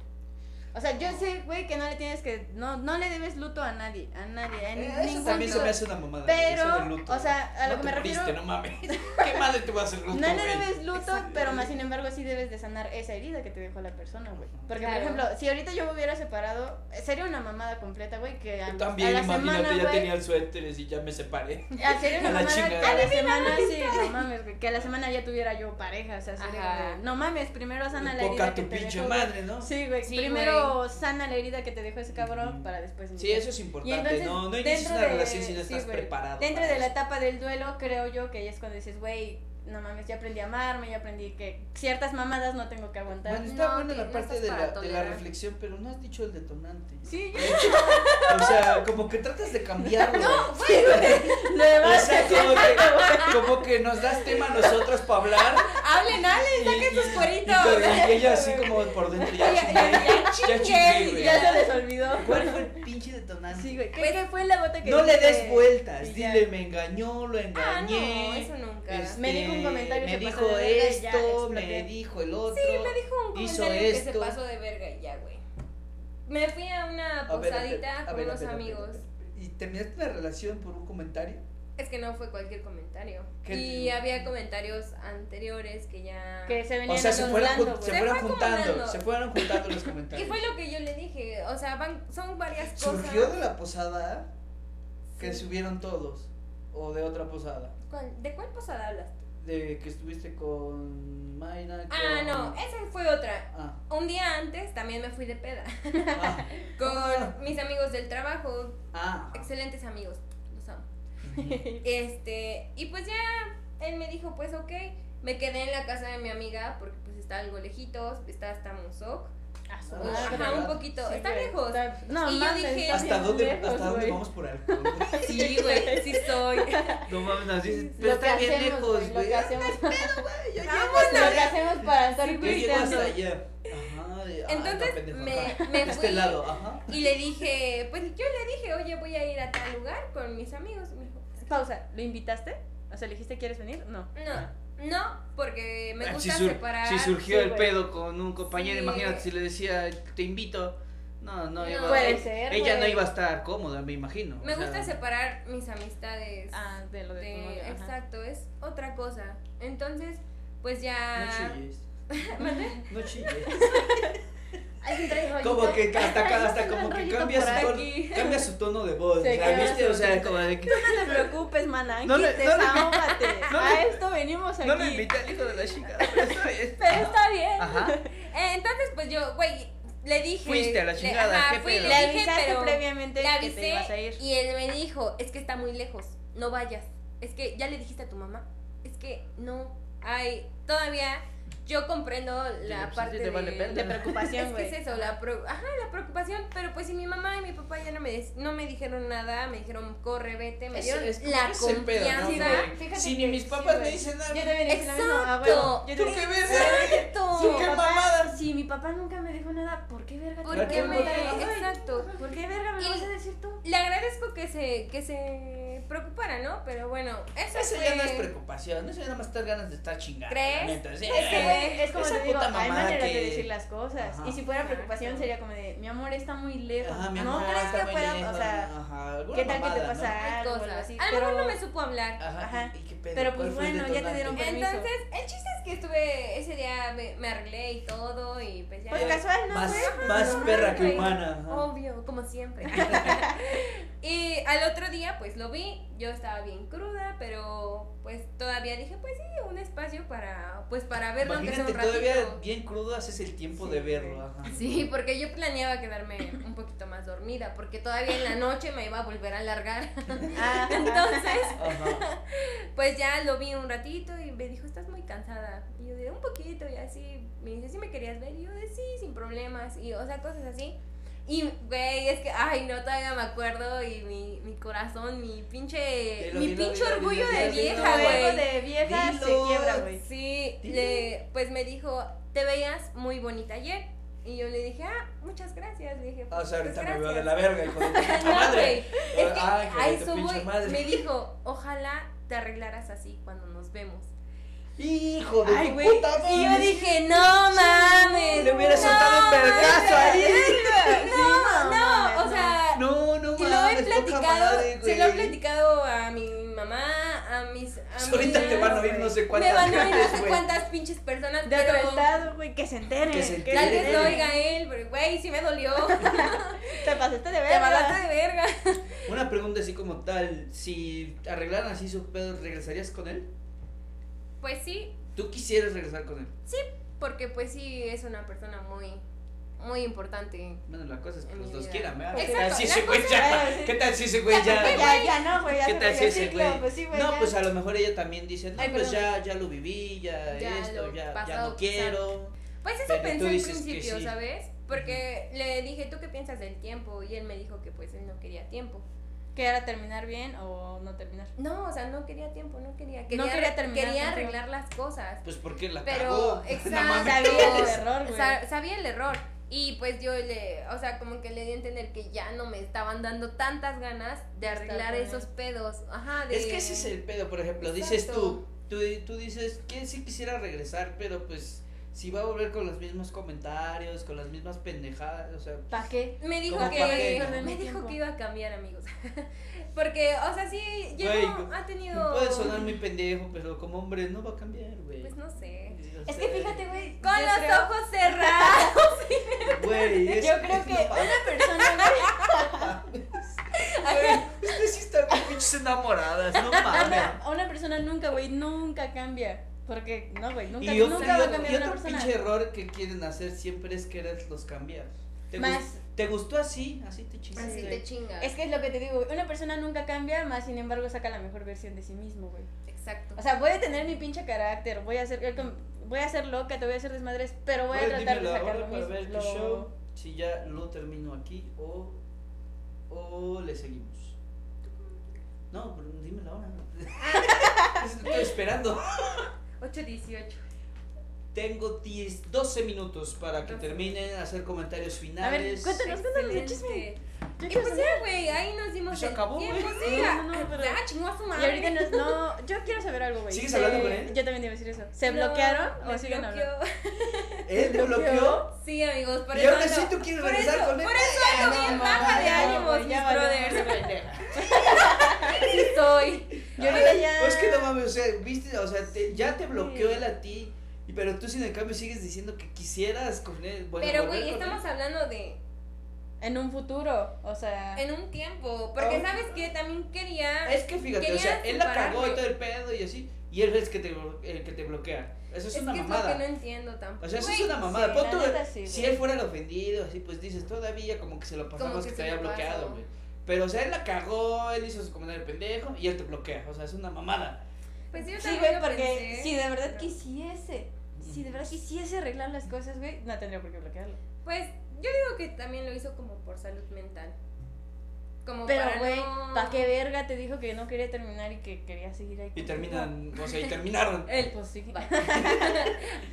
[SPEAKER 1] O sea, yo sé, güey, que no le tienes que. No, no le debes luto a nadie. A nadie. A ni-
[SPEAKER 2] Eh,
[SPEAKER 1] ningún
[SPEAKER 2] Eso también se me
[SPEAKER 1] luto.
[SPEAKER 2] hace una mamada. güey, eso
[SPEAKER 1] Pero,
[SPEAKER 2] del luto,
[SPEAKER 1] o sea, a lo
[SPEAKER 2] No
[SPEAKER 1] que me
[SPEAKER 2] te
[SPEAKER 1] refiero.
[SPEAKER 2] moriste, no mames. ¿Qué madre te va a hacer luto,
[SPEAKER 1] No le
[SPEAKER 2] güey?
[SPEAKER 1] debes luto,
[SPEAKER 3] Exacto.
[SPEAKER 1] pero más sin embargo sí debes de sanar esa herida que te dejó la persona, güey. Porque,
[SPEAKER 3] Claro.
[SPEAKER 1] por ejemplo, si ahorita yo me hubiera separado, sería una mamada completa, güey, que a,
[SPEAKER 2] Yo
[SPEAKER 1] a
[SPEAKER 2] también,
[SPEAKER 1] la
[SPEAKER 2] imagínate,
[SPEAKER 1] semana,
[SPEAKER 2] ya
[SPEAKER 1] güey,
[SPEAKER 2] tenía el suéter y ya me separé.
[SPEAKER 1] Ah, sería una
[SPEAKER 2] A la
[SPEAKER 1] mamada
[SPEAKER 2] chingada.
[SPEAKER 1] que a la semana, sí, no mames, güey, que a la semana ya tuviera yo pareja, o sea, sería
[SPEAKER 3] Ajá.
[SPEAKER 1] de, no mames, primero sana la
[SPEAKER 2] Poca
[SPEAKER 1] herida que
[SPEAKER 2] tu
[SPEAKER 1] te
[SPEAKER 2] pinche
[SPEAKER 1] dejó.
[SPEAKER 2] madre, ¿no? Sí,
[SPEAKER 1] Sí, güey,
[SPEAKER 3] Sí,
[SPEAKER 1] primero sana la herida que te dejó ese cabrón
[SPEAKER 2] Ujú.
[SPEAKER 1] para después
[SPEAKER 2] eso es importante.
[SPEAKER 1] entonces,
[SPEAKER 2] no, no
[SPEAKER 1] dentro
[SPEAKER 2] inicies una
[SPEAKER 1] de-
[SPEAKER 2] relación si no
[SPEAKER 1] sí,
[SPEAKER 2] estás
[SPEAKER 1] güey.
[SPEAKER 2] preparado.
[SPEAKER 1] Dentro
[SPEAKER 2] para
[SPEAKER 1] de la
[SPEAKER 2] eso.
[SPEAKER 1] etapa del duelo, creo yo que ahí es cuando dices, güey, no mames, ya aprendí a amarme, ya aprendí que ciertas mamadas no tengo que aguantar.
[SPEAKER 2] Bueno, está
[SPEAKER 3] No,
[SPEAKER 2] buena
[SPEAKER 3] tío,
[SPEAKER 2] la
[SPEAKER 3] no
[SPEAKER 2] parte
[SPEAKER 3] estás
[SPEAKER 2] de
[SPEAKER 3] para
[SPEAKER 2] la, de la
[SPEAKER 3] tolerar.
[SPEAKER 2] reflexión, pero no has dicho el detonante.
[SPEAKER 1] Sí, yo
[SPEAKER 2] O sea, como que tratas de cambiarlo.
[SPEAKER 1] lo demás
[SPEAKER 2] o sea, como que, como que nos das tema a nosotros para hablar.
[SPEAKER 1] Hablen, hablen,
[SPEAKER 2] y-
[SPEAKER 1] saquen sus
[SPEAKER 2] y-
[SPEAKER 1] cueritos.
[SPEAKER 2] Y, pero- y ella así como por dentro ya
[SPEAKER 1] Ya-
[SPEAKER 2] chingué.
[SPEAKER 1] ya-
[SPEAKER 2] Ya chingué,
[SPEAKER 1] ¿Qué?
[SPEAKER 2] güey.
[SPEAKER 1] Ya se les olvidó.
[SPEAKER 2] ¿Cuál fue el pinche detonante?
[SPEAKER 1] Sí, güey. ¿Qué,
[SPEAKER 3] Pues-
[SPEAKER 1] qué fue la gota que
[SPEAKER 2] no le
[SPEAKER 1] dijiste?
[SPEAKER 2] des vueltas,
[SPEAKER 1] Y ya.
[SPEAKER 2] dile me engañó, lo
[SPEAKER 3] Ah,
[SPEAKER 2] engañé.
[SPEAKER 3] no, eso nunca.
[SPEAKER 2] este,
[SPEAKER 1] Me dijo un
[SPEAKER 2] me
[SPEAKER 1] comentario que se
[SPEAKER 2] dijo
[SPEAKER 1] pasó de verga y ya
[SPEAKER 2] esto, me
[SPEAKER 1] exploté.
[SPEAKER 2] dijo el otro.
[SPEAKER 3] dijo un
[SPEAKER 2] hizo
[SPEAKER 3] comentario que se
[SPEAKER 2] esto.
[SPEAKER 3] pasó de verga y ya, güey. Me fui a una
[SPEAKER 2] A ver, a ver,
[SPEAKER 3] posadita
[SPEAKER 2] a
[SPEAKER 3] con
[SPEAKER 2] ver, a
[SPEAKER 3] unos
[SPEAKER 2] ver, a ver, a
[SPEAKER 3] amigos.
[SPEAKER 2] ver. ¿Y terminaste una relación por un comentario?
[SPEAKER 3] Es que no fue cualquier comentario.
[SPEAKER 2] ¿Qué
[SPEAKER 3] Y
[SPEAKER 2] te-
[SPEAKER 3] había comentarios anteriores que ya...
[SPEAKER 1] Que se
[SPEAKER 2] O
[SPEAKER 1] venían
[SPEAKER 2] sea, se fueron,
[SPEAKER 1] anulando,
[SPEAKER 2] jun-
[SPEAKER 1] güey.
[SPEAKER 2] se
[SPEAKER 3] Se
[SPEAKER 2] fueron
[SPEAKER 3] fue
[SPEAKER 2] juntando,
[SPEAKER 3] acomodando.
[SPEAKER 2] se fueron juntando los
[SPEAKER 3] ¿Qué
[SPEAKER 2] comentarios.
[SPEAKER 3] fue lo que yo le dije? O sea, van, son varias cosas.
[SPEAKER 2] Surgió de la posada que
[SPEAKER 3] Sí.
[SPEAKER 2] subieron todos, o de otra posada,
[SPEAKER 3] ¿Cuál- ¿De cuál posada hablas?
[SPEAKER 2] de que estuviste con Mayra.
[SPEAKER 3] Ah,
[SPEAKER 2] con-
[SPEAKER 3] no, esa fue otra.
[SPEAKER 2] Ah,
[SPEAKER 3] Un día antes también me fui de peda
[SPEAKER 2] ah, Ah.
[SPEAKER 3] con mis amigos del trabajo,
[SPEAKER 2] ah.
[SPEAKER 3] excelentes amigos, los amo.
[SPEAKER 2] Ujú.
[SPEAKER 3] Este, y pues ya él me dijo, pues ok, me quedé en la casa de mi amiga porque pues está algo lejitos, está hasta Monzoc.
[SPEAKER 1] Ah, su
[SPEAKER 2] Ajá,
[SPEAKER 1] madre.
[SPEAKER 3] Ajá, un poquito,
[SPEAKER 1] Sí,
[SPEAKER 3] está
[SPEAKER 1] güey,
[SPEAKER 3] lejos.
[SPEAKER 1] está- No,
[SPEAKER 3] Y yo
[SPEAKER 1] mames,
[SPEAKER 3] dije-
[SPEAKER 1] está
[SPEAKER 2] ¿Hasta
[SPEAKER 1] bien
[SPEAKER 2] dónde,
[SPEAKER 1] lejos,
[SPEAKER 2] hasta dónde
[SPEAKER 1] güey.
[SPEAKER 2] vamos por alcohol? güey?
[SPEAKER 3] Sí, güey, sí soy.
[SPEAKER 1] Ah,
[SPEAKER 2] No mames, así.
[SPEAKER 1] Lo
[SPEAKER 2] Pero está
[SPEAKER 1] que
[SPEAKER 2] bien
[SPEAKER 1] hacemos,
[SPEAKER 2] lejos,
[SPEAKER 1] Lo
[SPEAKER 2] güey.
[SPEAKER 1] que hacemos,
[SPEAKER 2] Ay, ya
[SPEAKER 1] lo que hacemos para estar
[SPEAKER 3] Sí,
[SPEAKER 2] llego- ya llego hasta
[SPEAKER 1] pisteando.
[SPEAKER 2] allá. Ajá, de- ah,
[SPEAKER 3] Entonces,
[SPEAKER 2] está pendejo,
[SPEAKER 3] me-
[SPEAKER 2] ajá.
[SPEAKER 3] me
[SPEAKER 2] De este
[SPEAKER 3] fui.
[SPEAKER 2] lado, ajá.
[SPEAKER 3] Y le dije, pues yo le dije, oye, voy a ir a tal lugar con mis amigos. Y me dijo,
[SPEAKER 1] Pausa, ¿lo invitaste? O sea, ¿le dijiste quieres venir? No.
[SPEAKER 3] no, no, porque me gusta
[SPEAKER 2] Ah, sur-
[SPEAKER 3] separar.
[SPEAKER 2] si surgió
[SPEAKER 1] Sí,
[SPEAKER 2] el
[SPEAKER 1] güey.
[SPEAKER 2] pedo con un compañero,
[SPEAKER 3] Sí.
[SPEAKER 2] imagínate si le decía, te invito. No, no,
[SPEAKER 3] No.
[SPEAKER 2] iba-
[SPEAKER 1] Puede
[SPEAKER 2] eh,
[SPEAKER 1] ser,
[SPEAKER 2] Ella no
[SPEAKER 1] güey.
[SPEAKER 2] iba a estar cómoda, me imagino.
[SPEAKER 3] Me
[SPEAKER 2] o sea,
[SPEAKER 3] gusta separar mis amistades.
[SPEAKER 1] Ah, de lo de tu
[SPEAKER 3] de-
[SPEAKER 1] novio, ajá.
[SPEAKER 3] exacto, es otra cosa. Entonces, pues
[SPEAKER 2] No
[SPEAKER 3] ya.
[SPEAKER 2] chilles. No chilles.
[SPEAKER 1] Ay, sí, trae rollito.
[SPEAKER 2] Como que hasta, hasta
[SPEAKER 1] Un
[SPEAKER 2] como que
[SPEAKER 1] rollito
[SPEAKER 2] cambia
[SPEAKER 1] por
[SPEAKER 2] su, tono,
[SPEAKER 3] aquí.
[SPEAKER 2] cambia su tono de voz.
[SPEAKER 1] Sí,
[SPEAKER 2] o sea,
[SPEAKER 1] cambia
[SPEAKER 2] ¿viste?
[SPEAKER 1] su-
[SPEAKER 2] O sea, como de que.
[SPEAKER 1] No te preocupes, maná.
[SPEAKER 2] No
[SPEAKER 1] No
[SPEAKER 2] le- no le-
[SPEAKER 1] desahógate.
[SPEAKER 2] no le-
[SPEAKER 1] A esto venimos aquí.
[SPEAKER 2] No lo invité al hijo de la chica. Pero está bien.
[SPEAKER 3] Pero está bien.
[SPEAKER 2] Ajá.
[SPEAKER 3] Eh, entonces, pues yo, güey, le dije.
[SPEAKER 2] Fuiste a la
[SPEAKER 3] le-
[SPEAKER 2] chingada,
[SPEAKER 3] ajá,
[SPEAKER 2] ¿qué
[SPEAKER 3] fui,
[SPEAKER 2] pedo?
[SPEAKER 1] Le
[SPEAKER 3] Le dije,
[SPEAKER 1] avisaste
[SPEAKER 3] pero.
[SPEAKER 1] previamente
[SPEAKER 3] le
[SPEAKER 1] que te ibas a ir.
[SPEAKER 3] avisé y él me dijo, es que está muy lejos, no vayas. Es que ya le dijiste a tu mamá. Es que no. Ay, todavía yo comprendo la
[SPEAKER 2] pues, sí
[SPEAKER 3] parte
[SPEAKER 2] te vale
[SPEAKER 3] de-
[SPEAKER 2] verga.
[SPEAKER 1] De preocupación,
[SPEAKER 3] Es
[SPEAKER 1] güey.
[SPEAKER 3] que es eso, la, pro- ajá, la preocupación, pero pues si mi mamá y mi papá ya no me, des- no me dijeron nada, me dijeron corre, vete, me
[SPEAKER 2] Es-
[SPEAKER 3] dieron
[SPEAKER 2] es como
[SPEAKER 3] la
[SPEAKER 2] ese pedo, ¿no,
[SPEAKER 3] confianza.
[SPEAKER 2] güey?
[SPEAKER 1] Fíjate
[SPEAKER 2] Si ni
[SPEAKER 1] que
[SPEAKER 2] mis
[SPEAKER 1] sí,
[SPEAKER 2] papás me
[SPEAKER 1] güey.
[SPEAKER 2] dicen
[SPEAKER 1] Yo
[SPEAKER 2] nada.
[SPEAKER 1] también dije lo mismo. Ah,
[SPEAKER 3] Exacto.
[SPEAKER 1] bueno, yo
[SPEAKER 2] ¿Tú
[SPEAKER 1] también-
[SPEAKER 2] qué ves?
[SPEAKER 3] Exacto.
[SPEAKER 2] Sí, qué mamadas.
[SPEAKER 1] Si mi papá nunca me dijo nada, ¿por qué verga? te
[SPEAKER 3] ¿Por
[SPEAKER 1] lo voy
[SPEAKER 3] qué
[SPEAKER 1] a
[SPEAKER 3] me
[SPEAKER 1] contar? Ay,
[SPEAKER 3] exacto?
[SPEAKER 1] ¿Por qué verga me lo
[SPEAKER 3] Y-
[SPEAKER 1] vas a decir tú?
[SPEAKER 3] Le agradezco que se que se preocupara, ¿no? Pero bueno, eso,
[SPEAKER 2] Eso
[SPEAKER 3] fue-
[SPEAKER 2] ya no es preocupación, eso ya nada más estar ganas de estar chingando.
[SPEAKER 3] ¿Crees?
[SPEAKER 2] la neta, sí.
[SPEAKER 3] Es que, güey,
[SPEAKER 1] Es como
[SPEAKER 2] Esa
[SPEAKER 1] te digo,
[SPEAKER 2] puta
[SPEAKER 1] hay
[SPEAKER 2] mamada
[SPEAKER 1] maneras
[SPEAKER 2] que-
[SPEAKER 1] de decir las cosas.
[SPEAKER 2] Ajá.
[SPEAKER 1] Y si fuera
[SPEAKER 3] Exacto.
[SPEAKER 1] preocupación, sería como de, mi amor está muy lejos.
[SPEAKER 2] Ajá, mi
[SPEAKER 1] no
[SPEAKER 2] amor,
[SPEAKER 1] crees
[SPEAKER 2] está
[SPEAKER 1] que
[SPEAKER 2] muy
[SPEAKER 1] fuera,
[SPEAKER 2] lejos,
[SPEAKER 1] o sea,
[SPEAKER 2] ajá,
[SPEAKER 1] ¿qué tal
[SPEAKER 2] alguna
[SPEAKER 1] que te
[SPEAKER 2] mamada, ¿no?
[SPEAKER 1] pasa
[SPEAKER 3] Hay
[SPEAKER 1] algo? o algo
[SPEAKER 3] cosas.
[SPEAKER 1] así,
[SPEAKER 3] A lo
[SPEAKER 1] pero-
[SPEAKER 3] mejor no me supo hablar.
[SPEAKER 2] Ajá.
[SPEAKER 1] Ajá.
[SPEAKER 2] ¿Y qué pedo? ¿Cuál
[SPEAKER 1] Pero, pues,
[SPEAKER 2] fue el
[SPEAKER 1] bueno, ya te
[SPEAKER 2] detonante?
[SPEAKER 1] dieron permiso.
[SPEAKER 3] Entonces, el chiste es que estuve ese día me, me arreglé y todo y pues ya.
[SPEAKER 1] Pues casual, ¿no?
[SPEAKER 2] Más,
[SPEAKER 1] güey?
[SPEAKER 2] más
[SPEAKER 3] no,
[SPEAKER 2] perra que
[SPEAKER 3] güey.
[SPEAKER 2] humana. ajá.
[SPEAKER 3] Obvio, como siempre. y al otro día pues lo vi, yo estaba bien cruda, pero pues todavía dije, pues sí, un espacio para pues para verlo aunque sea
[SPEAKER 2] Imagínate,
[SPEAKER 3] un ratito.
[SPEAKER 2] todavía bien crudo haces el tiempo de
[SPEAKER 1] Sí,
[SPEAKER 2] verlo.
[SPEAKER 1] güey.
[SPEAKER 2] Ajá.
[SPEAKER 3] Sí, porque yo planeaba quedarme un poquito más dormida, porque todavía en la noche me iba a volver a alargar.
[SPEAKER 1] Ah,
[SPEAKER 3] Entonces,
[SPEAKER 2] Ajá.
[SPEAKER 3] pues ya lo vi un ratito y me dijo, estás muy cansada. Y yo dije, un poquito, y así. Me dice, ¿sí me querías ver? Y yo de sí, sin problemas. Y, o sea, cosas así. Y, güey, es que, ay, no, todavía me acuerdo. Y mi, mi corazón, mi pinche,
[SPEAKER 2] Dilo,
[SPEAKER 3] mi
[SPEAKER 2] dilo,
[SPEAKER 3] pinche
[SPEAKER 2] dilo,
[SPEAKER 3] orgullo
[SPEAKER 2] dilo,
[SPEAKER 3] de
[SPEAKER 2] dilo,
[SPEAKER 1] Tu
[SPEAKER 3] vieja,
[SPEAKER 2] dilo,
[SPEAKER 1] juego
[SPEAKER 3] güey.
[SPEAKER 1] de vieja se
[SPEAKER 2] Dilo.
[SPEAKER 1] quiebra, güey.
[SPEAKER 3] Sí,
[SPEAKER 2] Dilo.
[SPEAKER 3] le, pues me dijo, te veías muy bonita ayer. Y yo le dije, ah, muchas gracias. Le dije,
[SPEAKER 2] Ah, O sea,
[SPEAKER 3] "Pues
[SPEAKER 2] ahorita me veo
[SPEAKER 3] gracias".
[SPEAKER 2] de la verga, hijo de tu puta
[SPEAKER 3] No, güey.
[SPEAKER 2] madre.
[SPEAKER 3] Es
[SPEAKER 2] Ay,
[SPEAKER 3] que
[SPEAKER 2] hijo de
[SPEAKER 3] a
[SPEAKER 2] tu
[SPEAKER 3] eso
[SPEAKER 2] pinche
[SPEAKER 3] voy.
[SPEAKER 2] madre.
[SPEAKER 3] Me dijo, ojalá te arreglaras así cuando nos vemos.
[SPEAKER 2] Hijo de
[SPEAKER 1] Ay,
[SPEAKER 2] tu
[SPEAKER 1] güey.
[SPEAKER 2] puta madre.
[SPEAKER 3] Y yo dije, no mames.
[SPEAKER 2] Le hubiera
[SPEAKER 3] no,
[SPEAKER 2] soltado un vergazo ahí.
[SPEAKER 1] Sí,
[SPEAKER 3] No,
[SPEAKER 1] mames,
[SPEAKER 3] no, o sea,
[SPEAKER 2] No, no,
[SPEAKER 3] si lo he
[SPEAKER 2] mames, poca
[SPEAKER 3] platicado,
[SPEAKER 2] madre,
[SPEAKER 3] se lo he
[SPEAKER 2] güey.
[SPEAKER 3] platicado a mi mamá, a mis
[SPEAKER 2] Pues Ahorita te van a oír no sé
[SPEAKER 3] cuántas.
[SPEAKER 2] cuántas
[SPEAKER 3] Me van a oír no
[SPEAKER 2] veces,
[SPEAKER 3] sé
[SPEAKER 2] güey.
[SPEAKER 3] cuántas pinches personas,
[SPEAKER 1] De otro
[SPEAKER 3] pero
[SPEAKER 1] estado, güey, que se enteren.
[SPEAKER 2] Que se
[SPEAKER 3] tal vez
[SPEAKER 2] enteren.
[SPEAKER 3] lo oiga él, pero güey, sí me dolió.
[SPEAKER 1] Te pasaste de
[SPEAKER 3] Te
[SPEAKER 1] verga.
[SPEAKER 3] mandaste de verga.
[SPEAKER 2] Una pregunta así como tal, si arreglaran así su pedo, ¿regresarías con él?
[SPEAKER 3] Pues sí,
[SPEAKER 2] ¿Tú quisieras regresar con él?
[SPEAKER 3] porque pues sí es una persona muy muy importante.
[SPEAKER 2] Bueno, la cosa es que
[SPEAKER 3] En
[SPEAKER 2] los
[SPEAKER 3] mi
[SPEAKER 2] dos
[SPEAKER 3] vida.
[SPEAKER 2] quieran, ¿verdad?
[SPEAKER 1] Exacto,
[SPEAKER 2] ¿Qué tal si
[SPEAKER 3] la
[SPEAKER 2] ese güey
[SPEAKER 3] cosa-
[SPEAKER 1] Eh, sí.
[SPEAKER 2] ya? ¿Qué tal si ese güey
[SPEAKER 1] ya,
[SPEAKER 2] ya?
[SPEAKER 1] ya, no, güey, ya
[SPEAKER 2] ¿Qué
[SPEAKER 1] se
[SPEAKER 2] tal
[SPEAKER 1] fue
[SPEAKER 2] si
[SPEAKER 1] el
[SPEAKER 2] ese
[SPEAKER 1] ciclo,
[SPEAKER 2] güey?
[SPEAKER 1] pues sí, güey.
[SPEAKER 2] No,
[SPEAKER 1] ya.
[SPEAKER 2] pues a lo mejor ella también dice, no,
[SPEAKER 1] Ay,
[SPEAKER 2] pues
[SPEAKER 1] perdón.
[SPEAKER 2] ya, ya lo viví, ya,
[SPEAKER 3] Ya
[SPEAKER 2] esto,
[SPEAKER 3] lo
[SPEAKER 2] ya, ya
[SPEAKER 3] pasado,
[SPEAKER 2] no
[SPEAKER 3] quizá.
[SPEAKER 2] quiero.
[SPEAKER 3] Pues eso
[SPEAKER 2] Pero tú
[SPEAKER 3] pensé en
[SPEAKER 2] dices que
[SPEAKER 3] principio,
[SPEAKER 2] sí.
[SPEAKER 3] ¿sabes? Porque le dije, ¿tú qué piensas del tiempo? Y él me dijo que pues él no quería tiempo.
[SPEAKER 1] ¿Que era terminar bien o no terminar?
[SPEAKER 3] No, o sea, no quería tiempo, no quería.
[SPEAKER 1] No quería terminar
[SPEAKER 3] quería
[SPEAKER 1] contigo.
[SPEAKER 3] arreglar las cosas.
[SPEAKER 2] Pues porque la
[SPEAKER 3] Pero,
[SPEAKER 2] cagó. No
[SPEAKER 3] exacto.
[SPEAKER 2] mames.
[SPEAKER 1] Sabía el error, güey.
[SPEAKER 3] sa- sabía el error. Y pues yo le, o sea, como que le di a entender que ya no me estaban dando tantas ganas de
[SPEAKER 1] Estar
[SPEAKER 3] arreglar
[SPEAKER 1] con
[SPEAKER 3] esos
[SPEAKER 1] él.
[SPEAKER 3] pedos. Ajá, de...
[SPEAKER 2] Es que ese es el pedo, por ejemplo, dices tú, tú, tú dices que sí quisiera regresar, pero pues si va a volver con los mismos comentarios, con las mismas pendejadas, o sea,
[SPEAKER 1] ¿Para qué?
[SPEAKER 3] Me dijo
[SPEAKER 2] Como para que
[SPEAKER 3] que
[SPEAKER 2] no
[SPEAKER 1] perder mi
[SPEAKER 3] me dijo
[SPEAKER 1] tiempo.
[SPEAKER 3] que iba a cambiar, amigos. Porque, o sea, sí llegó,
[SPEAKER 2] Güey,
[SPEAKER 3] ha tenido
[SPEAKER 2] puede sonar muy pendejo, pero como hombre no va a cambiar, güey.
[SPEAKER 3] pues no sé.
[SPEAKER 2] O
[SPEAKER 1] Es que
[SPEAKER 2] sea,
[SPEAKER 1] fíjate, güey.
[SPEAKER 3] Con
[SPEAKER 1] yo
[SPEAKER 3] los
[SPEAKER 1] creo-
[SPEAKER 3] ojos cerrados.
[SPEAKER 2] Güey, es-
[SPEAKER 1] Yo creo
[SPEAKER 2] es
[SPEAKER 1] que
[SPEAKER 2] una pa-
[SPEAKER 1] una persona, güey.
[SPEAKER 2] Güey, ustedes sí están bien pinches enamoradas, no mames.
[SPEAKER 1] Una, una persona nunca, güey, nunca cambia. Porque, no, güey, nunca,
[SPEAKER 2] y otro,
[SPEAKER 1] nunca va a
[SPEAKER 2] y
[SPEAKER 1] cambiar una
[SPEAKER 2] otro
[SPEAKER 1] persona.
[SPEAKER 2] pinche error que quieren hacer siempre es quererlos cambiar. ¿Te,
[SPEAKER 1] Más.
[SPEAKER 2] gust- te gustó así? Así te chingas.
[SPEAKER 3] Así
[SPEAKER 1] Sí.
[SPEAKER 3] te
[SPEAKER 2] "Ah".
[SPEAKER 3] chingas.
[SPEAKER 1] Es que es lo que te digo, güey, una persona nunca cambia, más sin embargo saca la mejor versión de sí mismo, güey.
[SPEAKER 3] Exacto.
[SPEAKER 1] O sea, voy a tener mi pinche carácter, voy a ser, voy a ser loca, te voy a hacer desmadres, pero voy a
[SPEAKER 2] Güey, dime
[SPEAKER 1] tratar de
[SPEAKER 2] la
[SPEAKER 1] sacar
[SPEAKER 2] hora
[SPEAKER 1] lo
[SPEAKER 2] para
[SPEAKER 1] mismo.
[SPEAKER 2] ver qué
[SPEAKER 1] lo-
[SPEAKER 2] show, si ya lo termino aquí o, o le seguimos. No, pero dime la hora. Estoy esperando.
[SPEAKER 3] 8.18.
[SPEAKER 2] Tengo 10, 12 minutos para que
[SPEAKER 3] Doce.
[SPEAKER 2] terminen, hacer comentarios
[SPEAKER 1] A ver,
[SPEAKER 2] finales.
[SPEAKER 1] cuéntanos, cuéntanos el chisme.
[SPEAKER 3] Excelente.
[SPEAKER 1] Yo
[SPEAKER 3] Y
[SPEAKER 1] quiero
[SPEAKER 3] pues
[SPEAKER 1] saber.
[SPEAKER 3] ya, güey, ahí nos dimos
[SPEAKER 2] Se
[SPEAKER 3] el
[SPEAKER 2] acabó,
[SPEAKER 3] tiempo,
[SPEAKER 2] güey.
[SPEAKER 3] sí.
[SPEAKER 1] No, no, no, pero-
[SPEAKER 3] Ya, chingó a su madre.
[SPEAKER 1] Y ahorita nos- no, yo quiero saber algo, güey.
[SPEAKER 2] ¿Sigues
[SPEAKER 1] Se-
[SPEAKER 2] hablando con él?
[SPEAKER 1] Yo también te iba a decir eso. ¿Se
[SPEAKER 3] No,
[SPEAKER 1] bloquearon
[SPEAKER 3] me
[SPEAKER 1] o siguen
[SPEAKER 3] bloqueó.
[SPEAKER 1] hablando?
[SPEAKER 2] ¿Eh? ¿Te bloqueó?
[SPEAKER 3] Sí, amigos, por
[SPEAKER 2] Y
[SPEAKER 3] eso.
[SPEAKER 2] ahora sí
[SPEAKER 3] ando-
[SPEAKER 2] tú quieres
[SPEAKER 3] por
[SPEAKER 2] regresar
[SPEAKER 3] eso-
[SPEAKER 2] con él. Eh,
[SPEAKER 3] Por eso ando bien baja de
[SPEAKER 1] ya,
[SPEAKER 3] ánimos,
[SPEAKER 1] güey,
[SPEAKER 3] mis
[SPEAKER 1] ya valió,
[SPEAKER 3] brothers.
[SPEAKER 1] güey.
[SPEAKER 3] Sí estoy.
[SPEAKER 1] Yo ahorita
[SPEAKER 2] Ay,
[SPEAKER 1] ya-
[SPEAKER 2] Pues que no mames, o sea, viste, o sea, te- ya te bloqueó
[SPEAKER 1] Sí.
[SPEAKER 2] él a ti, y- pero tú sin el cambio sigues diciendo que quisieras con él. Bueno,
[SPEAKER 3] Pero,
[SPEAKER 2] volver
[SPEAKER 3] güey,
[SPEAKER 2] con
[SPEAKER 3] estamos
[SPEAKER 2] él.
[SPEAKER 3] hablando de
[SPEAKER 1] En un futuro, o sea.
[SPEAKER 3] en un tiempo. Porque,
[SPEAKER 2] Ah.
[SPEAKER 3] ¿sabes qué? También quería.
[SPEAKER 2] Es que fíjate, o sea,
[SPEAKER 3] Querías
[SPEAKER 2] él la cagó y
[SPEAKER 3] separarme.
[SPEAKER 2] todo el pedo y así, y él es que te, blo- el que te bloquea. Eso es,
[SPEAKER 3] es
[SPEAKER 2] una
[SPEAKER 3] que
[SPEAKER 2] mamada.
[SPEAKER 3] es lo que no entiendo tampoco.
[SPEAKER 2] O sea, eso es
[SPEAKER 3] Güey,
[SPEAKER 2] una mamada. Pon
[SPEAKER 1] la
[SPEAKER 2] tú, eh,
[SPEAKER 1] neta sí,
[SPEAKER 2] Ah, si
[SPEAKER 1] güey.
[SPEAKER 2] él fuera el ofendido, así pues dices, todavía como que se lo pasamos
[SPEAKER 3] Como
[SPEAKER 2] que, te
[SPEAKER 3] que se
[SPEAKER 2] haya
[SPEAKER 3] lo
[SPEAKER 2] bloqueado,
[SPEAKER 3] paso.
[SPEAKER 2] güey. Pero, o sea, él la cagó, él hizo su comentario pendejo y él te bloquea. O sea, es una mamada.
[SPEAKER 3] Pues yo
[SPEAKER 1] Sí,
[SPEAKER 3] también
[SPEAKER 1] güey,
[SPEAKER 3] lo
[SPEAKER 1] porque
[SPEAKER 3] pensé.
[SPEAKER 1] si de verdad
[SPEAKER 3] Pero-
[SPEAKER 1] quisiese, si de verdad quisiese arreglar las cosas, güey, no tendría por qué bloquearlo.
[SPEAKER 3] Pues yo digo que también lo hizo como por salud mental. Como para
[SPEAKER 1] Pero, güey,
[SPEAKER 3] no-
[SPEAKER 1] ¿pa' qué verga te dijo que no quería terminar y que quería seguir ahí?
[SPEAKER 2] Y
[SPEAKER 1] contigo?
[SPEAKER 2] terminan, o sea, y terminaron.
[SPEAKER 3] Él.
[SPEAKER 1] Pues sí.
[SPEAKER 3] Bye.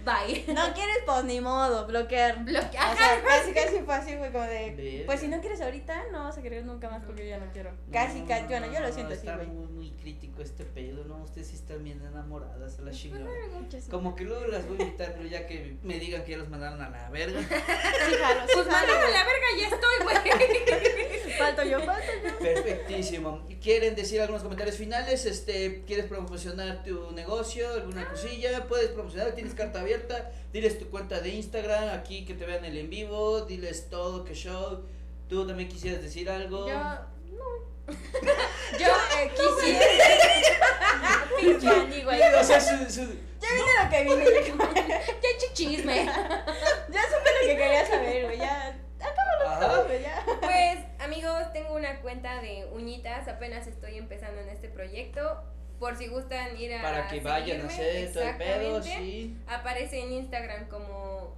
[SPEAKER 3] Bye.
[SPEAKER 1] No quieres, pues ni modo, bloquear.
[SPEAKER 3] Bloquea.
[SPEAKER 1] O sea, casi, casi fue así, güey, como de.
[SPEAKER 2] Verga.
[SPEAKER 1] Pues si no quieres ahorita, no vas a querer nunca más porque yo ya no quiero. Casi,
[SPEAKER 2] No,
[SPEAKER 1] casi. Bueno, yo lo
[SPEAKER 2] no,
[SPEAKER 1] siento así,
[SPEAKER 2] Está
[SPEAKER 1] güey.
[SPEAKER 2] muy, muy crítico este pedo, ¿no? Ustedes sí están bien enamoradas
[SPEAKER 1] Pues,
[SPEAKER 2] a la chingada.
[SPEAKER 1] Muchas-
[SPEAKER 2] Como que luego las voy a invitar, pero ya que me digan que ya los mandaron a la verga.
[SPEAKER 1] Sí, jalo, sí,
[SPEAKER 3] Pues
[SPEAKER 1] jalo,
[SPEAKER 3] mandan a la verga, ya estoy, güey.
[SPEAKER 1] güey. Falto yo, falto
[SPEAKER 2] Perfectísimo. ¿Quieren decir algunos comentarios finales? Este, ¿Quieres promocionar tu negocio?
[SPEAKER 1] Ah.
[SPEAKER 2] ¿Alguna cosilla? ¿Puedes promocionar? ¿Tienes carta abierta? Diles tu cuenta de Instagram aquí que te vean el en vivo. Diles todo, que show. ¿Tú también quisieras decir algo?
[SPEAKER 1] Yo. No. Yo eh, quisiera. Pinche Andy, güey.
[SPEAKER 2] O sea, su- su-
[SPEAKER 1] Ya vine lo que vine.
[SPEAKER 3] Ya eché chisme.
[SPEAKER 1] Ya supe lo que quería saber, güey. Ya.
[SPEAKER 2] Ajá.
[SPEAKER 1] güey, ya.
[SPEAKER 3] Pues, amigos, tengo una cuenta de uñitas. Apenas estoy empezando en este proyecto. Por si gustan ir a.
[SPEAKER 2] Para que vayan a
[SPEAKER 3] seguirme,
[SPEAKER 2] hacer todo el pedo,
[SPEAKER 3] exactamente.
[SPEAKER 2] sí.
[SPEAKER 3] aparece en Instagram como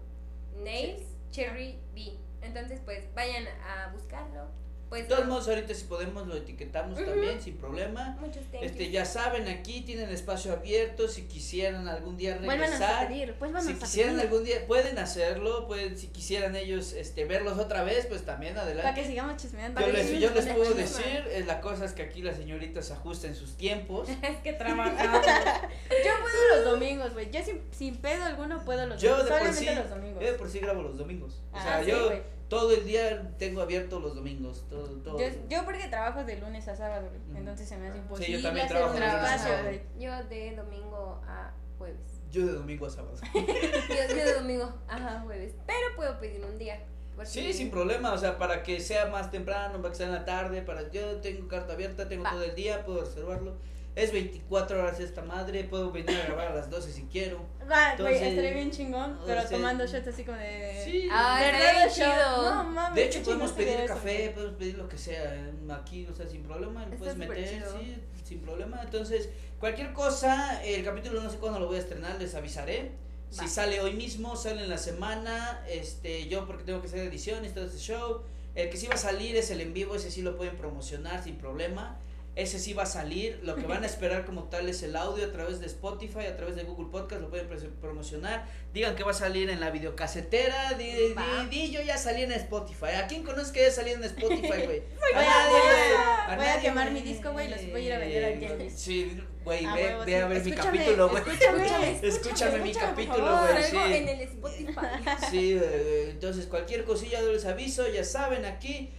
[SPEAKER 3] Nails Cherry B. Entonces, pues vayan a buscarlo. Pues
[SPEAKER 2] De todos
[SPEAKER 3] no,
[SPEAKER 2] modos, ahorita si podemos lo etiquetamos
[SPEAKER 3] Ujú.
[SPEAKER 2] también, sin problema.
[SPEAKER 3] muchos thank
[SPEAKER 2] Este,
[SPEAKER 3] yous.
[SPEAKER 2] ya saben, aquí tienen espacio abierto, si quisieran algún día
[SPEAKER 1] Vuelvan a
[SPEAKER 2] regresar.
[SPEAKER 1] pedir.
[SPEAKER 2] Si
[SPEAKER 1] Vuelvan a
[SPEAKER 2] quisieran
[SPEAKER 1] pedir.
[SPEAKER 2] algún día, pueden hacerlo, pueden, si quisieran ellos este, verlos otra vez, pues también
[SPEAKER 1] Para
[SPEAKER 2] adelante.
[SPEAKER 1] que sigamos chismeando.
[SPEAKER 2] Yo
[SPEAKER 1] para que
[SPEAKER 2] les, yo
[SPEAKER 1] sigamos
[SPEAKER 2] les
[SPEAKER 1] con
[SPEAKER 2] puedo
[SPEAKER 1] el
[SPEAKER 2] decir, es la cosa es que aquí las señoritas ajusten sus tiempos.
[SPEAKER 3] Es que trabajamos.
[SPEAKER 1] chisme. Yo puedo los domingos, güey. Yo sin, sin pedo alguno puedo los
[SPEAKER 2] Yo de
[SPEAKER 1] domingos.
[SPEAKER 2] por
[SPEAKER 1] Solamente
[SPEAKER 2] sí-
[SPEAKER 1] los domingos.
[SPEAKER 2] Yo de Eh, por sí grabo los domingos. O sea,
[SPEAKER 1] Ah, sí,
[SPEAKER 2] yo
[SPEAKER 1] güey.
[SPEAKER 2] todo el día tengo abierto los domingos. Todo, todo.
[SPEAKER 1] Yo, yo porque trabajo de lunes a sábado, güey.
[SPEAKER 2] Ujú.
[SPEAKER 1] Entonces se me hace
[SPEAKER 2] Sí, yo
[SPEAKER 1] imposible
[SPEAKER 2] también
[SPEAKER 1] hacer
[SPEAKER 2] trabajo
[SPEAKER 1] un
[SPEAKER 2] de lunes a
[SPEAKER 1] espacio,
[SPEAKER 2] sábado.
[SPEAKER 1] güey.
[SPEAKER 3] Yo de domingo a jueves.
[SPEAKER 2] Yo de domingo a sábado.
[SPEAKER 3] Yo, yo de domingo a jueves. Pero puedo pedir un día. porque-
[SPEAKER 2] Sí, sin problema, o sea, para que sea más temprano, para que sea en la tarde, para yo tengo carta abierta, tengo
[SPEAKER 3] Va.
[SPEAKER 2] todo el día, puedo reservarlo. Es 24 horas esta madre, puedo venir a grabar a las 12 si quiero.
[SPEAKER 1] Ah, Güey,
[SPEAKER 2] Entonces,
[SPEAKER 1] estaría bien chingón, pero
[SPEAKER 2] entonces-
[SPEAKER 1] tomando shots así como de.
[SPEAKER 2] Sí.
[SPEAKER 1] de
[SPEAKER 3] Ay, estaría
[SPEAKER 1] show.
[SPEAKER 3] Ah, chido.
[SPEAKER 1] No mames.
[SPEAKER 2] De
[SPEAKER 1] qué
[SPEAKER 2] hecho,
[SPEAKER 1] chingón
[SPEAKER 2] podemos
[SPEAKER 1] sería
[SPEAKER 2] pedir
[SPEAKER 1] eso,
[SPEAKER 2] café,
[SPEAKER 1] güey.
[SPEAKER 2] podemos pedir lo que sea eh, aquí, o sea, sin problema, lo
[SPEAKER 3] Está
[SPEAKER 2] puedes
[SPEAKER 3] súper
[SPEAKER 2] meter,
[SPEAKER 3] chido.
[SPEAKER 2] sí, sin problema. Entonces, cualquier cosa, el capítulo no sé cuándo lo voy a estrenar, les avisaré. Si
[SPEAKER 3] Va.
[SPEAKER 2] sale hoy mismo, sale en la semana, este, yo porque tengo que hacer ediciones, todo ese show. El que sí va a salir es el en vivo, ese sí lo pueden promocionar sin problema. Ese sí va a salir, lo que van a esperar como tal es el audio a través de Spotify, a través de Google Podcast, lo pueden pre- promocionar. Digan que va a salir en la videocasetera, di, di-
[SPEAKER 3] Va.
[SPEAKER 2] di, yo ya salí en Spotify. ¿A quién conoces que ya salí en Spotify, güey?
[SPEAKER 1] Voy a-
[SPEAKER 2] nadie,
[SPEAKER 1] voy a-
[SPEAKER 2] güey.
[SPEAKER 1] voey a
[SPEAKER 2] nadie,
[SPEAKER 1] quemar mi disco, güey, los voy a ir a vender al tianguis.
[SPEAKER 2] Sí, güey,
[SPEAKER 1] Ah,
[SPEAKER 2] ve,
[SPEAKER 1] huevo,
[SPEAKER 2] ve a
[SPEAKER 1] sí.
[SPEAKER 2] ver mi
[SPEAKER 1] Escúchame,
[SPEAKER 2] capítulo, güey.
[SPEAKER 1] Escúchame,
[SPEAKER 3] Escúchame,
[SPEAKER 2] Escúchame mi
[SPEAKER 1] escúchame, por
[SPEAKER 2] capítulo,
[SPEAKER 1] favor.
[SPEAKER 2] güey, sí.
[SPEAKER 3] Salgo en el Spotify.
[SPEAKER 2] Sí, eh, entonces cualquier cosilla yo les aviso, ya saben, aquí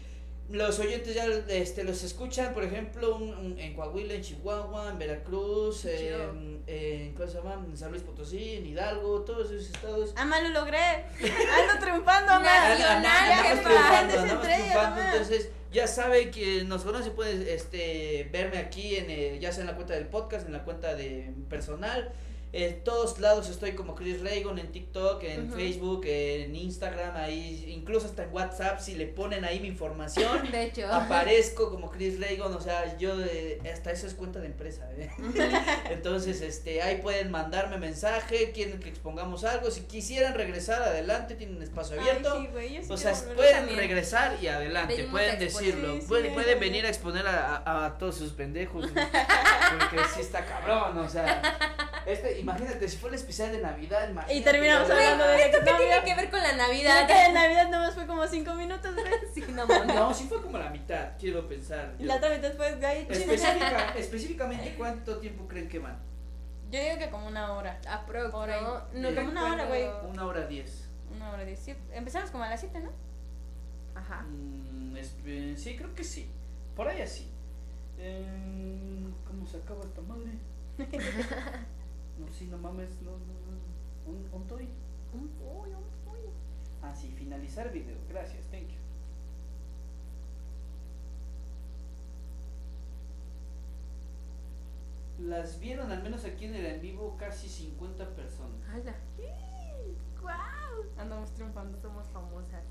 [SPEAKER 2] los oyentes ya este, los escuchan, por ejemplo, un- un- en Coahuila, en Chihuahua, en Veracruz,
[SPEAKER 3] Qué chido.
[SPEAKER 2] en, en, ¿cómo se llama? en San Luis Potosí, en Hidalgo, todos esos estados.
[SPEAKER 1] Ama, Ah, lo logré. Ando triunfando, ama.
[SPEAKER 3] Nacional,
[SPEAKER 1] Ya
[SPEAKER 2] andamos
[SPEAKER 1] me
[SPEAKER 3] jefa.
[SPEAKER 2] triunfando,
[SPEAKER 1] sorprendes
[SPEAKER 2] andamos
[SPEAKER 1] entre ellas,
[SPEAKER 2] triunfando,
[SPEAKER 1] ama.
[SPEAKER 2] entonces ya saben que nos conocen, pueden este, verme aquí, en, eh, ya sea en la cuenta del podcast, en la cuenta de personal. En todos lados estoy como Chris Reagan en TikTok, en
[SPEAKER 1] Ujú.
[SPEAKER 2] Facebook, en Instagram, ahí, incluso hasta en WhatsApp, si le ponen ahí mi información,
[SPEAKER 3] De hecho.
[SPEAKER 2] aparezco como Chris Reagan, o sea, yo eh, hasta eso es cuenta de empresa. ¿eh? Entonces, este, ahí pueden mandarme mensaje, quieren que expongamos algo, si quisieran regresar adelante, tienen espacio abierto.
[SPEAKER 1] Ay, sí, güey, yo sí
[SPEAKER 2] O sea,
[SPEAKER 1] quiero volver.
[SPEAKER 2] pueden
[SPEAKER 3] también.
[SPEAKER 2] regresar y adelante,
[SPEAKER 3] Venimos a
[SPEAKER 2] pueden
[SPEAKER 3] exponer.
[SPEAKER 2] decirlo.
[SPEAKER 1] Sí, sí,
[SPEAKER 2] pueden
[SPEAKER 1] ahí
[SPEAKER 2] pueden
[SPEAKER 1] también.
[SPEAKER 2] venir a exponer a, a- a todos sus pendejos. güey. Porque sí está cabrón, o sea. Este, imagínate, si fue el especial de Navidad, imagínate.
[SPEAKER 1] Y terminamos
[SPEAKER 2] güey.
[SPEAKER 1] hablando de
[SPEAKER 3] ¿Esto qué
[SPEAKER 1] novio.
[SPEAKER 3] tiene que ver con la
[SPEAKER 1] Creo que
[SPEAKER 3] Navidad?
[SPEAKER 1] de Navidad nomás fue como 5 minutos, güey.
[SPEAKER 3] Sí, no, mon.
[SPEAKER 2] No, sí fue como la mitad, quiero pensar.
[SPEAKER 1] Y la otra mitad fue gay chino.
[SPEAKER 2] Específica- específicamente, ¿cuánto tiempo creen que van?
[SPEAKER 1] Yo digo que como una hora.
[SPEAKER 3] Aprox,
[SPEAKER 1] Por ahí.
[SPEAKER 3] ¿no?
[SPEAKER 2] No, como
[SPEAKER 1] una hora, güey.
[SPEAKER 3] recuerdo.
[SPEAKER 2] Una hora diez.
[SPEAKER 1] Una hora diez. Sí, Empezamos como a las 7, ¿no?
[SPEAKER 3] Ajá.
[SPEAKER 2] Mm, es- eh, sí, creo que sí. Por ahí así. Em, ¿Cómo se acaba esta madre? no, sí, no mames. No, no, no. Un, un toy. Ah, sí, finalizar video. Gracias, thank you. Las vieron al menos aquí en el en vivo casi 50 personas.
[SPEAKER 3] Ala.
[SPEAKER 1] Andamos triunfando.
[SPEAKER 3] Somos famosas.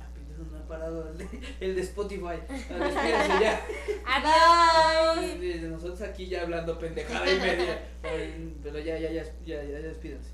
[SPEAKER 2] Ah, pendejo, no ha parado el de, el de Spotify. A ver, espérense ya.
[SPEAKER 3] Adiós.
[SPEAKER 2] Desde nosotros aquí ya hablando pendejada y media. Ay, Pero ya, ya, ya, ya, ya, ya despídanse.